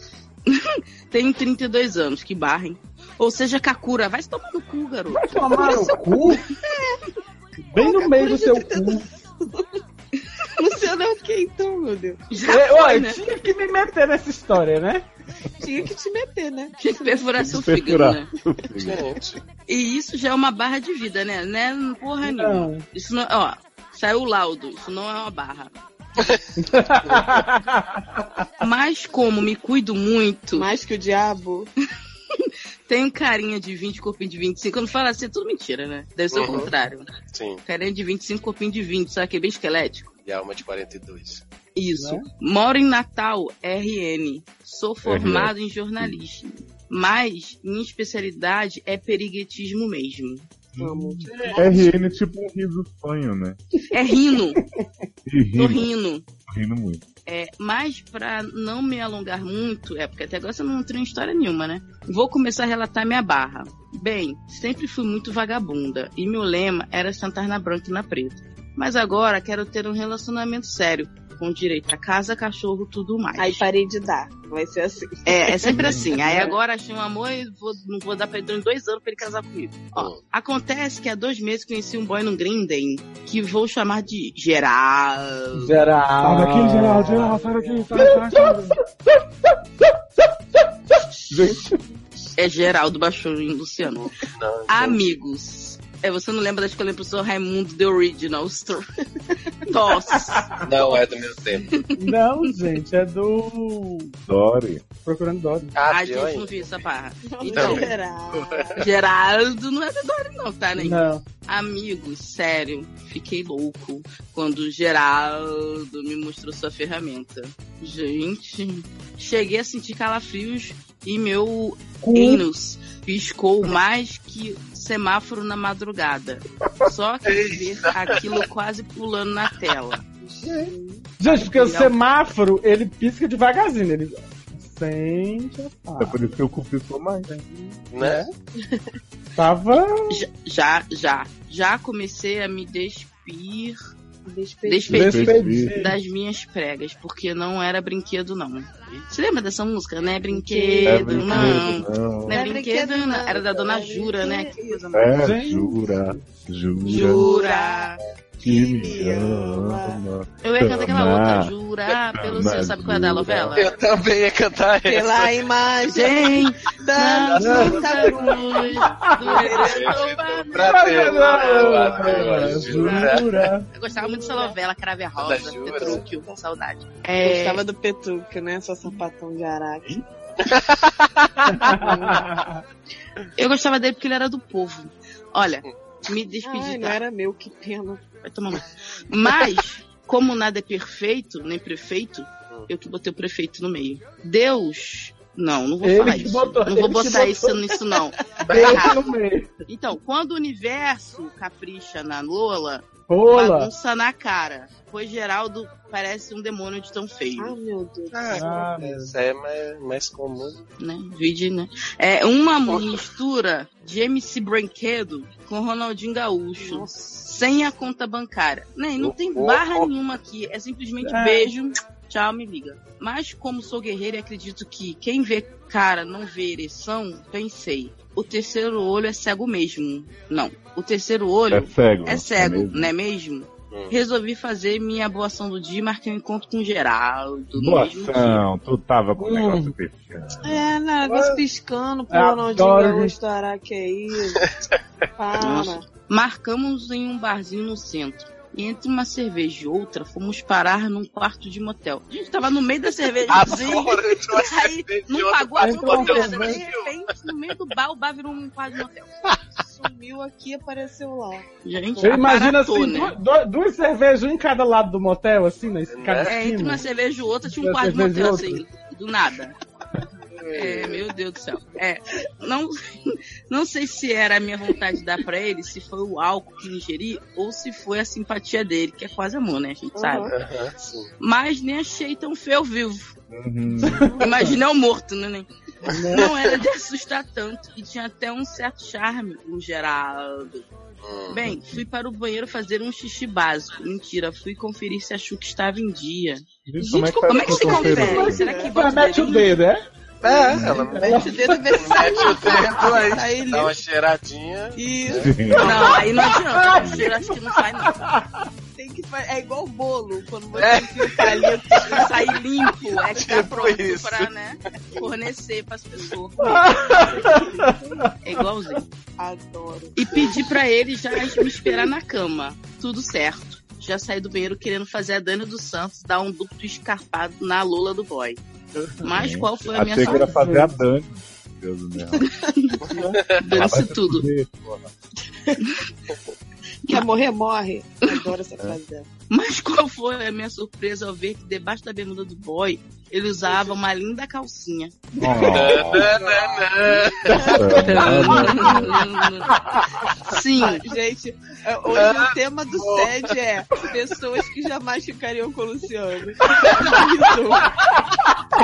[SPEAKER 4] *laughs* Tenho 32 anos, que barra, hein? Ou seja, Kakura, vai se tomar no cu, garoto.
[SPEAKER 5] Vai tomar no cu? Bem no meio do seu cu.
[SPEAKER 3] Luciano é o que então, meu Deus?
[SPEAKER 4] Já
[SPEAKER 5] É, ó,
[SPEAKER 4] foi,
[SPEAKER 5] eu
[SPEAKER 4] né?
[SPEAKER 5] tinha que me meter nessa história, né?
[SPEAKER 3] Tinha que te meter, né?
[SPEAKER 4] Tinha que perfurar seu fígado,
[SPEAKER 1] Perfurar.
[SPEAKER 4] né?
[SPEAKER 2] Gente.
[SPEAKER 4] E isso já é uma barra de vida, né? Né? Porra nenhuma.
[SPEAKER 5] Não.
[SPEAKER 4] Isso não, é, ó, saiu o laudo, isso não é uma barra. Mas como me cuido muito,
[SPEAKER 3] Mais que o diabo.
[SPEAKER 4] tenho carinha de 20, corpinho de 25. Quando fala assim, é tudo mentira, né? Deve ser
[SPEAKER 2] Uhum.
[SPEAKER 4] o contrário. né?
[SPEAKER 2] Sim,
[SPEAKER 4] Carinha de 25, corpinho de 20, só que é bem esquelético.
[SPEAKER 2] e alma de 42.
[SPEAKER 4] Isso. Moro em Natal, RN. Sou formado em jornalismo. Mas minha especialidade é periguetismo mesmo.
[SPEAKER 3] Amo.
[SPEAKER 1] RN é tipo um riso sonho, né?
[SPEAKER 4] É rino,
[SPEAKER 1] E rindo,
[SPEAKER 4] tô rindo.
[SPEAKER 1] rindo muito.
[SPEAKER 4] É, mas para não me alongar muito, é porque até agora você não tem história nenhuma, né? Vou começar a relatar minha barra. Bem, sempre fui muito vagabunda e meu lema era sentar na branca e na preta. Mas agora quero ter um relacionamento sério. com direito a casa, cachorro, tudo mais.
[SPEAKER 6] Aí parei de dar. Vai ser assim.
[SPEAKER 4] É, é sempre assim. Aí agora achei um amor e vou, não vou dar pra ele durante dois anos pra ele casar comigo. Ó, acontece que há dois meses conheci um boy no Grinden que vou chamar de Geraldo.
[SPEAKER 5] Geral.
[SPEAKER 1] Sai daqui, Geraldo, Geraldo, sai daqui, sai daqui. Sai daqui. Gente,
[SPEAKER 4] É Geraldo Baixou em Luciano.
[SPEAKER 2] Não,
[SPEAKER 4] Amigos. É, você não lembra das que eu lembro do seu Raimundo The Original Store. *laughs* Nossa.
[SPEAKER 2] não é do meu tempo.
[SPEAKER 5] Não, gente, é do.
[SPEAKER 1] Dory.
[SPEAKER 5] Procurando Dory.
[SPEAKER 2] Ah,
[SPEAKER 4] a
[SPEAKER 2] de
[SPEAKER 4] gente não
[SPEAKER 2] hoje?
[SPEAKER 4] viu essa barra.
[SPEAKER 2] Não.
[SPEAKER 4] Então,
[SPEAKER 6] Será?
[SPEAKER 4] Geraldo não é Dori não, tá, nem.
[SPEAKER 5] Não.
[SPEAKER 4] Amigos, sério, fiquei louco quando o Geraldo me mostrou sua ferramenta. Gente, cheguei a sentir calafrios e meu ânus piscou mais que semáforo na madrugada. Só que ver aquilo quase pulando na tela.
[SPEAKER 5] Gente, porque o
[SPEAKER 4] Não.
[SPEAKER 5] semáforo, ele pisca devagarzinho. Ele sente a
[SPEAKER 1] É
[SPEAKER 5] pá.
[SPEAKER 1] por isso que eu cumpri sua mãe.
[SPEAKER 2] Né?
[SPEAKER 5] Tava.
[SPEAKER 4] Já- Já, já, já comecei a me despir, despedir
[SPEAKER 5] Despedido.
[SPEAKER 4] das minhas pregas, porque não era brinquedo, não. Você lembra dessa música? Não é
[SPEAKER 1] É
[SPEAKER 4] brinquedo, não.
[SPEAKER 1] brinquedo, não.
[SPEAKER 4] Não é brinquedo, não. Era da dona Jura, né? Que coisa mais-
[SPEAKER 1] É,
[SPEAKER 5] Gente.
[SPEAKER 1] jura, jura
[SPEAKER 4] Jura.
[SPEAKER 1] que me ama.
[SPEAKER 4] Eu ia cantar aquela
[SPEAKER 1] Tomar.
[SPEAKER 4] outra. Jura pelo seu. Sabe qual é da
[SPEAKER 1] Jura.
[SPEAKER 4] novela?
[SPEAKER 2] Eu também ia cantar
[SPEAKER 4] É.
[SPEAKER 2] essa.
[SPEAKER 4] *laughs*
[SPEAKER 6] Pela imagem
[SPEAKER 4] Gente,
[SPEAKER 6] da Santa Cruz.
[SPEAKER 2] Pra Deus, pra
[SPEAKER 1] Jura,
[SPEAKER 2] Deus, jura.
[SPEAKER 1] jura.
[SPEAKER 4] Eu gostava muito dessa novela, Crave Rosa,
[SPEAKER 2] Da Jura.
[SPEAKER 4] Petrúquio, saudade. É,
[SPEAKER 6] Gostava do Petuca, né? Só sapatão de araque.
[SPEAKER 4] eu gostava dele porque ele era do povo. Olha, me despedi
[SPEAKER 6] Ai, não
[SPEAKER 3] né?
[SPEAKER 4] da
[SPEAKER 6] era meu, que pena.
[SPEAKER 4] Vai tomar no cu. Mas, como nada é perfeito, nem prefeito, eu que botei o prefeito no meio. Deus. Não, não vou
[SPEAKER 5] Ele
[SPEAKER 4] falar
[SPEAKER 5] que
[SPEAKER 4] isso.
[SPEAKER 5] botou,
[SPEAKER 4] não
[SPEAKER 5] ele
[SPEAKER 4] vou
[SPEAKER 5] que
[SPEAKER 4] botar
[SPEAKER 5] botou.
[SPEAKER 4] isso nisso, não. Tá
[SPEAKER 5] Dentro
[SPEAKER 4] errado.
[SPEAKER 5] no meio.
[SPEAKER 4] Então, quando o universo capricha na Lola,
[SPEAKER 5] Rola.
[SPEAKER 4] bagunça na cara. Pois Geraldo parece um demônio de tão
[SPEAKER 6] Ah,
[SPEAKER 4] feio,
[SPEAKER 6] meu Deus.
[SPEAKER 5] Ah, meu.
[SPEAKER 2] Isso é mais, mais comum.
[SPEAKER 4] né? Vide, né? É uma mistura de MC Brinquedo com Ronaldinho Gaúcho. Sem a conta bancária. Nem, não tem
[SPEAKER 2] Oh,
[SPEAKER 4] barra
[SPEAKER 2] oh.
[SPEAKER 4] nenhuma aqui. É simplesmente
[SPEAKER 5] É.
[SPEAKER 4] beijo, tchau, me liga. Mas como sou guerreira e acredito que quem vê cara não vê ereção, pensei. O terceiro olho é cego mesmo. Não, o terceiro olho
[SPEAKER 1] É cego.
[SPEAKER 4] é cego,
[SPEAKER 1] mesmo?
[SPEAKER 4] não é mesmo?
[SPEAKER 2] Hum.
[SPEAKER 4] Resolvi fazer minha boa ação do dia e marquei um encontro com o Geraldo. no
[SPEAKER 1] Boa
[SPEAKER 4] mesmo dia.
[SPEAKER 1] ação, tu tava com o negócio fechado.
[SPEAKER 6] É, né? Negócio piscando pro
[SPEAKER 5] Adoro,
[SPEAKER 6] Ronaldinho
[SPEAKER 5] gente.
[SPEAKER 6] Gaúcho do Araque aí. é
[SPEAKER 4] *laughs*
[SPEAKER 6] Para.
[SPEAKER 4] Nossa. Marcamos em um barzinho no centro. E entre uma cerveja e outra, fomos parar num quarto de motel. A gente tava no meio da
[SPEAKER 2] *laughs*
[SPEAKER 4] cervejazinha.
[SPEAKER 2] Adoro, eu tô
[SPEAKER 4] Aí não pagou a
[SPEAKER 5] Aí
[SPEAKER 4] conta,
[SPEAKER 2] um
[SPEAKER 5] pronto,
[SPEAKER 4] de
[SPEAKER 5] vem.
[SPEAKER 4] repente, né? no meio do bar, o bar virou um quadro de motel.
[SPEAKER 6] Sumiu aqui e apareceu lá.
[SPEAKER 4] Gente,
[SPEAKER 5] Eu imagino
[SPEAKER 4] aparatou, né?
[SPEAKER 5] assim, du- du- duas cervejas um em cada lado do motel, assim, na cada
[SPEAKER 2] Né?
[SPEAKER 4] É, entre
[SPEAKER 5] esquina.
[SPEAKER 4] uma cerveja e outra tinha um
[SPEAKER 5] Uma
[SPEAKER 4] quarto de
[SPEAKER 5] cerveja e
[SPEAKER 4] motel, assim, do nada. É, meu Deus do céu. É, não, não sei se era a minha vontade de dar pra ele, se foi o álcool que ingeri, ou se foi a simpatia dele, que é quase amor, né? A
[SPEAKER 3] Uhum.
[SPEAKER 4] gente sabe.
[SPEAKER 2] Aham, sim.
[SPEAKER 4] Mas nem achei tão feio ao vivo.
[SPEAKER 1] Uhum.
[SPEAKER 4] Imagina eu morto, né? né? Não era de assustar tanto e tinha até um certo charme, o Geraldo.
[SPEAKER 2] Hum.
[SPEAKER 4] Bem, fui para o banheiro fazer um xixi básico. Mentira, fui conferir se a Chuca estava em dia.
[SPEAKER 1] Gente,
[SPEAKER 4] Gente, como, é que se confere?
[SPEAKER 1] conferindo?
[SPEAKER 4] Será que
[SPEAKER 5] Ela
[SPEAKER 4] bota
[SPEAKER 5] mete o dedo, é?
[SPEAKER 2] É, ela mete
[SPEAKER 6] Mete o dedo bem
[SPEAKER 2] o dedo aí,
[SPEAKER 6] Aí ele.
[SPEAKER 2] dá uma cheiradinha.
[SPEAKER 6] Isso,
[SPEAKER 4] Não, aí não
[SPEAKER 2] *laughs*
[SPEAKER 4] adianta. Mentira, acho que não sai não.
[SPEAKER 6] tem que fa- É igual bolo, quando você
[SPEAKER 2] É.
[SPEAKER 6] enfia o palito.
[SPEAKER 4] Não sai limpo. É que tá
[SPEAKER 2] Tipo
[SPEAKER 4] pronto
[SPEAKER 2] isso.
[SPEAKER 4] pra, né, fornecer
[SPEAKER 2] *laughs*
[SPEAKER 4] pras pessoas. É igualzinho.
[SPEAKER 6] Adoro.
[SPEAKER 4] e pedi pra ele já me esperar na cama. Tudo certo. Já saí do banheiro querendo fazer a Dani dos Santos dar um duplo escarpado na Lola do boy. Mas qual foi a minha
[SPEAKER 1] Achei que era
[SPEAKER 4] sorte?
[SPEAKER 1] fazer a Dani. Meu Deus do céu.
[SPEAKER 4] Dane-se tudo.
[SPEAKER 6] Quer morrer, morre. Adoro essa frase dela.
[SPEAKER 4] Mas qual foi a minha surpresa ao ver que debaixo da bermuda do boy ele usava uma linda calcinha.
[SPEAKER 1] Oh,
[SPEAKER 2] Nananã.
[SPEAKER 4] Sim,
[SPEAKER 6] Ah, Gente, é, hoje o tema do SED é pessoas que jamais ficariam com o Luciano. *laughs* é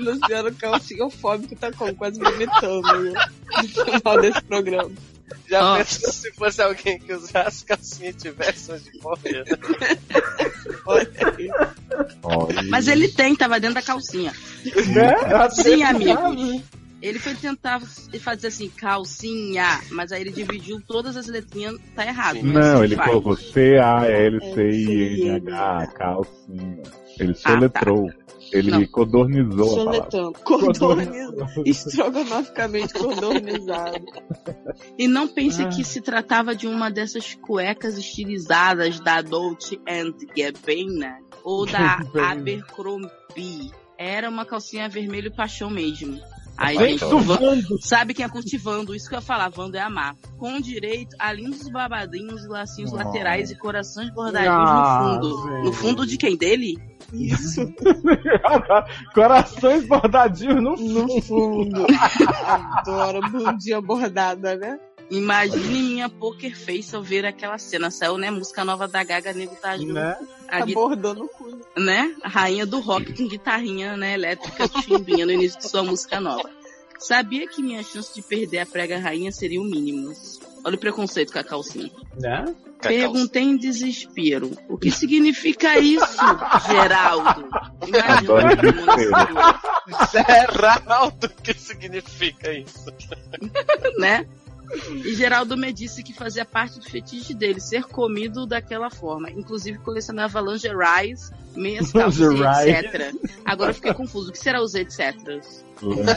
[SPEAKER 6] um Luciano Calcinhofóbico tá como? Quase vomitando no final desse programa.
[SPEAKER 2] Já
[SPEAKER 4] Nossa.
[SPEAKER 2] pensou se fosse alguém que usasse calcinha e tivesse onde morrer? Olha,
[SPEAKER 1] Olha.
[SPEAKER 4] Mas ele tem, tava dentro da calcinha.
[SPEAKER 5] Né?
[SPEAKER 4] Sim, amigos. Ele foi tentar fazer assim, calcinha, mas aí ele dividiu todas as letrinhas, tá errado. né?
[SPEAKER 1] Não,
[SPEAKER 4] Assim
[SPEAKER 1] ele é
[SPEAKER 4] faz.
[SPEAKER 1] colocou C-A-L-C-I-N-H, calcinha. Ele soletrou. Ele
[SPEAKER 4] Não.
[SPEAKER 1] codornizou a palavra.
[SPEAKER 3] Soletrando. Cordonizado. Estrogonoficamente cordonizado.
[SPEAKER 4] E não
[SPEAKER 5] Ah.
[SPEAKER 4] pense que se tratava de uma dessas cuecas estilizadas da Dolce Gabbana
[SPEAKER 5] *laughs*
[SPEAKER 4] ou da Abercrombie. Era uma calcinha vermelho paixão mesmo. Aí,
[SPEAKER 5] Gente do Vando.
[SPEAKER 4] Sabe quem é cultivando? Isso que eu ia falar, Wando é amar. Com direito a lindos babadinhos, lacinhos
[SPEAKER 1] Nossa.
[SPEAKER 4] laterais e corações bordadinhos
[SPEAKER 5] Ah,
[SPEAKER 4] no fundo.
[SPEAKER 5] gente.
[SPEAKER 4] No fundo de quem? Dele?
[SPEAKER 5] Corações bordadinhos no
[SPEAKER 3] No fundo. Adoro bundinha bordada, né?
[SPEAKER 4] Imagine minha poker face ao ver aquela cena. Saiu, né? Música nova da Gaga, nego tá,
[SPEAKER 5] né?
[SPEAKER 4] a
[SPEAKER 3] Tá
[SPEAKER 4] gui-
[SPEAKER 3] bordando o cu.
[SPEAKER 4] né? A rainha do rock com guitarrinha né, elétrica chimbinha no início de sua música nova. Sabia que minha chance de perder a prega rainha seria o mínimo. Olha o preconceito com a calcinha.
[SPEAKER 5] né?
[SPEAKER 4] Perguntei em desespero. O que significa isso, Geraldo? Imagina
[SPEAKER 1] Adoro
[SPEAKER 4] todo mundo
[SPEAKER 1] desespero.
[SPEAKER 4] assim,
[SPEAKER 2] Geraldo, o É que significa isso?
[SPEAKER 4] né? E Geraldo me disse que fazia parte do fetiche dele, ser comido daquela forma. Inclusive colecionava lingeries, meias calças e
[SPEAKER 5] Lingerie.
[SPEAKER 4] etc. Agora eu fiquei confuso. O que será os etc?
[SPEAKER 5] É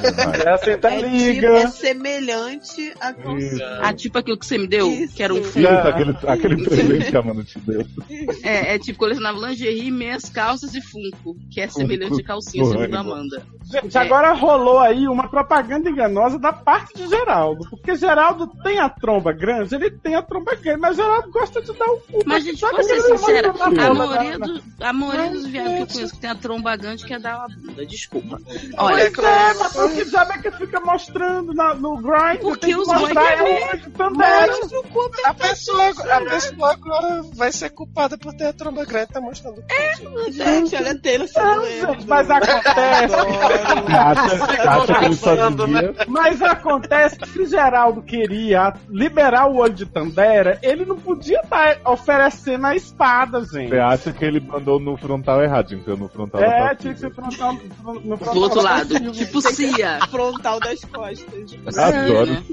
[SPEAKER 1] Tá
[SPEAKER 5] senta
[SPEAKER 3] É, tipo, é
[SPEAKER 5] liga.
[SPEAKER 3] semelhante a calcinha.
[SPEAKER 4] Ah, tipo aquilo que você me deu,
[SPEAKER 3] Isso.
[SPEAKER 4] que era um
[SPEAKER 1] Isso,
[SPEAKER 4] fundo.
[SPEAKER 1] aquele, aquele presente que a Amanda te deu.
[SPEAKER 4] *laughs* É, é tipo colecionava lingerie, meias calças e funko, que é semelhante a calcinha,
[SPEAKER 1] Funko,
[SPEAKER 4] segundo a
[SPEAKER 1] Hannibal.
[SPEAKER 4] Amanda.
[SPEAKER 5] Gente, agora rolou aí uma propaganda enganosa da parte de Geraldo. Porque Geraldo tem a tromba grande, ele tem a tromba grande, mas Geraldo gosta de dar o cu.
[SPEAKER 4] Mas, gente,
[SPEAKER 5] Só
[SPEAKER 4] vou ser
[SPEAKER 5] que ele
[SPEAKER 4] sincera,
[SPEAKER 5] não vai dar
[SPEAKER 4] a
[SPEAKER 5] nada.
[SPEAKER 4] maioria, do, a maioria
[SPEAKER 5] Mas,
[SPEAKER 4] dos viados que eu
[SPEAKER 5] gente.
[SPEAKER 4] conheço que tem a tromba grande quer dar uma bunda, desculpa.
[SPEAKER 5] Pois
[SPEAKER 4] Olha,
[SPEAKER 5] é, mas por que diabo é que fica mostrando na- no grind?
[SPEAKER 4] Porque
[SPEAKER 5] tem que
[SPEAKER 4] os
[SPEAKER 5] mostrar
[SPEAKER 4] boy
[SPEAKER 5] é onde também.
[SPEAKER 2] A pessoa, a pessoa agora vai ser culpada por ter a tromba grande, tá mostrando o cu.
[SPEAKER 3] Gente, olha a Taylor
[SPEAKER 5] Gente,
[SPEAKER 3] Swift.
[SPEAKER 5] mas acontece,
[SPEAKER 1] Acha, acha que ele só
[SPEAKER 2] Pensando, né?
[SPEAKER 1] devia.
[SPEAKER 5] mas acontece que se Geraldo queria liberar o olho de Tandera, ele não podia estar oferecendo a espada, gente.
[SPEAKER 1] Você acha que ele mandou no frontal errado, entrou no frontal
[SPEAKER 5] É,
[SPEAKER 1] da
[SPEAKER 5] tinha que
[SPEAKER 1] calcinha.
[SPEAKER 5] ser frontal, no, no frontal.
[SPEAKER 4] do outro lado, tipo Cia,
[SPEAKER 3] Frontal das costas.
[SPEAKER 1] Adoro.
[SPEAKER 4] né?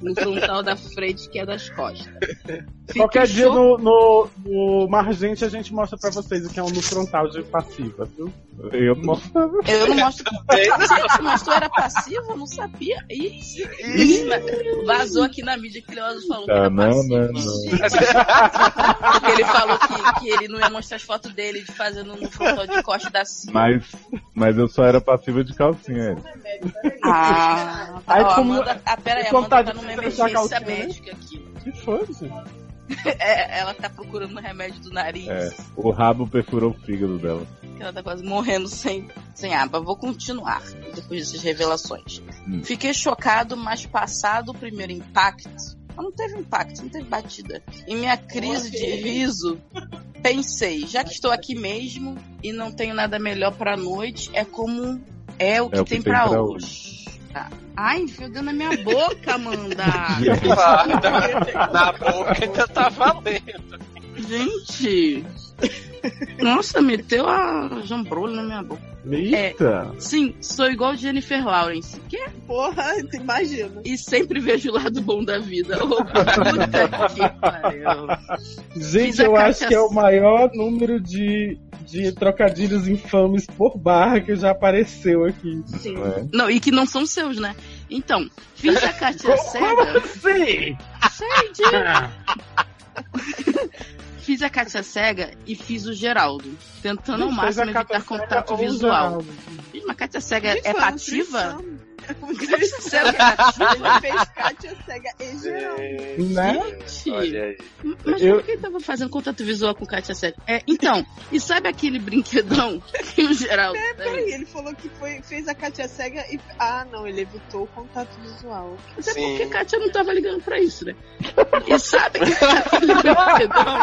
[SPEAKER 4] no frontal da frente que é das costas. Fiquei
[SPEAKER 5] Qualquer dia
[SPEAKER 4] chocada.
[SPEAKER 5] no, no, no Margente a gente mostra pra vocês o que é um no frontal de passiva, viu?
[SPEAKER 1] Eu não
[SPEAKER 4] Eu não mostro. *laughs* Gente, mostrou era passivo, eu não sabia. Ih, ih, vazou aqui na mídia que o Leoz falou que
[SPEAKER 1] Ah,
[SPEAKER 4] era
[SPEAKER 1] não,
[SPEAKER 4] passivo.
[SPEAKER 1] não, não.
[SPEAKER 4] *laughs* Porque ele falou que, que ele não ia mostrar as fotos dele de fazendo no frontal de costa da Cia.
[SPEAKER 1] Mas, mas eu só era passiva de calcinha. é.
[SPEAKER 4] Ah,
[SPEAKER 5] Aí
[SPEAKER 4] ó,
[SPEAKER 5] como-
[SPEAKER 4] Amanda, ah, peraí,
[SPEAKER 5] e
[SPEAKER 4] a
[SPEAKER 5] como
[SPEAKER 4] Amanda
[SPEAKER 5] tá
[SPEAKER 4] tá,
[SPEAKER 5] difícil
[SPEAKER 4] numa emergência
[SPEAKER 5] achar calcinha, né?
[SPEAKER 4] médica aqui.
[SPEAKER 5] Que foi, gente?
[SPEAKER 4] É, ela tá procurando um remédio do nariz,
[SPEAKER 1] É. O rabo perfurou o fígado dela.
[SPEAKER 4] que ela tá quase morrendo sem, sem aba. Vou continuar depois dessas revelações.
[SPEAKER 1] Hum.
[SPEAKER 4] Fiquei chocado, mas passado o primeiro impacto, mas não teve impacto, não teve batida. Em minha crise de riso, pensei, já que estou aqui mesmo e não tenho nada melhor pra noite, é como é o que tem, pra hoje. Tá. Ai, enfiou na minha boca, *laughs* Amanda!
[SPEAKER 2] Na boca ainda tá valendo.
[SPEAKER 4] Gente! Nossa, meteu a jambrolha na minha boca.
[SPEAKER 5] Eita!
[SPEAKER 4] Sim, sou igual Jennifer Lawrence. Quê?
[SPEAKER 3] Porra, tu imagina.
[SPEAKER 4] E sempre vejo o lado bom da vida. *laughs* Ô, puta que pariu.
[SPEAKER 5] Gente,
[SPEAKER 4] Fiz a
[SPEAKER 5] eu acho
[SPEAKER 4] caixa-
[SPEAKER 5] que é o maior número de, de trocadilhos infames por barra que já apareceu aqui.
[SPEAKER 3] Sim.
[SPEAKER 1] Né?
[SPEAKER 4] Não, e que não são seus, né? Então, fiz a Kátia cega.
[SPEAKER 5] Sim!
[SPEAKER 4] Sei de- Fiz a Kátia cega e fiz o Geraldo. Tentando ao Então, máximo evitar contato visual. Ih, Mas Kátia cega
[SPEAKER 3] Ele
[SPEAKER 4] é
[SPEAKER 3] foi um
[SPEAKER 4] pativa?
[SPEAKER 3] cristão.
[SPEAKER 4] Kátia cega é pativa?
[SPEAKER 3] Ele fez Kátia cega e geral.
[SPEAKER 5] Né?
[SPEAKER 4] Gente.
[SPEAKER 2] Olha aí.
[SPEAKER 4] Mas
[SPEAKER 5] Eu-
[SPEAKER 4] por que tava fazendo contato visual com Kátia Sete? É, então, e sabe aquele brinquedão *laughs* que o Geraldo
[SPEAKER 1] É.
[SPEAKER 4] tem?
[SPEAKER 3] Peraí, ele falou que foi, fez a Kátia cega e. Ah, não, ele evitou o contato visual.
[SPEAKER 5] tá
[SPEAKER 4] Até
[SPEAKER 2] Sim.
[SPEAKER 4] porque a Kátia não tava ligando pra isso, né? E sabe *laughs* aquele brinquedão?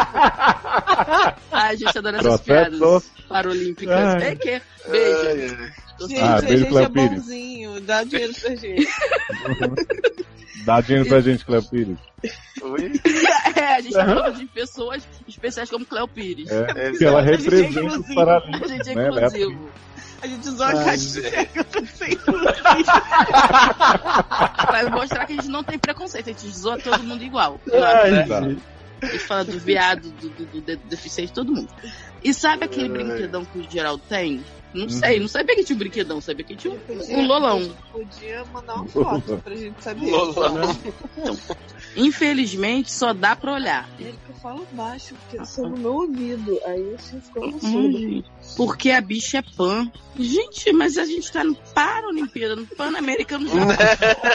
[SPEAKER 4] Ai, gente, adoro essas
[SPEAKER 1] Professor.
[SPEAKER 4] piadas paralímpicas.
[SPEAKER 5] Ai.
[SPEAKER 4] É que, beijo.
[SPEAKER 2] Olha aí.
[SPEAKER 4] Tô
[SPEAKER 3] Gente,
[SPEAKER 1] Ah,
[SPEAKER 3] a
[SPEAKER 1] beijo,
[SPEAKER 3] gente é
[SPEAKER 1] Cleo Pires.
[SPEAKER 4] *laughs*
[SPEAKER 3] bonzinho, dá dinheiro pra gente.
[SPEAKER 1] *laughs* Dá dinheiro pra gente, Cleo Pires.
[SPEAKER 8] Oi?
[SPEAKER 4] É, a gente tá falando de pessoas especiais como Cleo Pires.
[SPEAKER 1] É, porque ela
[SPEAKER 6] A gente é
[SPEAKER 1] representa os
[SPEAKER 6] inclusivo.
[SPEAKER 4] A
[SPEAKER 1] paralímpicos,
[SPEAKER 4] gente é
[SPEAKER 1] né? Ela é a
[SPEAKER 4] inclusivo.
[SPEAKER 6] A gente usou a hashtag, eu não sei
[SPEAKER 4] Pra mostrar que a gente não tem preconceito, a gente zoa todo mundo igual. né?
[SPEAKER 5] Ai,
[SPEAKER 1] Tá.
[SPEAKER 5] gente.
[SPEAKER 4] A gente fala do viado, do, do, do- do deficiente, todo mundo. E sabe aquele brinquedão que o Geraldo tem? Não
[SPEAKER 1] Hum.
[SPEAKER 4] sei, não sabia que tinha um brinquedão, sabia que tinha
[SPEAKER 3] Tipo,
[SPEAKER 4] um, um lolão.
[SPEAKER 6] Podia mandar uma foto pra gente saber.
[SPEAKER 2] Lolão.
[SPEAKER 4] Infelizmente, só dá pra olhar.
[SPEAKER 6] Érica, fala baixo, porque sou no meu ouvido. Aí assim ficou no
[SPEAKER 4] Hum,
[SPEAKER 6] surdo.
[SPEAKER 4] gente, Porque a bicha é pan. Gente, mas a gente tá no Paralimpíada, no Pan-Americano já.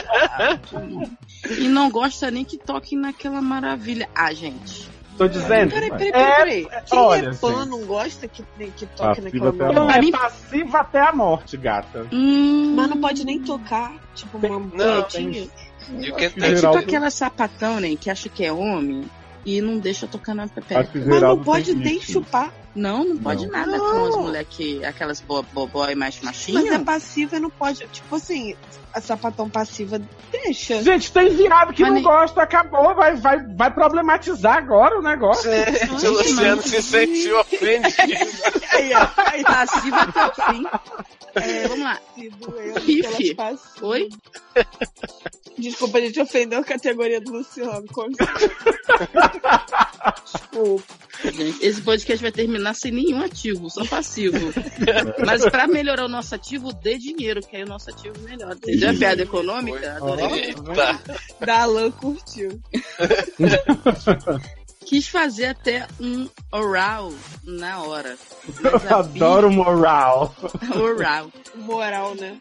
[SPEAKER 4] *laughs* e não gosta nem que toquem naquela maravilha. Ah, gente.
[SPEAKER 5] Tô dizendo.
[SPEAKER 6] Peraí,
[SPEAKER 5] mas-
[SPEAKER 6] peraí, peraí, peraí. Quem
[SPEAKER 5] olha,
[SPEAKER 6] é fã
[SPEAKER 5] gente.
[SPEAKER 6] não gosta que, que toque
[SPEAKER 1] Passiva
[SPEAKER 6] naquela
[SPEAKER 1] até a
[SPEAKER 6] mão?
[SPEAKER 5] Ela
[SPEAKER 4] Pra
[SPEAKER 5] é
[SPEAKER 4] mim-
[SPEAKER 5] passiva até a morte, gata.
[SPEAKER 4] Hum,
[SPEAKER 6] Mas não pode nem tocar, tipo, uma
[SPEAKER 2] Não,
[SPEAKER 6] boletinha.
[SPEAKER 2] E o que tem
[SPEAKER 1] que
[SPEAKER 4] é
[SPEAKER 1] geral-
[SPEAKER 4] tipo
[SPEAKER 1] Geraldo-
[SPEAKER 4] aquela sapatão, né, que acha que é homem e não deixa tocar na
[SPEAKER 1] Acho
[SPEAKER 4] pepeca.
[SPEAKER 1] que
[SPEAKER 6] Mas
[SPEAKER 1] Geraldo
[SPEAKER 6] não pode
[SPEAKER 1] tem
[SPEAKER 6] nem
[SPEAKER 1] isso.
[SPEAKER 6] chupar.
[SPEAKER 4] Não, não pode
[SPEAKER 1] Ah, Não.
[SPEAKER 4] nada
[SPEAKER 6] Não.
[SPEAKER 4] com as mulheres que. aquelas bo- bobói mais machinhas.
[SPEAKER 6] Mas é passiva, não pode. Tipo assim, a sapatão passiva deixa.
[SPEAKER 5] Gente, tem viado que
[SPEAKER 4] Mas
[SPEAKER 5] não
[SPEAKER 4] nem-
[SPEAKER 5] gosta, acabou, vai, vai, vai problematizar agora o negócio.
[SPEAKER 2] Gente, o Luciano se sentiu ofendido.
[SPEAKER 6] *laughs* Aí, ó. Aí,
[SPEAKER 4] Passiva até o fim. *laughs* É, vamos lá.
[SPEAKER 6] se doeu pelas passivas.
[SPEAKER 4] Oi?
[SPEAKER 6] Desculpa, a gente ofendeu a categoria do Luciano. Tipo, como- Desculpa.
[SPEAKER 4] Gente, esse podcast vai terminar sem nenhum ativo, só
[SPEAKER 2] *laughs*
[SPEAKER 4] passivo. Mas pra melhorar o nosso ativo, dê dinheiro, que aí o nosso ativo melhora. Entendeu a piada econômica? Adorei.
[SPEAKER 2] Eita.
[SPEAKER 6] Dalan curtiu.
[SPEAKER 4] Quis fazer até um oral na hora. Mas
[SPEAKER 5] Eu
[SPEAKER 4] a bi- *laughs*
[SPEAKER 5] adoro moral.
[SPEAKER 4] Oral.
[SPEAKER 6] Moral, né?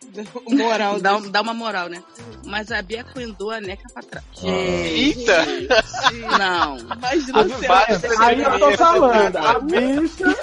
[SPEAKER 6] O moral
[SPEAKER 4] Dá,
[SPEAKER 6] da
[SPEAKER 4] um- dá uma moral, né? Mas a Bia coendou a neca pra trás.
[SPEAKER 2] Ah.
[SPEAKER 4] Gente,
[SPEAKER 2] Eita.
[SPEAKER 4] não.
[SPEAKER 6] Mas
[SPEAKER 2] Ah,
[SPEAKER 6] Luciano,
[SPEAKER 2] vários
[SPEAKER 6] você
[SPEAKER 5] Aí eu tô
[SPEAKER 2] Essa
[SPEAKER 5] falando,
[SPEAKER 2] piada.
[SPEAKER 5] a
[SPEAKER 2] *laughs*
[SPEAKER 5] bicha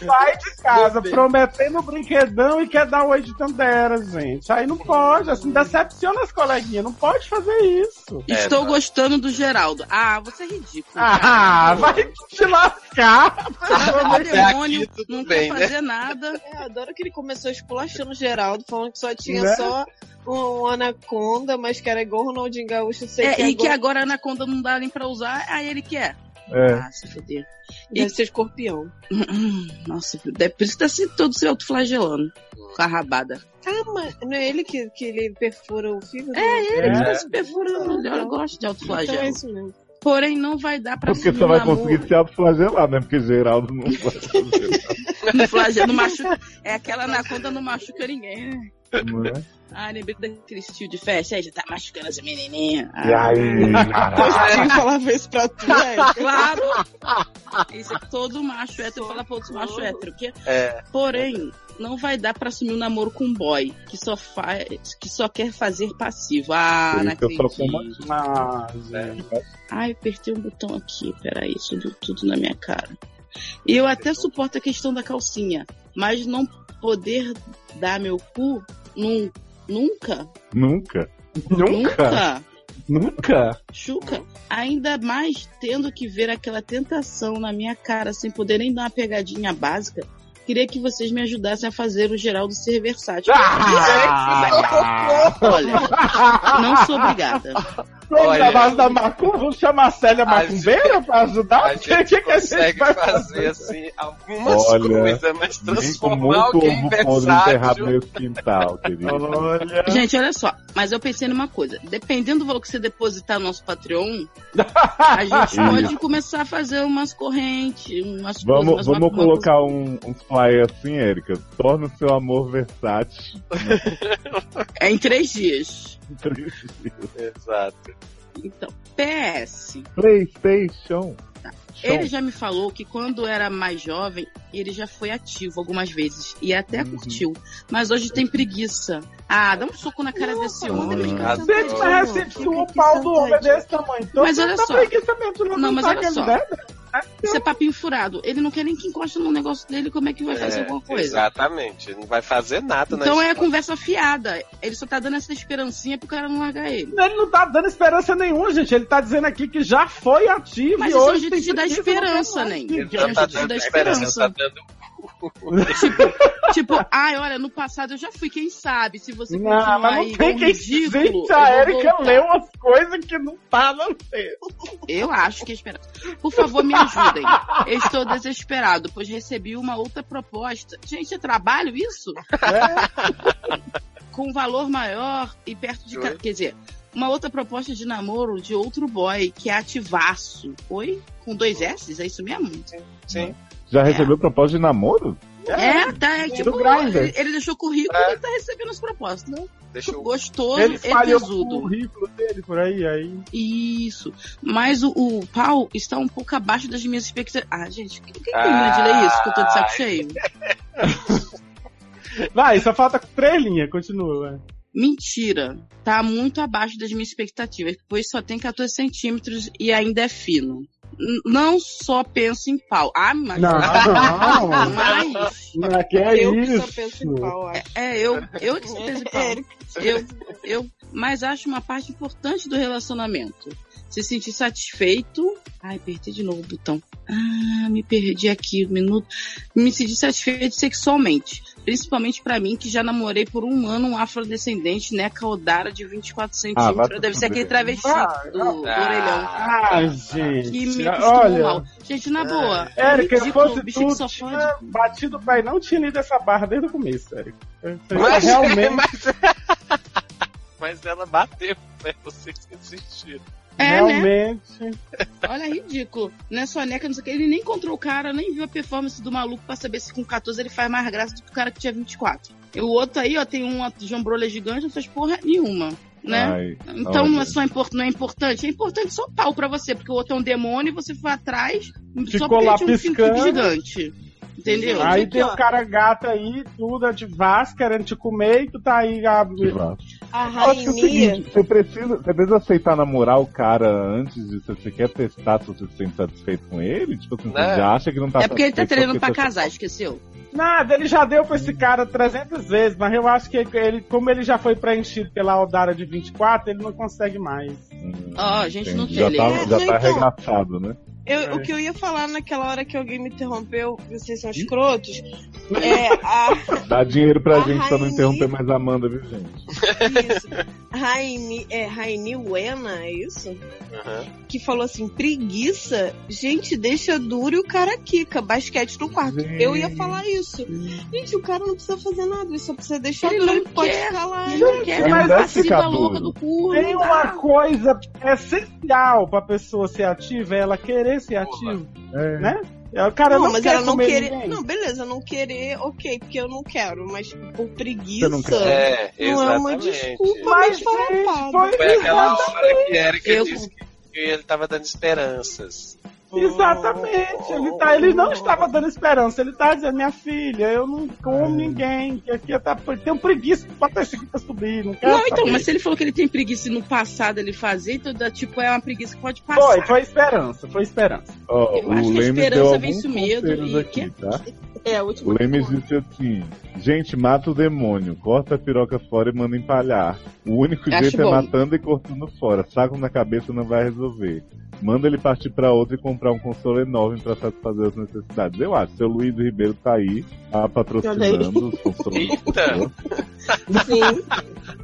[SPEAKER 5] sai de casa prometendo um brinquedão e quer dar oi de tandera, gente. Aí não pode, assim, decepciona as coleguinhas, não pode fazer isso.
[SPEAKER 2] É,
[SPEAKER 4] Estou
[SPEAKER 2] não.
[SPEAKER 4] gostando do Geraldo. Ah, você é ridículo.
[SPEAKER 5] Ah, vai te lascar.
[SPEAKER 4] cara. o um demônio
[SPEAKER 2] aqui, tudo
[SPEAKER 4] não
[SPEAKER 2] bem,
[SPEAKER 4] quer
[SPEAKER 2] né?
[SPEAKER 4] fazer nada.
[SPEAKER 6] Eu adoro que ele começou esculachando o Geraldo, falando que só tinha
[SPEAKER 5] Né?
[SPEAKER 6] só um, um anaconda, mas que era igual o Ronaldinho Gaúcho. Sei
[SPEAKER 4] É,
[SPEAKER 6] que
[SPEAKER 4] e que
[SPEAKER 6] agora
[SPEAKER 4] agora a Anaconda não dá nem pra usar, aí ele quer.
[SPEAKER 1] É.
[SPEAKER 4] Ah, se fuder.
[SPEAKER 6] deve ser escorpião.
[SPEAKER 4] Nossa, é por isso que tá se- todo se autoflagelando. Com a rabada.
[SPEAKER 6] Ah, mas não é ele que, que ele perfura o fígado?
[SPEAKER 4] É ele um que tá se
[SPEAKER 6] perfurando.
[SPEAKER 4] perfurando. Eu gosto de
[SPEAKER 6] então é
[SPEAKER 4] autoflagelo.
[SPEAKER 6] isso mesmo.
[SPEAKER 4] Porém, não vai dar pra
[SPEAKER 1] Porque
[SPEAKER 4] subir
[SPEAKER 1] você
[SPEAKER 4] no
[SPEAKER 1] vai
[SPEAKER 4] amor.
[SPEAKER 1] conseguir se autoflagelar, né? Porque Geraldo não vai *laughs* fazer.
[SPEAKER 4] No flagelo, *laughs* não machuca. É aquela anaconda não machuca ninguém, né?
[SPEAKER 1] né?
[SPEAKER 4] Ah, lembrei daquele estilo de festa. Aí já tá machucando essa menininha. Ah,
[SPEAKER 1] E aí, caralho?
[SPEAKER 6] Positivo falava isso pra tu, né?
[SPEAKER 4] Claro! Isso é todo macho hétero. Fala pra outro macho hétero. Que
[SPEAKER 2] É,
[SPEAKER 4] Porém, não vai dar pra assumir um namoro com um boy que só faz, que só quer fazer passivo. Ah,
[SPEAKER 1] Por
[SPEAKER 4] não
[SPEAKER 1] isso que eu só como
[SPEAKER 4] acredito.
[SPEAKER 5] Ah, gente.
[SPEAKER 4] Ai, eu apertei um botão aqui. Peraí, subiu tudo na minha cara. E eu até suporto a questão da calcinha, mas não poder dar meu cu num, nunca,
[SPEAKER 1] Nunca. Nunca?
[SPEAKER 4] nunca,
[SPEAKER 5] Nunca.
[SPEAKER 4] chuca. Ainda mais tendo que ver aquela tentação na minha cara, sem poder nem dar uma pegadinha básica. Queria que vocês me ajudassem a fazer o Geraldo ser
[SPEAKER 1] *laughs*
[SPEAKER 4] versátil.
[SPEAKER 5] Ah!
[SPEAKER 4] Olha, não sou obrigada.
[SPEAKER 2] Ah.
[SPEAKER 5] Vamos
[SPEAKER 2] Olha.
[SPEAKER 5] na base da macumba, vamos chamar a Célia Macumbeira pra ajudar?
[SPEAKER 2] a
[SPEAKER 5] *laughs* O que,
[SPEAKER 2] gente
[SPEAKER 5] que, que a gente
[SPEAKER 2] consegue
[SPEAKER 5] vai
[SPEAKER 2] fazer assim algumas
[SPEAKER 1] Olha,
[SPEAKER 2] coisas, mas
[SPEAKER 1] Vem com
[SPEAKER 2] transformar
[SPEAKER 1] muito
[SPEAKER 2] alguém
[SPEAKER 1] ovo podre enterrado
[SPEAKER 2] versátil.
[SPEAKER 1] nesse quintal, querido.
[SPEAKER 5] Olha.
[SPEAKER 4] Gente, olha só, mas eu pensei numa coisa. Dependendo do valor que você depositar no nosso Patreon, a gente pode começar a fazer umas correntes, umas
[SPEAKER 1] Vamos,
[SPEAKER 4] coisas. umas- uma-
[SPEAKER 1] vamos
[SPEAKER 4] uma
[SPEAKER 1] colocar um, um flyer assim, Érica. Torna o seu amor versátil.
[SPEAKER 4] coisa- É em três dias.
[SPEAKER 2] Exato.
[SPEAKER 4] Então, PS.
[SPEAKER 1] PlayStation.
[SPEAKER 4] Ele já me falou que quando era mais jovem, ele já foi ativo algumas vezes e até
[SPEAKER 1] Uhum.
[SPEAKER 4] curtiu. Mas hoje tem preguiça. Ah, dá um soco na cara desse homem. é um
[SPEAKER 2] obrigado.
[SPEAKER 5] Gente, mas assim, se o pau do homem é desse tamanho, então
[SPEAKER 4] Mas
[SPEAKER 5] você
[SPEAKER 4] olha
[SPEAKER 5] tá
[SPEAKER 4] só.
[SPEAKER 5] preguiça mesmo de levantar
[SPEAKER 4] Não, mas olha
[SPEAKER 5] aquele
[SPEAKER 4] só.
[SPEAKER 5] dedo.
[SPEAKER 4] Isso é papinho furado. Ele não quer nem que encoste no negócio dele, como é que vai fazer
[SPEAKER 2] É,
[SPEAKER 4] alguma coisa?
[SPEAKER 2] Exatamente. Não vai fazer nada né? na
[SPEAKER 4] Então é
[SPEAKER 2] história.
[SPEAKER 4] conversa fiada. Ele só tá dando essa esperancinha pro cara não largar ele. *laughs*
[SPEAKER 5] Ele não tá dando esperança nenhuma, gente. Ele tá dizendo aqui que já foi ativo
[SPEAKER 4] Mas
[SPEAKER 5] e
[SPEAKER 4] esse é o
[SPEAKER 5] hoje
[SPEAKER 4] jeito
[SPEAKER 5] tem
[SPEAKER 4] de dar
[SPEAKER 5] preguiça, não tem
[SPEAKER 4] esperança,
[SPEAKER 5] mais
[SPEAKER 4] né?
[SPEAKER 5] ninguém.
[SPEAKER 2] Ele não tá
[SPEAKER 4] Gente,
[SPEAKER 2] dando
[SPEAKER 4] dá
[SPEAKER 2] esperança, tá
[SPEAKER 4] esperança.
[SPEAKER 2] dando
[SPEAKER 4] Tipo, ai, olha, no passado eu já fui, quem sabe? Se você
[SPEAKER 5] Não, mas não
[SPEAKER 4] aí
[SPEAKER 5] tem
[SPEAKER 4] igual
[SPEAKER 5] quem
[SPEAKER 4] um ridículo,
[SPEAKER 5] Gente,
[SPEAKER 4] eu
[SPEAKER 5] a
[SPEAKER 4] vou
[SPEAKER 5] Erika
[SPEAKER 4] voltar.
[SPEAKER 5] leu as coisas que não tá no texto.
[SPEAKER 4] Eu acho que é esperado. Por favor, me ajudem. Eu estou desesperado, pois recebi uma outra proposta. Gente, é trabalho isso?
[SPEAKER 5] É.
[SPEAKER 4] Com valor maior e perto de... ca- Quer dizer, uma outra proposta de namoro de outro boy, que é ativaço. Oi? Com dois S's, é isso mesmo?
[SPEAKER 2] Sim.
[SPEAKER 1] Já
[SPEAKER 4] É.
[SPEAKER 1] recebeu proposta de namoro?
[SPEAKER 4] É, tá, é
[SPEAKER 5] do
[SPEAKER 4] tipo...
[SPEAKER 5] Grindr. É.
[SPEAKER 4] Ele, ele deixou o currículo e tá recebendo as propostas. Tipo,
[SPEAKER 2] Deixa eu.
[SPEAKER 4] Gostoso
[SPEAKER 5] Ele
[SPEAKER 4] e
[SPEAKER 5] falhou o
[SPEAKER 4] tesudo.
[SPEAKER 5] currículo dele por aí, aí.
[SPEAKER 4] Isso. Mas o, o pau está um pouco abaixo das minhas expectativas. Ah, gente, quem quem termina de ler isso? Que eu tô de
[SPEAKER 5] Ah.
[SPEAKER 4] saco cheio.
[SPEAKER 5] Vai, só falta três linhas, continua. vai.
[SPEAKER 4] Mentira. Tá muito abaixo das minhas expectativas, pois só tem 14 centímetros e ainda é fino. N- não só penso em pau. Ah, mas.
[SPEAKER 5] Não,
[SPEAKER 4] *laughs* Mas.
[SPEAKER 5] não, não, que é
[SPEAKER 3] eu que só penso
[SPEAKER 6] um
[SPEAKER 3] em
[SPEAKER 5] isso.
[SPEAKER 3] pau, acho.
[SPEAKER 4] É, eu, eu que só penso em pau.
[SPEAKER 3] Eric,
[SPEAKER 4] eu, eu, mas acho uma parte importante do relacionamento. Se sentir satisfeito. Ai, perdi de novo o botão. Ah, me perdi aqui um minuto. Me sentir satisfeito sexualmente. Principalmente pra mim, que já namorei por um ano um afrodescendente, né? Caudara de 24
[SPEAKER 1] Ah, vai
[SPEAKER 4] centímetros.
[SPEAKER 1] pra
[SPEAKER 4] Deve ser
[SPEAKER 1] fuder.
[SPEAKER 4] aquele travesti do, do orelhão.
[SPEAKER 5] um Ah,
[SPEAKER 4] Que
[SPEAKER 5] gente.
[SPEAKER 4] me acostumou
[SPEAKER 5] Olha,
[SPEAKER 4] mal. Gente, na boa.
[SPEAKER 5] Érica, se
[SPEAKER 4] ridículo,
[SPEAKER 5] fosse né,
[SPEAKER 4] bicho que
[SPEAKER 5] tu,
[SPEAKER 4] só
[SPEAKER 5] tinha
[SPEAKER 4] fode.
[SPEAKER 5] batido o pai, não tinha lido essa barra desde o começo, Érica. Você
[SPEAKER 2] Mas, é,
[SPEAKER 3] *laughs*
[SPEAKER 5] realmente.
[SPEAKER 2] mas, é. *laughs* mas ela bateu, né? Vocês insistiram.
[SPEAKER 4] É, né?
[SPEAKER 5] realmente.
[SPEAKER 4] Olha, ridículo. Não é só neca, não sei o que. Ele nem encontrou o cara, nem viu a performance do maluco pra saber se com 14 ele faz mais graça do que o cara que tinha 24. E o outro aí, ó, tem uma jambrolha gigante, não fez porra nenhuma, né?
[SPEAKER 1] Ai,
[SPEAKER 4] Então
[SPEAKER 1] olha.
[SPEAKER 4] não é só import- não é importante, é importante só o pau pra você, porque o outro é um demônio e você foi atrás só
[SPEAKER 5] Ficou
[SPEAKER 4] porque
[SPEAKER 5] lá
[SPEAKER 4] tinha um
[SPEAKER 5] piscando.
[SPEAKER 4] pinto gigante. Entendeu?
[SPEAKER 5] Aí
[SPEAKER 3] aqui,
[SPEAKER 5] tem
[SPEAKER 1] um
[SPEAKER 3] ó.
[SPEAKER 5] o cara gato aí, tudo é de Vasco, querendo te comer, e tu tá aí. A...
[SPEAKER 3] a
[SPEAKER 1] Eu acho que é o
[SPEAKER 3] Rainha.
[SPEAKER 1] seguinte, você precisa, você precisa aceitar namorar o cara antes de se você quer testar se você se sente satisfeito com ele? Tipo assim,
[SPEAKER 2] Né?
[SPEAKER 1] você já acha que não tá
[SPEAKER 4] É porque ele tá
[SPEAKER 1] satisfeito,
[SPEAKER 4] treinando
[SPEAKER 1] porque
[SPEAKER 4] pra
[SPEAKER 1] você-
[SPEAKER 4] casar, esqueceu?
[SPEAKER 5] Nada, ele já deu pra esse cara 300 vezes, mas eu acho que ele, como ele já foi preenchido pela Aldara de 24, ele não consegue mais.
[SPEAKER 1] Hum,
[SPEAKER 4] Ó, a gente não
[SPEAKER 1] entendi.
[SPEAKER 4] tem
[SPEAKER 1] Já tá,
[SPEAKER 4] lei.
[SPEAKER 1] já
[SPEAKER 3] Não,
[SPEAKER 1] tá
[SPEAKER 3] então.
[SPEAKER 1] arregaçado, né?
[SPEAKER 5] É.
[SPEAKER 3] Eu, o que eu ia falar naquela hora que alguém me interrompeu, vocês são escrotos, é a.
[SPEAKER 1] Dá dinheiro pra
[SPEAKER 3] A
[SPEAKER 1] gente pra não
[SPEAKER 3] Rainha-
[SPEAKER 1] interromper mais a Amanda, viu, gente?
[SPEAKER 3] Isso. Raini, é, Raini Wena, é isso?
[SPEAKER 2] Aham.
[SPEAKER 3] Que falou assim, preguiça, gente, deixa duro e o cara quica. Basquete no quarto. Eu ia falar isso. Gente, o cara não precisa fazer nada, ele só precisa deixar
[SPEAKER 4] Ele
[SPEAKER 3] duro
[SPEAKER 4] não
[SPEAKER 3] e pode
[SPEAKER 4] quer.
[SPEAKER 3] ficar lá.
[SPEAKER 4] Ele não quer
[SPEAKER 1] Não
[SPEAKER 4] mais
[SPEAKER 1] deve
[SPEAKER 4] passiva
[SPEAKER 1] ficar
[SPEAKER 4] louca
[SPEAKER 1] duro.
[SPEAKER 4] do cu.
[SPEAKER 5] Tem
[SPEAKER 4] não
[SPEAKER 5] uma
[SPEAKER 4] dá.
[SPEAKER 5] coisa essencial pra pessoa ser ativa, é ela querer ser ativa, né? É, O cara
[SPEAKER 3] Não,
[SPEAKER 5] não,
[SPEAKER 3] mas
[SPEAKER 5] quer
[SPEAKER 3] ela não
[SPEAKER 5] comer
[SPEAKER 3] querer.
[SPEAKER 5] ninguém.
[SPEAKER 3] Não, beleza, não querer, ok, porque eu não quero, mas por preguiça.
[SPEAKER 1] Você não quer.
[SPEAKER 2] É,
[SPEAKER 3] Não é uma
[SPEAKER 2] exatamente.
[SPEAKER 3] desculpa,
[SPEAKER 5] Mas,
[SPEAKER 3] mas
[SPEAKER 5] gente,
[SPEAKER 3] farrapada.
[SPEAKER 5] foi
[SPEAKER 2] Foi aquela hora que Erika
[SPEAKER 4] Eu-
[SPEAKER 2] disse que que ele tava dando esperanças.
[SPEAKER 5] Exatamente, ele, tá, ele não estava dando esperança, ele tá dizendo, minha filha, eu não como ninguém, que aqui eu tá, tenho preguiça de botar esse aqui pra subir, não quero.
[SPEAKER 4] Não, então,
[SPEAKER 5] saber.
[SPEAKER 4] mas se ele falou que ele tem preguiça e no passado ele fazer, então dá, tipo, é uma preguiça que pode passar.
[SPEAKER 5] Foi, foi esperança, foi esperança.
[SPEAKER 1] Ó,
[SPEAKER 4] Eu acho
[SPEAKER 1] o
[SPEAKER 4] que
[SPEAKER 1] Leme
[SPEAKER 4] a
[SPEAKER 1] deu
[SPEAKER 4] esperança
[SPEAKER 1] alguns
[SPEAKER 4] vence o medo
[SPEAKER 1] conselhos
[SPEAKER 4] e
[SPEAKER 1] aqui, tá?
[SPEAKER 3] É, o
[SPEAKER 1] O
[SPEAKER 3] último.
[SPEAKER 1] Lemes disse assim: gente, mata o demônio, corta a piroca fora e manda empalhar. O único
[SPEAKER 4] Acho
[SPEAKER 1] jeito é
[SPEAKER 4] bom.
[SPEAKER 1] matando e cortando fora. Saco na cabeça não vai resolver. Manda ele partir pra outra e comprar um console enorme pra satisfazer as necessidades. Eu acho, seu Luiz Ribeiro tá aí, tá patrocinando os consoles.
[SPEAKER 2] Eita.
[SPEAKER 3] Sim. *laughs*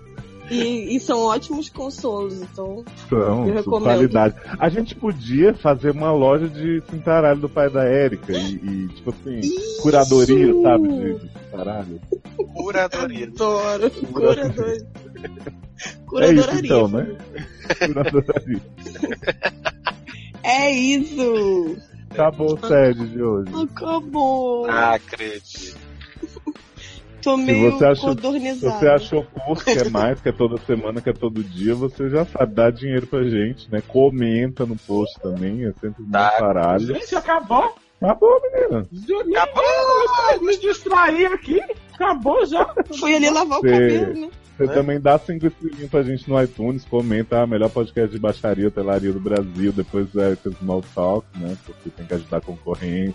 [SPEAKER 3] E, e são ótimos consolos, então. Eu
[SPEAKER 1] São,
[SPEAKER 3] recomendo.
[SPEAKER 1] qualidade. A gente podia fazer uma loja de cintaralho do pai da Érica e, e, tipo assim, curadoria, sabe? De, de cintaralho. *laughs*
[SPEAKER 2] Curadoria.
[SPEAKER 3] Adoro. Curador.
[SPEAKER 1] É isso
[SPEAKER 3] Curadoraria.
[SPEAKER 1] então, né? Curadoraria.
[SPEAKER 3] É isso!
[SPEAKER 1] Acabou o sede Tá de hoje.
[SPEAKER 3] Acabou!
[SPEAKER 2] Ah, acredito.
[SPEAKER 3] Tô
[SPEAKER 1] Se
[SPEAKER 3] meio
[SPEAKER 1] você achou- Se
[SPEAKER 3] codornizada.
[SPEAKER 1] você achou curto, que é mais, que é toda semana, que é todo dia, você já sabe, dá dinheiro pra gente, né? Comenta no post também, é sempre Tá um
[SPEAKER 2] Tá.
[SPEAKER 1] caralho.
[SPEAKER 5] Gente, acabou,
[SPEAKER 1] Acabou, menina.
[SPEAKER 5] Juninho,
[SPEAKER 2] Acabou!
[SPEAKER 5] me distrair aqui, acabou já.
[SPEAKER 3] Fui ali lavar o
[SPEAKER 1] Você-
[SPEAKER 3] cabelo, né?
[SPEAKER 1] Você
[SPEAKER 2] É.
[SPEAKER 1] também dá cinco estrelinhas pra gente no iTunes, comenta, ah, melhor podcast de baixaria, telaria do Brasil, depois é esse Small Talk, né? Porque tem que ajudar a concorrência.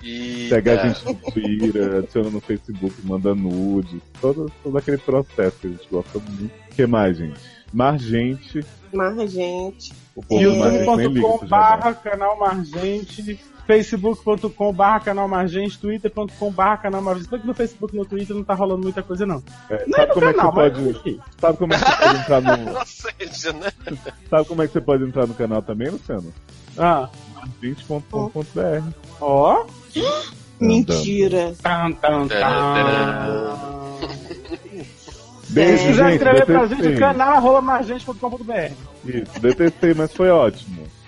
[SPEAKER 2] E é,
[SPEAKER 1] Segue a gente no Twitter, adiciona no Facebook, manda nude, todo, todo aquele processo que a gente gosta muito. O que mais, gente? Margente,
[SPEAKER 3] Mas, gente.
[SPEAKER 1] o povo
[SPEAKER 3] É.
[SPEAKER 1] mais nem liga pro jabá.
[SPEAKER 5] youtube.com/barra canal Margente. facebook.com canal Margente, twitter.com canal Margente. Só que no Facebook no Twitter não tá rolando muita coisa, não.
[SPEAKER 1] É,
[SPEAKER 5] Não é
[SPEAKER 1] sabe
[SPEAKER 5] no
[SPEAKER 1] como é que
[SPEAKER 5] canal,
[SPEAKER 1] você
[SPEAKER 5] mas
[SPEAKER 1] pode.
[SPEAKER 5] aqui.
[SPEAKER 1] Sabe como é que você pode entrar
[SPEAKER 2] *laughs*
[SPEAKER 1] no.
[SPEAKER 2] Ou seja, né?
[SPEAKER 1] Sabe como é que você pode entrar no canal também, Luciano?
[SPEAKER 5] Ah,
[SPEAKER 1] Margente.com.br.
[SPEAKER 5] ó.
[SPEAKER 3] Mentira.
[SPEAKER 5] Tan, tan, tan. Se
[SPEAKER 1] Beijo,
[SPEAKER 5] quiser
[SPEAKER 1] gente.
[SPEAKER 5] escrever pra gente,
[SPEAKER 1] Detestei.
[SPEAKER 5] canal arroba margente.com.br.
[SPEAKER 1] Isso, detestei, mas foi ótimo.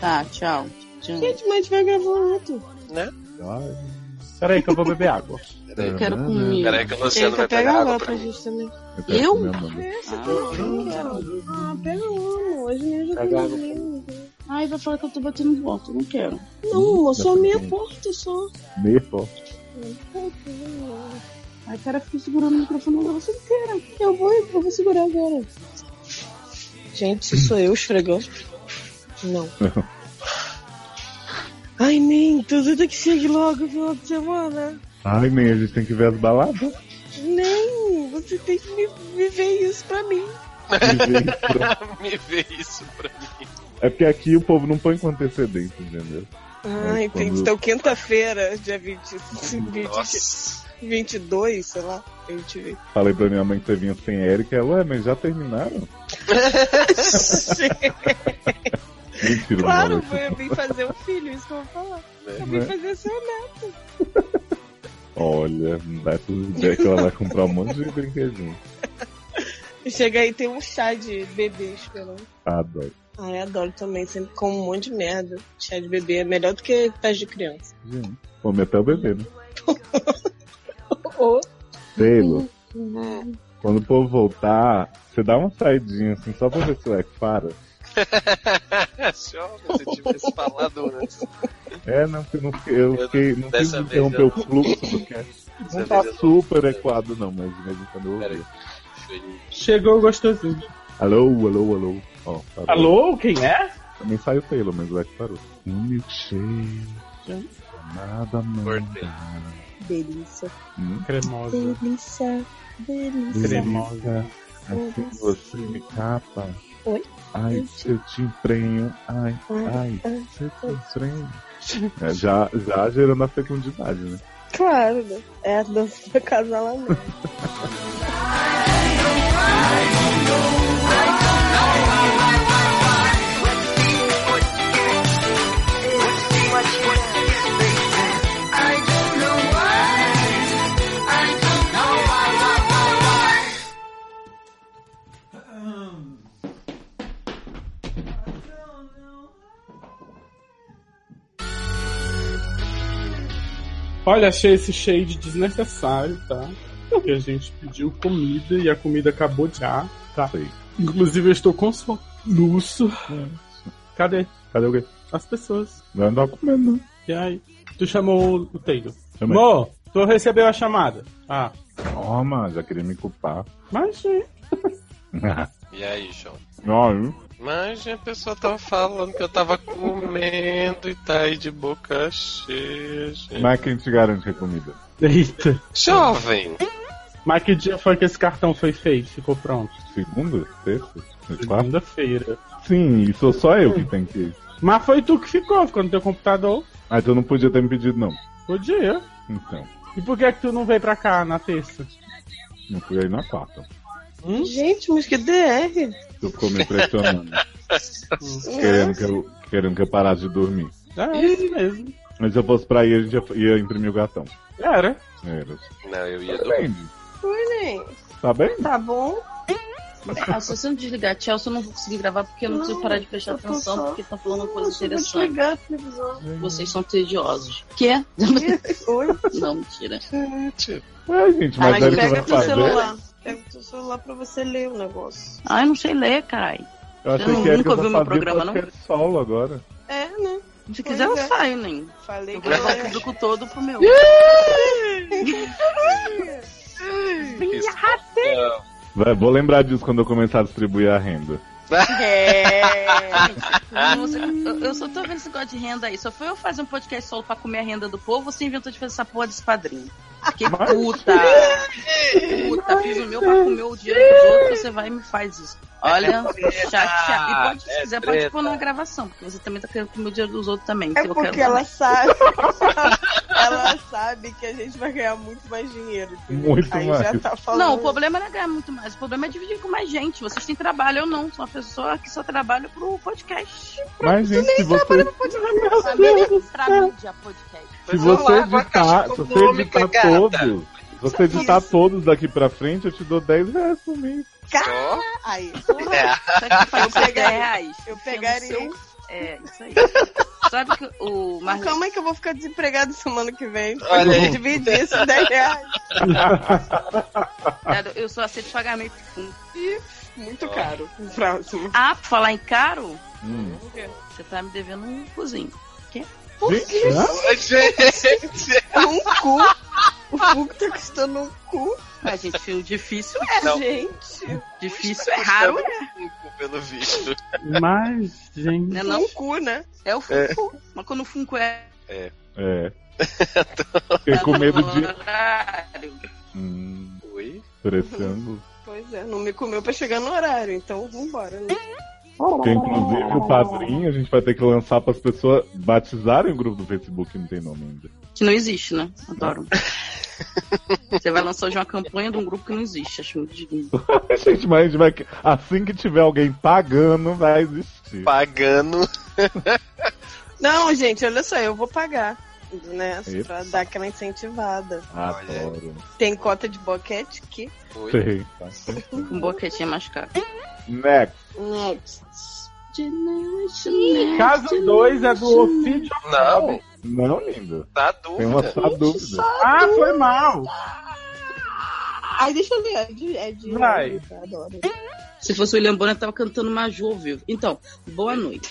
[SPEAKER 4] Tá, tchau. Tchau.
[SPEAKER 3] Gente, mas vai gravar outro.
[SPEAKER 2] Né?
[SPEAKER 1] Ai,
[SPEAKER 5] Peraí que eu vou beber água.
[SPEAKER 4] Eu quero comigo.
[SPEAKER 2] Peraí que o
[SPEAKER 3] Tem
[SPEAKER 2] Luciano
[SPEAKER 3] que
[SPEAKER 2] vai
[SPEAKER 3] pegar um
[SPEAKER 2] pegar água
[SPEAKER 3] agora
[SPEAKER 2] pra
[SPEAKER 3] pra
[SPEAKER 2] mim.
[SPEAKER 3] gente também.
[SPEAKER 1] eu? quero
[SPEAKER 4] Eu?
[SPEAKER 1] comer mamãe.
[SPEAKER 3] Ah, pega um. Hoje mesmo eu tô livre.
[SPEAKER 4] Ai, vai falar que eu tô batendo volta, não quero.
[SPEAKER 3] Não, amor, só
[SPEAKER 1] Dá pra
[SPEAKER 3] meia
[SPEAKER 1] gente.
[SPEAKER 3] porta só.
[SPEAKER 1] Meio forte.
[SPEAKER 4] Ai, cara, fica segurando o microfone no negócio.
[SPEAKER 3] Eu vou, eu vou segurar agora. Gente, se sou eu esfregando. Não. Ai, nem, tudo tem que seguir logo no final de semana.
[SPEAKER 1] Ai, nem a gente tem que ver as baladas.
[SPEAKER 3] Nem, você tem que me viver isso pra mim.
[SPEAKER 2] Me vê isso pra mim.
[SPEAKER 1] É porque aqui o povo não põe com antecedência, entendeu?
[SPEAKER 3] Ai,
[SPEAKER 1] Mas quando-
[SPEAKER 3] entendi. Então, quinta-feira, dia 20, 20,
[SPEAKER 2] Nossa.
[SPEAKER 3] 22, sei lá, a gente
[SPEAKER 1] *laughs*
[SPEAKER 3] vê.
[SPEAKER 1] Falei pra minha mãe que você vinha sem Erika. Ela, ué, mas já terminaram? Mentira,
[SPEAKER 3] claro,
[SPEAKER 1] maluco.
[SPEAKER 3] eu vim fazer um filho, isso que eu vou falar. Eu vim
[SPEAKER 1] Né?
[SPEAKER 3] fazer seu neto.
[SPEAKER 1] Olha, não dá essas ideias que ela vai comprar um monte de brinquedinho.
[SPEAKER 3] Chega aí, tem um chá de bebê esperando.
[SPEAKER 1] Ah, dói.
[SPEAKER 3] Ai, adoro também. Sempre como um monte de merda. Chá de bebê é melhor do que pés de criança.
[SPEAKER 1] Gente, Come até o bebê, né?
[SPEAKER 3] Ou
[SPEAKER 1] Taylor, quando o povo voltar, você dá uma saidinha assim, só pra ver se o Lex para.
[SPEAKER 2] *laughs* Jovem, se tivesse falado antes.
[SPEAKER 1] É, não, porque eu não fiquei, eu fiquei, não quis
[SPEAKER 2] Dessa vez
[SPEAKER 1] interromper
[SPEAKER 2] eu-
[SPEAKER 1] o fluxo do cast. Não
[SPEAKER 2] Dessa
[SPEAKER 1] tá
[SPEAKER 2] vez eu não-
[SPEAKER 1] super equado, não, mas de vez em quando eu
[SPEAKER 2] Peraí.
[SPEAKER 1] ouvi.
[SPEAKER 5] Chegou gostosinho.
[SPEAKER 1] Alô, alô, alô. Ó, tá parou.
[SPEAKER 5] Alô, quem é?
[SPEAKER 1] Também saiu o Taylor, mas o Lex parou. Um milkshake. Nada,
[SPEAKER 2] Cortei.
[SPEAKER 1] nada.
[SPEAKER 3] delícia,
[SPEAKER 1] Hum,
[SPEAKER 5] Cremosa.
[SPEAKER 3] delícia, delícia.
[SPEAKER 5] Cremosa.
[SPEAKER 1] assim você me capa.
[SPEAKER 3] Oi?
[SPEAKER 1] Ai, se eu te emprenho. Ai, ai, se eu te emprenho. É, já, já gerando a fecundidade, né?
[SPEAKER 3] Claro, né? É a dança do casalamento.
[SPEAKER 5] Olha, achei esse shade desnecessário, tá? Porque a gente pediu comida e a comida acabou já, tá?
[SPEAKER 1] Sei.
[SPEAKER 5] Inclusive eu estou com soluço. Cadê
[SPEAKER 1] Cadê o quê?
[SPEAKER 5] as pessoas?
[SPEAKER 1] Não é dá comendo, não.
[SPEAKER 5] E aí? Tu chamou o Taylor.
[SPEAKER 1] Chamei.
[SPEAKER 5] Amor, tu recebeu a chamada. Ah,
[SPEAKER 1] Toma, já queria me culpar. *laughs*
[SPEAKER 5] mas gente,
[SPEAKER 2] E aí, João?
[SPEAKER 1] Não, hein?
[SPEAKER 2] Mas a pessoa tava falando que eu tava comendo e tá aí de boca cheia, gente.
[SPEAKER 1] mas quem te garante que é comida?
[SPEAKER 5] Eita.
[SPEAKER 2] Jovem!
[SPEAKER 5] Mas que dia foi que esse cartão foi feito? Ficou pronto?
[SPEAKER 1] Segunda? Terça? Quarta?
[SPEAKER 5] Segunda-feira.
[SPEAKER 1] Sim, e sou só eu que tenho que.
[SPEAKER 5] Mas foi tu que ficou, ficou no teu computador.
[SPEAKER 1] Ah, então não podia ter me pedido, não.
[SPEAKER 5] Podia.
[SPEAKER 1] Então,
[SPEAKER 5] E por que é que tu não veio pra cá na terça?
[SPEAKER 1] não fui aí na quarta.
[SPEAKER 3] *laughs* Gente, mas que DR.
[SPEAKER 1] Tu ficou me impressionando. querendo, que é? eu, querendo que eu parasse de dormir.
[SPEAKER 5] É isso mesmo.
[SPEAKER 1] Mas se eu fosse pra aí, a gente ia, ia imprimir o gatão. É,
[SPEAKER 5] Era.
[SPEAKER 1] Era.
[SPEAKER 2] Não, eu ia um
[SPEAKER 1] Tá
[SPEAKER 2] dormir.
[SPEAKER 1] bem,
[SPEAKER 3] Oi, nem.
[SPEAKER 1] tá bem?
[SPEAKER 3] Tá bom?
[SPEAKER 4] Ah, se você não desligar, Chelsea, eu não vou conseguir gravar porque eu não consigo parar de prestar
[SPEAKER 3] eu tô
[SPEAKER 4] atenção
[SPEAKER 3] só-
[SPEAKER 4] porque estão falando coisa
[SPEAKER 3] Nossa, eu vou
[SPEAKER 4] interessante.
[SPEAKER 3] desligar a televisão.
[SPEAKER 4] Vocês são tediosos. Quê?
[SPEAKER 3] Oi?
[SPEAKER 4] Não, mentira.
[SPEAKER 1] É, gente, mas
[SPEAKER 3] Mas
[SPEAKER 1] era o que
[SPEAKER 3] pega
[SPEAKER 1] vai
[SPEAKER 3] teu
[SPEAKER 1] fazer.
[SPEAKER 3] celular. Pega o teu celular pra você ler o negócio.
[SPEAKER 4] Ah, eu não sei ler, carai.
[SPEAKER 1] Eu
[SPEAKER 4] Você
[SPEAKER 1] achei
[SPEAKER 4] não-
[SPEAKER 1] que era
[SPEAKER 4] nunca
[SPEAKER 1] que
[SPEAKER 4] ouviu meu programa, não?
[SPEAKER 1] solo agora.
[SPEAKER 3] É, né?
[SPEAKER 4] Se quiser, eu
[SPEAKER 3] Pois é.
[SPEAKER 4] saio, nem.
[SPEAKER 3] Falei
[SPEAKER 4] Eu
[SPEAKER 3] que é
[SPEAKER 4] vou
[SPEAKER 3] eu
[SPEAKER 4] levar o
[SPEAKER 3] era-
[SPEAKER 4] público todo pro *laughs* meu.
[SPEAKER 1] Vai, vou lembrar disso quando eu começar a distribuir a renda.
[SPEAKER 2] É.
[SPEAKER 4] Ah, você- eu, eu só tô vendo esse negócio de renda aí. Só foi eu fazer um podcast solo pra comer a renda do povo, você inventou de fazer essa porra desse padrinho. Fiquei
[SPEAKER 1] Mas-
[SPEAKER 4] puta. Puta, fiz o meu pra comer o dinheiro do outro, você vai e me faz isso. Olha, chateado. E pode, se
[SPEAKER 2] É
[SPEAKER 4] quiser, pode
[SPEAKER 2] treta.
[SPEAKER 4] pôr na gravação, porque você também tá querendo comer o dinheiro dos outros também. que
[SPEAKER 3] É
[SPEAKER 4] eu
[SPEAKER 3] porque
[SPEAKER 4] quero
[SPEAKER 3] ela sabe. *laughs* ela sabe que a gente vai ganhar muito mais dinheiro. entendeu?
[SPEAKER 1] Muito
[SPEAKER 3] Aí já
[SPEAKER 1] mais.
[SPEAKER 3] tá falando.
[SPEAKER 4] Não, o problema não é ganhar muito mais. O problema é dividir com mais gente. Vocês têm trabalho ou não. Sou uma pessoa que só trabalha pro podcast.
[SPEAKER 1] Mas, gente, se você,
[SPEAKER 4] Pra mídia, pra mídia podcast.
[SPEAKER 1] se
[SPEAKER 2] Pois
[SPEAKER 1] você
[SPEAKER 2] eu lavo a
[SPEAKER 1] editar,
[SPEAKER 2] caixa
[SPEAKER 1] se você
[SPEAKER 2] econômica,
[SPEAKER 1] editar
[SPEAKER 2] gata.
[SPEAKER 1] todos, se você editar todos daqui pra frente, eu te dou 10 reais por mês.
[SPEAKER 2] Só.
[SPEAKER 3] Aí,
[SPEAKER 4] Só que faz
[SPEAKER 3] Eu
[SPEAKER 4] por 10
[SPEAKER 3] pegaria-
[SPEAKER 4] reais.
[SPEAKER 3] eu pegaria.
[SPEAKER 4] Sendo seu- É, isso aí. Sabe que o Marcos.
[SPEAKER 3] Calma aí que eu vou ficar desempregado semana que vem.
[SPEAKER 2] Olha aí.
[SPEAKER 3] Dividir esses 10 reais.
[SPEAKER 4] Eu só aceito pagamento fundo.
[SPEAKER 3] Muito caro. um Próximo.
[SPEAKER 4] Ah, pra falar em caro,
[SPEAKER 1] Hum.
[SPEAKER 4] você tá me devendo um cozinho.
[SPEAKER 1] Gente, hã?
[SPEAKER 2] Gente,
[SPEAKER 3] Um cu. O Fugo tá custando um cu.
[SPEAKER 4] A gente, filho, difícil é.
[SPEAKER 3] É,
[SPEAKER 2] Não.
[SPEAKER 3] gente.
[SPEAKER 4] Difícil é raro, é.
[SPEAKER 2] Cinco, pelo visto.
[SPEAKER 5] Mas, gente.
[SPEAKER 4] Né,
[SPEAKER 3] Não.
[SPEAKER 4] não?
[SPEAKER 3] Um cu, né?
[SPEAKER 4] É o funko. Mas quando o funko é. tá
[SPEAKER 1] É. Fiquei com medo de.
[SPEAKER 4] horário.
[SPEAKER 1] Hum,
[SPEAKER 2] Oi?
[SPEAKER 1] por esse ângulo.
[SPEAKER 3] Pois é, não me comeu pra chegar no horário, então vambora. Né?
[SPEAKER 11] Hum.
[SPEAKER 1] Porque, inclusive, o padrinho a gente vai ter que lançar pras pessoas batizarem o grupo do Facebook que não tem nome ainda.
[SPEAKER 4] Que não existe, né? Adoro. Você vai lançar hoje uma campanha de um grupo que não existe, acho muito digno.
[SPEAKER 1] Gente, mas a gente vai. Assim que tiver alguém pagando, vai existir.
[SPEAKER 2] Pagando.
[SPEAKER 3] Não, gente, olha só, eu vou pagar. Né,
[SPEAKER 1] Isso.
[SPEAKER 3] pra dar aquela incentivada.
[SPEAKER 1] Adoro.
[SPEAKER 3] Tem cota de boquete que.
[SPEAKER 2] Oi?
[SPEAKER 1] Sei.
[SPEAKER 4] Com boquetinha mais cara.
[SPEAKER 1] Next.
[SPEAKER 3] é
[SPEAKER 11] Next.
[SPEAKER 5] Caso 2 é do Ofídio.
[SPEAKER 2] Não,
[SPEAKER 1] Não, lindo.
[SPEAKER 2] tá
[SPEAKER 1] Tem uma
[SPEAKER 2] dúvida.
[SPEAKER 1] só dúvida.
[SPEAKER 5] Ah, foi mal.
[SPEAKER 11] Ai, deixa eu ver. É de. É de
[SPEAKER 5] Vai.
[SPEAKER 11] Eu adoro.
[SPEAKER 4] Se fosse o William Bonner, eu tava cantando Maju ao vivo. Então, boa noite.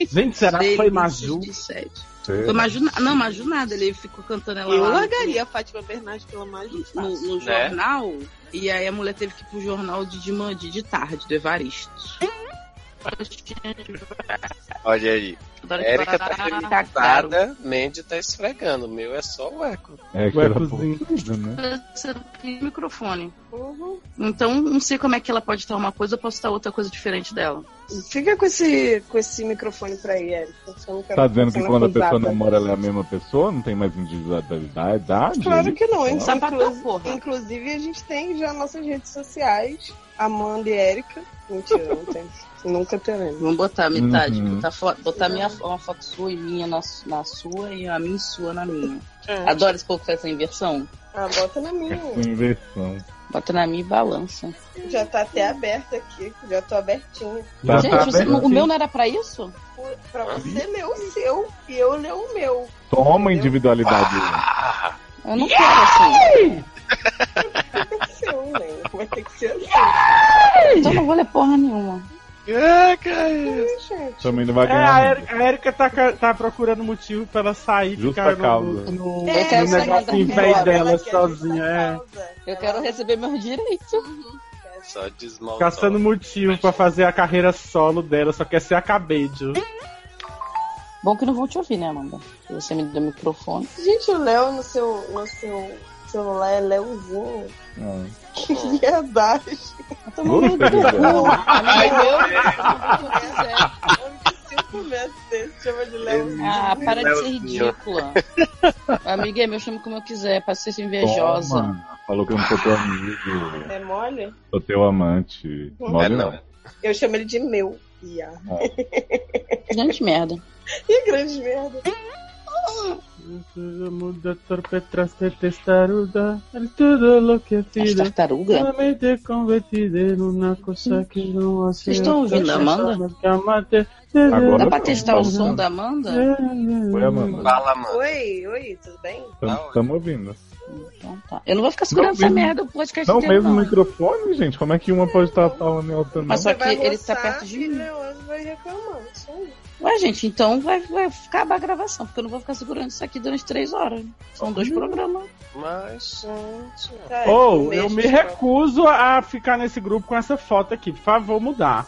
[SPEAKER 5] Gente, será que foi
[SPEAKER 4] Delícias
[SPEAKER 5] um? Maju?
[SPEAKER 4] de sede.
[SPEAKER 1] Sei.
[SPEAKER 4] Foi Maju. na- Não, Maju nada. Ele ficou cantando ela
[SPEAKER 3] Eu
[SPEAKER 11] Ah,
[SPEAKER 4] lá no-
[SPEAKER 3] largaria a Fátima Bernardes pela mais um
[SPEAKER 4] no,
[SPEAKER 3] fácil.
[SPEAKER 4] no
[SPEAKER 2] Né?
[SPEAKER 4] jornal. E aí a mulher teve que ir pro jornal de, de, man- de, de tarde, do Evaristo.
[SPEAKER 2] Olha aí.
[SPEAKER 4] Adoro que
[SPEAKER 2] Érica
[SPEAKER 4] parará,
[SPEAKER 2] tá
[SPEAKER 4] caro.
[SPEAKER 2] remontada, Mandy tá esfregando. O meu é só o eco.
[SPEAKER 1] É que
[SPEAKER 5] Ué,
[SPEAKER 1] era
[SPEAKER 5] cozinha.
[SPEAKER 1] pouco, né?
[SPEAKER 4] Você não tem microfone.
[SPEAKER 3] Uhum.
[SPEAKER 4] Então, não sei como é que ela pode estar uma coisa, eu posso estar outra coisa diferente dela.
[SPEAKER 3] Fica com esse, com esse microfone pra aí, Érica. que eu não quero
[SPEAKER 1] Tá dizendo que
[SPEAKER 3] sendo
[SPEAKER 1] quando a pessoa
[SPEAKER 3] acusada.
[SPEAKER 1] namora ela é a mesma pessoa? Não tem mais individualidade? Ah,
[SPEAKER 3] Claro
[SPEAKER 1] gente.
[SPEAKER 3] que não.
[SPEAKER 1] Claro.
[SPEAKER 4] Sapatão,
[SPEAKER 3] inclusive,
[SPEAKER 4] porra.
[SPEAKER 3] inclusive, a gente tem já nossas redes sociais, Amanda e Érica. Mentira, não tem. *laughs* Nunca teremos.
[SPEAKER 4] Vamos botar metade,
[SPEAKER 1] Uhum.
[SPEAKER 4] botar, fo- botar minha, fo- uma foto sua e minha na, su- na sua e a minha e sua na minha.
[SPEAKER 3] É.
[SPEAKER 4] Adoro esse povo que faz essa inversão.
[SPEAKER 3] Ah, bota na minha.
[SPEAKER 1] Com inversão.
[SPEAKER 4] Bota na minha e balança.
[SPEAKER 3] Já tá até aberta aqui. Já tô abertinha.
[SPEAKER 1] Tá,
[SPEAKER 4] Gente,
[SPEAKER 1] tá
[SPEAKER 4] você-
[SPEAKER 1] bem.
[SPEAKER 4] o meu não era pra isso?
[SPEAKER 3] Pra você ler o seu e eu ler o meu.
[SPEAKER 1] Toma individualidade.
[SPEAKER 2] Ah,
[SPEAKER 4] Eu não quero assim.
[SPEAKER 3] Tem que ser um, né? Vai ter que ser assim,
[SPEAKER 4] assim. Então eu não vou ler porra nenhuma.
[SPEAKER 2] é, cara.
[SPEAKER 3] gente.
[SPEAKER 1] Também não vai
[SPEAKER 5] É, a
[SPEAKER 1] ganhar.
[SPEAKER 5] Érica, a Érica tá, ca- tá procurando motivo pra ela sair e
[SPEAKER 1] Justa
[SPEAKER 5] ficar no-
[SPEAKER 1] causa.
[SPEAKER 5] no, no,
[SPEAKER 4] É, quero
[SPEAKER 5] no negócio
[SPEAKER 4] sair
[SPEAKER 5] em
[SPEAKER 4] da-
[SPEAKER 5] vez
[SPEAKER 4] ela
[SPEAKER 5] dela sozinha. É.
[SPEAKER 4] Eu quero receber meus direitos.
[SPEAKER 2] Só de small
[SPEAKER 5] Caçando
[SPEAKER 2] talk.
[SPEAKER 5] motivo pra fazer a carreira solo dela, só quer ser a cabedio.
[SPEAKER 4] Bom que não vão te ouvir, né, Amanda? Você me deu o microfone.
[SPEAKER 3] Gente, o Léo no seu, no seu celular é Léozinho. é
[SPEAKER 1] Ah.
[SPEAKER 3] *laughs* Que verdade.
[SPEAKER 4] Então,
[SPEAKER 1] Gostei, velho.
[SPEAKER 3] Ai, meu Deus. Se eu começo desse, chama de Léozinho.
[SPEAKER 4] Ah, para de ser
[SPEAKER 2] Leozinho.
[SPEAKER 4] ridícula. Amiga é meu, chama como eu quiser, pra ser invejosa.
[SPEAKER 1] Toma. Falou que eu não sou teu amigo.
[SPEAKER 3] É mole?
[SPEAKER 1] Sou teu amante.
[SPEAKER 2] É,
[SPEAKER 1] Mole
[SPEAKER 2] não.
[SPEAKER 1] não.
[SPEAKER 3] Eu chamo ele de meu. Ia.
[SPEAKER 4] Gente, merda.
[SPEAKER 3] Ih, grande merda.
[SPEAKER 5] Muda, torpe, traste, testaruda, el todo
[SPEAKER 4] As
[SPEAKER 5] enlouquecida.
[SPEAKER 4] tartarugas?
[SPEAKER 5] Solamente convertida em uma coisa que não há
[SPEAKER 4] Vocês estão ouvindo a Amanda?
[SPEAKER 1] Agora
[SPEAKER 4] Dá pra
[SPEAKER 1] não,
[SPEAKER 4] testar
[SPEAKER 1] tá
[SPEAKER 4] o som
[SPEAKER 1] ouvindo.
[SPEAKER 4] da Amanda?
[SPEAKER 5] Foi
[SPEAKER 1] Foi, Amanda.
[SPEAKER 2] Fala, mano.
[SPEAKER 3] Oi, oi, tudo bem?
[SPEAKER 1] Estamos ouvindo.
[SPEAKER 4] Então tá. Eu não vou ficar segurando
[SPEAKER 1] Não,
[SPEAKER 4] essa
[SPEAKER 1] mesmo-
[SPEAKER 4] merda do podcast
[SPEAKER 1] Não,
[SPEAKER 4] inteiro,
[SPEAKER 1] mesmo
[SPEAKER 4] não.
[SPEAKER 1] microfone, gente. Como é que uma pode estar falando e a outra não?
[SPEAKER 4] Mas só que
[SPEAKER 3] vai
[SPEAKER 4] ele tá
[SPEAKER 3] roçar
[SPEAKER 4] perto de
[SPEAKER 3] e,
[SPEAKER 4] mim.
[SPEAKER 3] né, o outro vai reclamando, isso aí.
[SPEAKER 4] Ué, gente, então vai, vai acabar a gravação, porque eu não vou ficar segurando isso aqui durante três horas. São dois programas.
[SPEAKER 2] Mas, gente.
[SPEAKER 3] Tá,
[SPEAKER 5] Ou
[SPEAKER 3] um
[SPEAKER 5] Oh, eu
[SPEAKER 3] beijo,
[SPEAKER 5] me
[SPEAKER 3] tchau.
[SPEAKER 5] recuso a ficar nesse grupo com essa foto aqui. Por favor, mudar.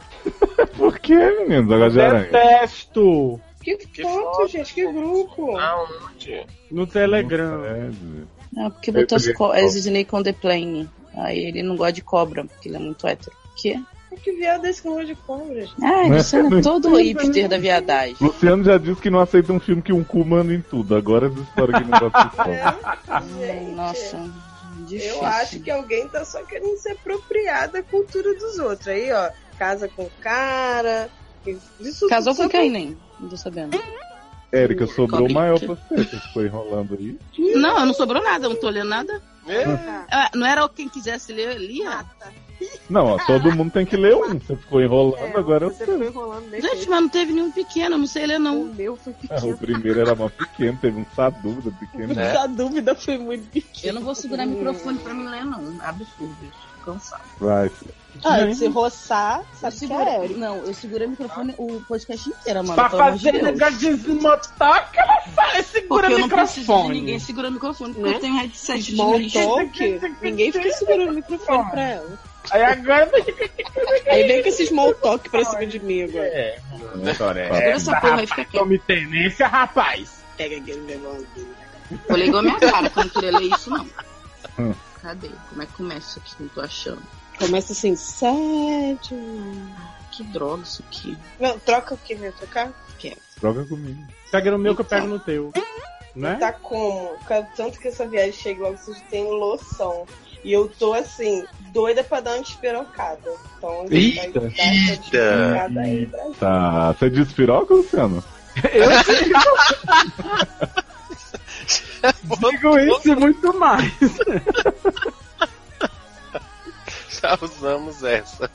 [SPEAKER 1] Por que, meninos? Agora de
[SPEAKER 5] é
[SPEAKER 1] aranha.
[SPEAKER 5] Detesto
[SPEAKER 3] Que,
[SPEAKER 2] Que
[SPEAKER 3] foto,
[SPEAKER 2] foto,
[SPEAKER 3] gente, que grupo.
[SPEAKER 2] Aonde?
[SPEAKER 5] no
[SPEAKER 1] é.
[SPEAKER 5] Telegram.
[SPEAKER 1] Sério.
[SPEAKER 4] Ah, porque botou
[SPEAKER 1] peguei
[SPEAKER 4] as co-
[SPEAKER 1] a
[SPEAKER 4] as Disney com The Plane. Aí ele não gosta de cobra, porque ele é muito hétero. O quê?
[SPEAKER 3] Que viado é esse que não gosta de cobra,
[SPEAKER 5] *laughs*
[SPEAKER 3] gente?
[SPEAKER 4] Ah,
[SPEAKER 1] Não é?
[SPEAKER 4] Luciano é todo hipster da viadagem.
[SPEAKER 1] Luciano já disse que não aceita um filme que um cu manda em tudo. Agora essa história que não gosta de
[SPEAKER 3] É,
[SPEAKER 4] *laughs*
[SPEAKER 1] fome.
[SPEAKER 3] gente,
[SPEAKER 4] Nossa, difícil.
[SPEAKER 3] Eu acho que alguém tá só querendo se apropriar da cultura dos outros. Aí, ó, casa com o cara. Isso
[SPEAKER 4] Casou
[SPEAKER 3] tudo
[SPEAKER 4] com
[SPEAKER 3] só
[SPEAKER 4] quem, nem? Não tô sabendo.
[SPEAKER 1] Érica, sobrou
[SPEAKER 4] Cobre-
[SPEAKER 1] o maior pra você que ficou enrolando aí.
[SPEAKER 4] Não, eu não sobrou nada, eu não tô olhando nada.
[SPEAKER 2] *laughs* É.
[SPEAKER 4] Ah, não era quem quisesse ler, eu lia?
[SPEAKER 1] Não, ó, todo mundo tem que ler um. Você ficou
[SPEAKER 3] É.
[SPEAKER 1] enrolando, agora eu
[SPEAKER 3] você
[SPEAKER 1] sei.
[SPEAKER 3] foi enrolando nesse
[SPEAKER 4] Gente, mas não teve nenhum pequeno, eu não sei ler,
[SPEAKER 3] O
[SPEAKER 4] não.
[SPEAKER 3] meu foi
[SPEAKER 1] Ah,
[SPEAKER 3] pequeno.
[SPEAKER 1] o primeiro era mais pequeno, teve um sadúvida pequeno.
[SPEAKER 2] É.
[SPEAKER 3] Essa dúvida foi muito
[SPEAKER 4] Eu
[SPEAKER 3] pequena.
[SPEAKER 4] não vou segurar
[SPEAKER 3] Hum.
[SPEAKER 4] microfone pra mim ler, não. Absurdo isso. Cansado.
[SPEAKER 1] Vai.
[SPEAKER 3] Ah, se roçar,
[SPEAKER 4] Eu
[SPEAKER 3] sabe que
[SPEAKER 4] segurei-
[SPEAKER 3] é Eric.
[SPEAKER 4] não, eu segurei o microfone o podcast inteiro, mano.
[SPEAKER 5] Pra
[SPEAKER 4] pelo amor de
[SPEAKER 5] fazer
[SPEAKER 4] Deus.
[SPEAKER 5] negócio de desmotoca, ela fala, segura
[SPEAKER 4] Porque eu
[SPEAKER 5] o
[SPEAKER 4] não preciso de
[SPEAKER 5] microfone.
[SPEAKER 4] ninguém segurando o microfone, porque
[SPEAKER 3] Né?
[SPEAKER 4] eu tenho headset de
[SPEAKER 3] Small
[SPEAKER 4] lixo.
[SPEAKER 3] talk, ninguém fica segurando o microfone pra ela.
[SPEAKER 5] Aí agora
[SPEAKER 3] Aí vem com esse small talk pra cima de mim agora.
[SPEAKER 5] É,
[SPEAKER 4] Segura essa porra aí, fica quieto.
[SPEAKER 5] tome tenência, rapaz.
[SPEAKER 3] Pega aquele negócio dele.
[SPEAKER 4] Eu ligou a minha cara, que eu não queria ler isso, não.
[SPEAKER 1] Hum.
[SPEAKER 4] Cadê? Como é que começa isso aqui? Não tô achando.
[SPEAKER 3] Começa assim, sede.
[SPEAKER 4] Que droga isso aqui.
[SPEAKER 3] Não, troca o que vem trocar?
[SPEAKER 1] Droga comigo.
[SPEAKER 5] Pega no meu que eu pego no teu. Né?
[SPEAKER 3] Tá como? Tanto que essa viagem chega logo, vocês têm loção. E eu tô assim, doida pra dar uma despirocada. Então a gente vai
[SPEAKER 2] Eita.
[SPEAKER 3] dar essa despirocada aí pra
[SPEAKER 1] Tá. Você disse piroca, Luciano?
[SPEAKER 5] Digo isso e muito mais.
[SPEAKER 2] Já usamos essa.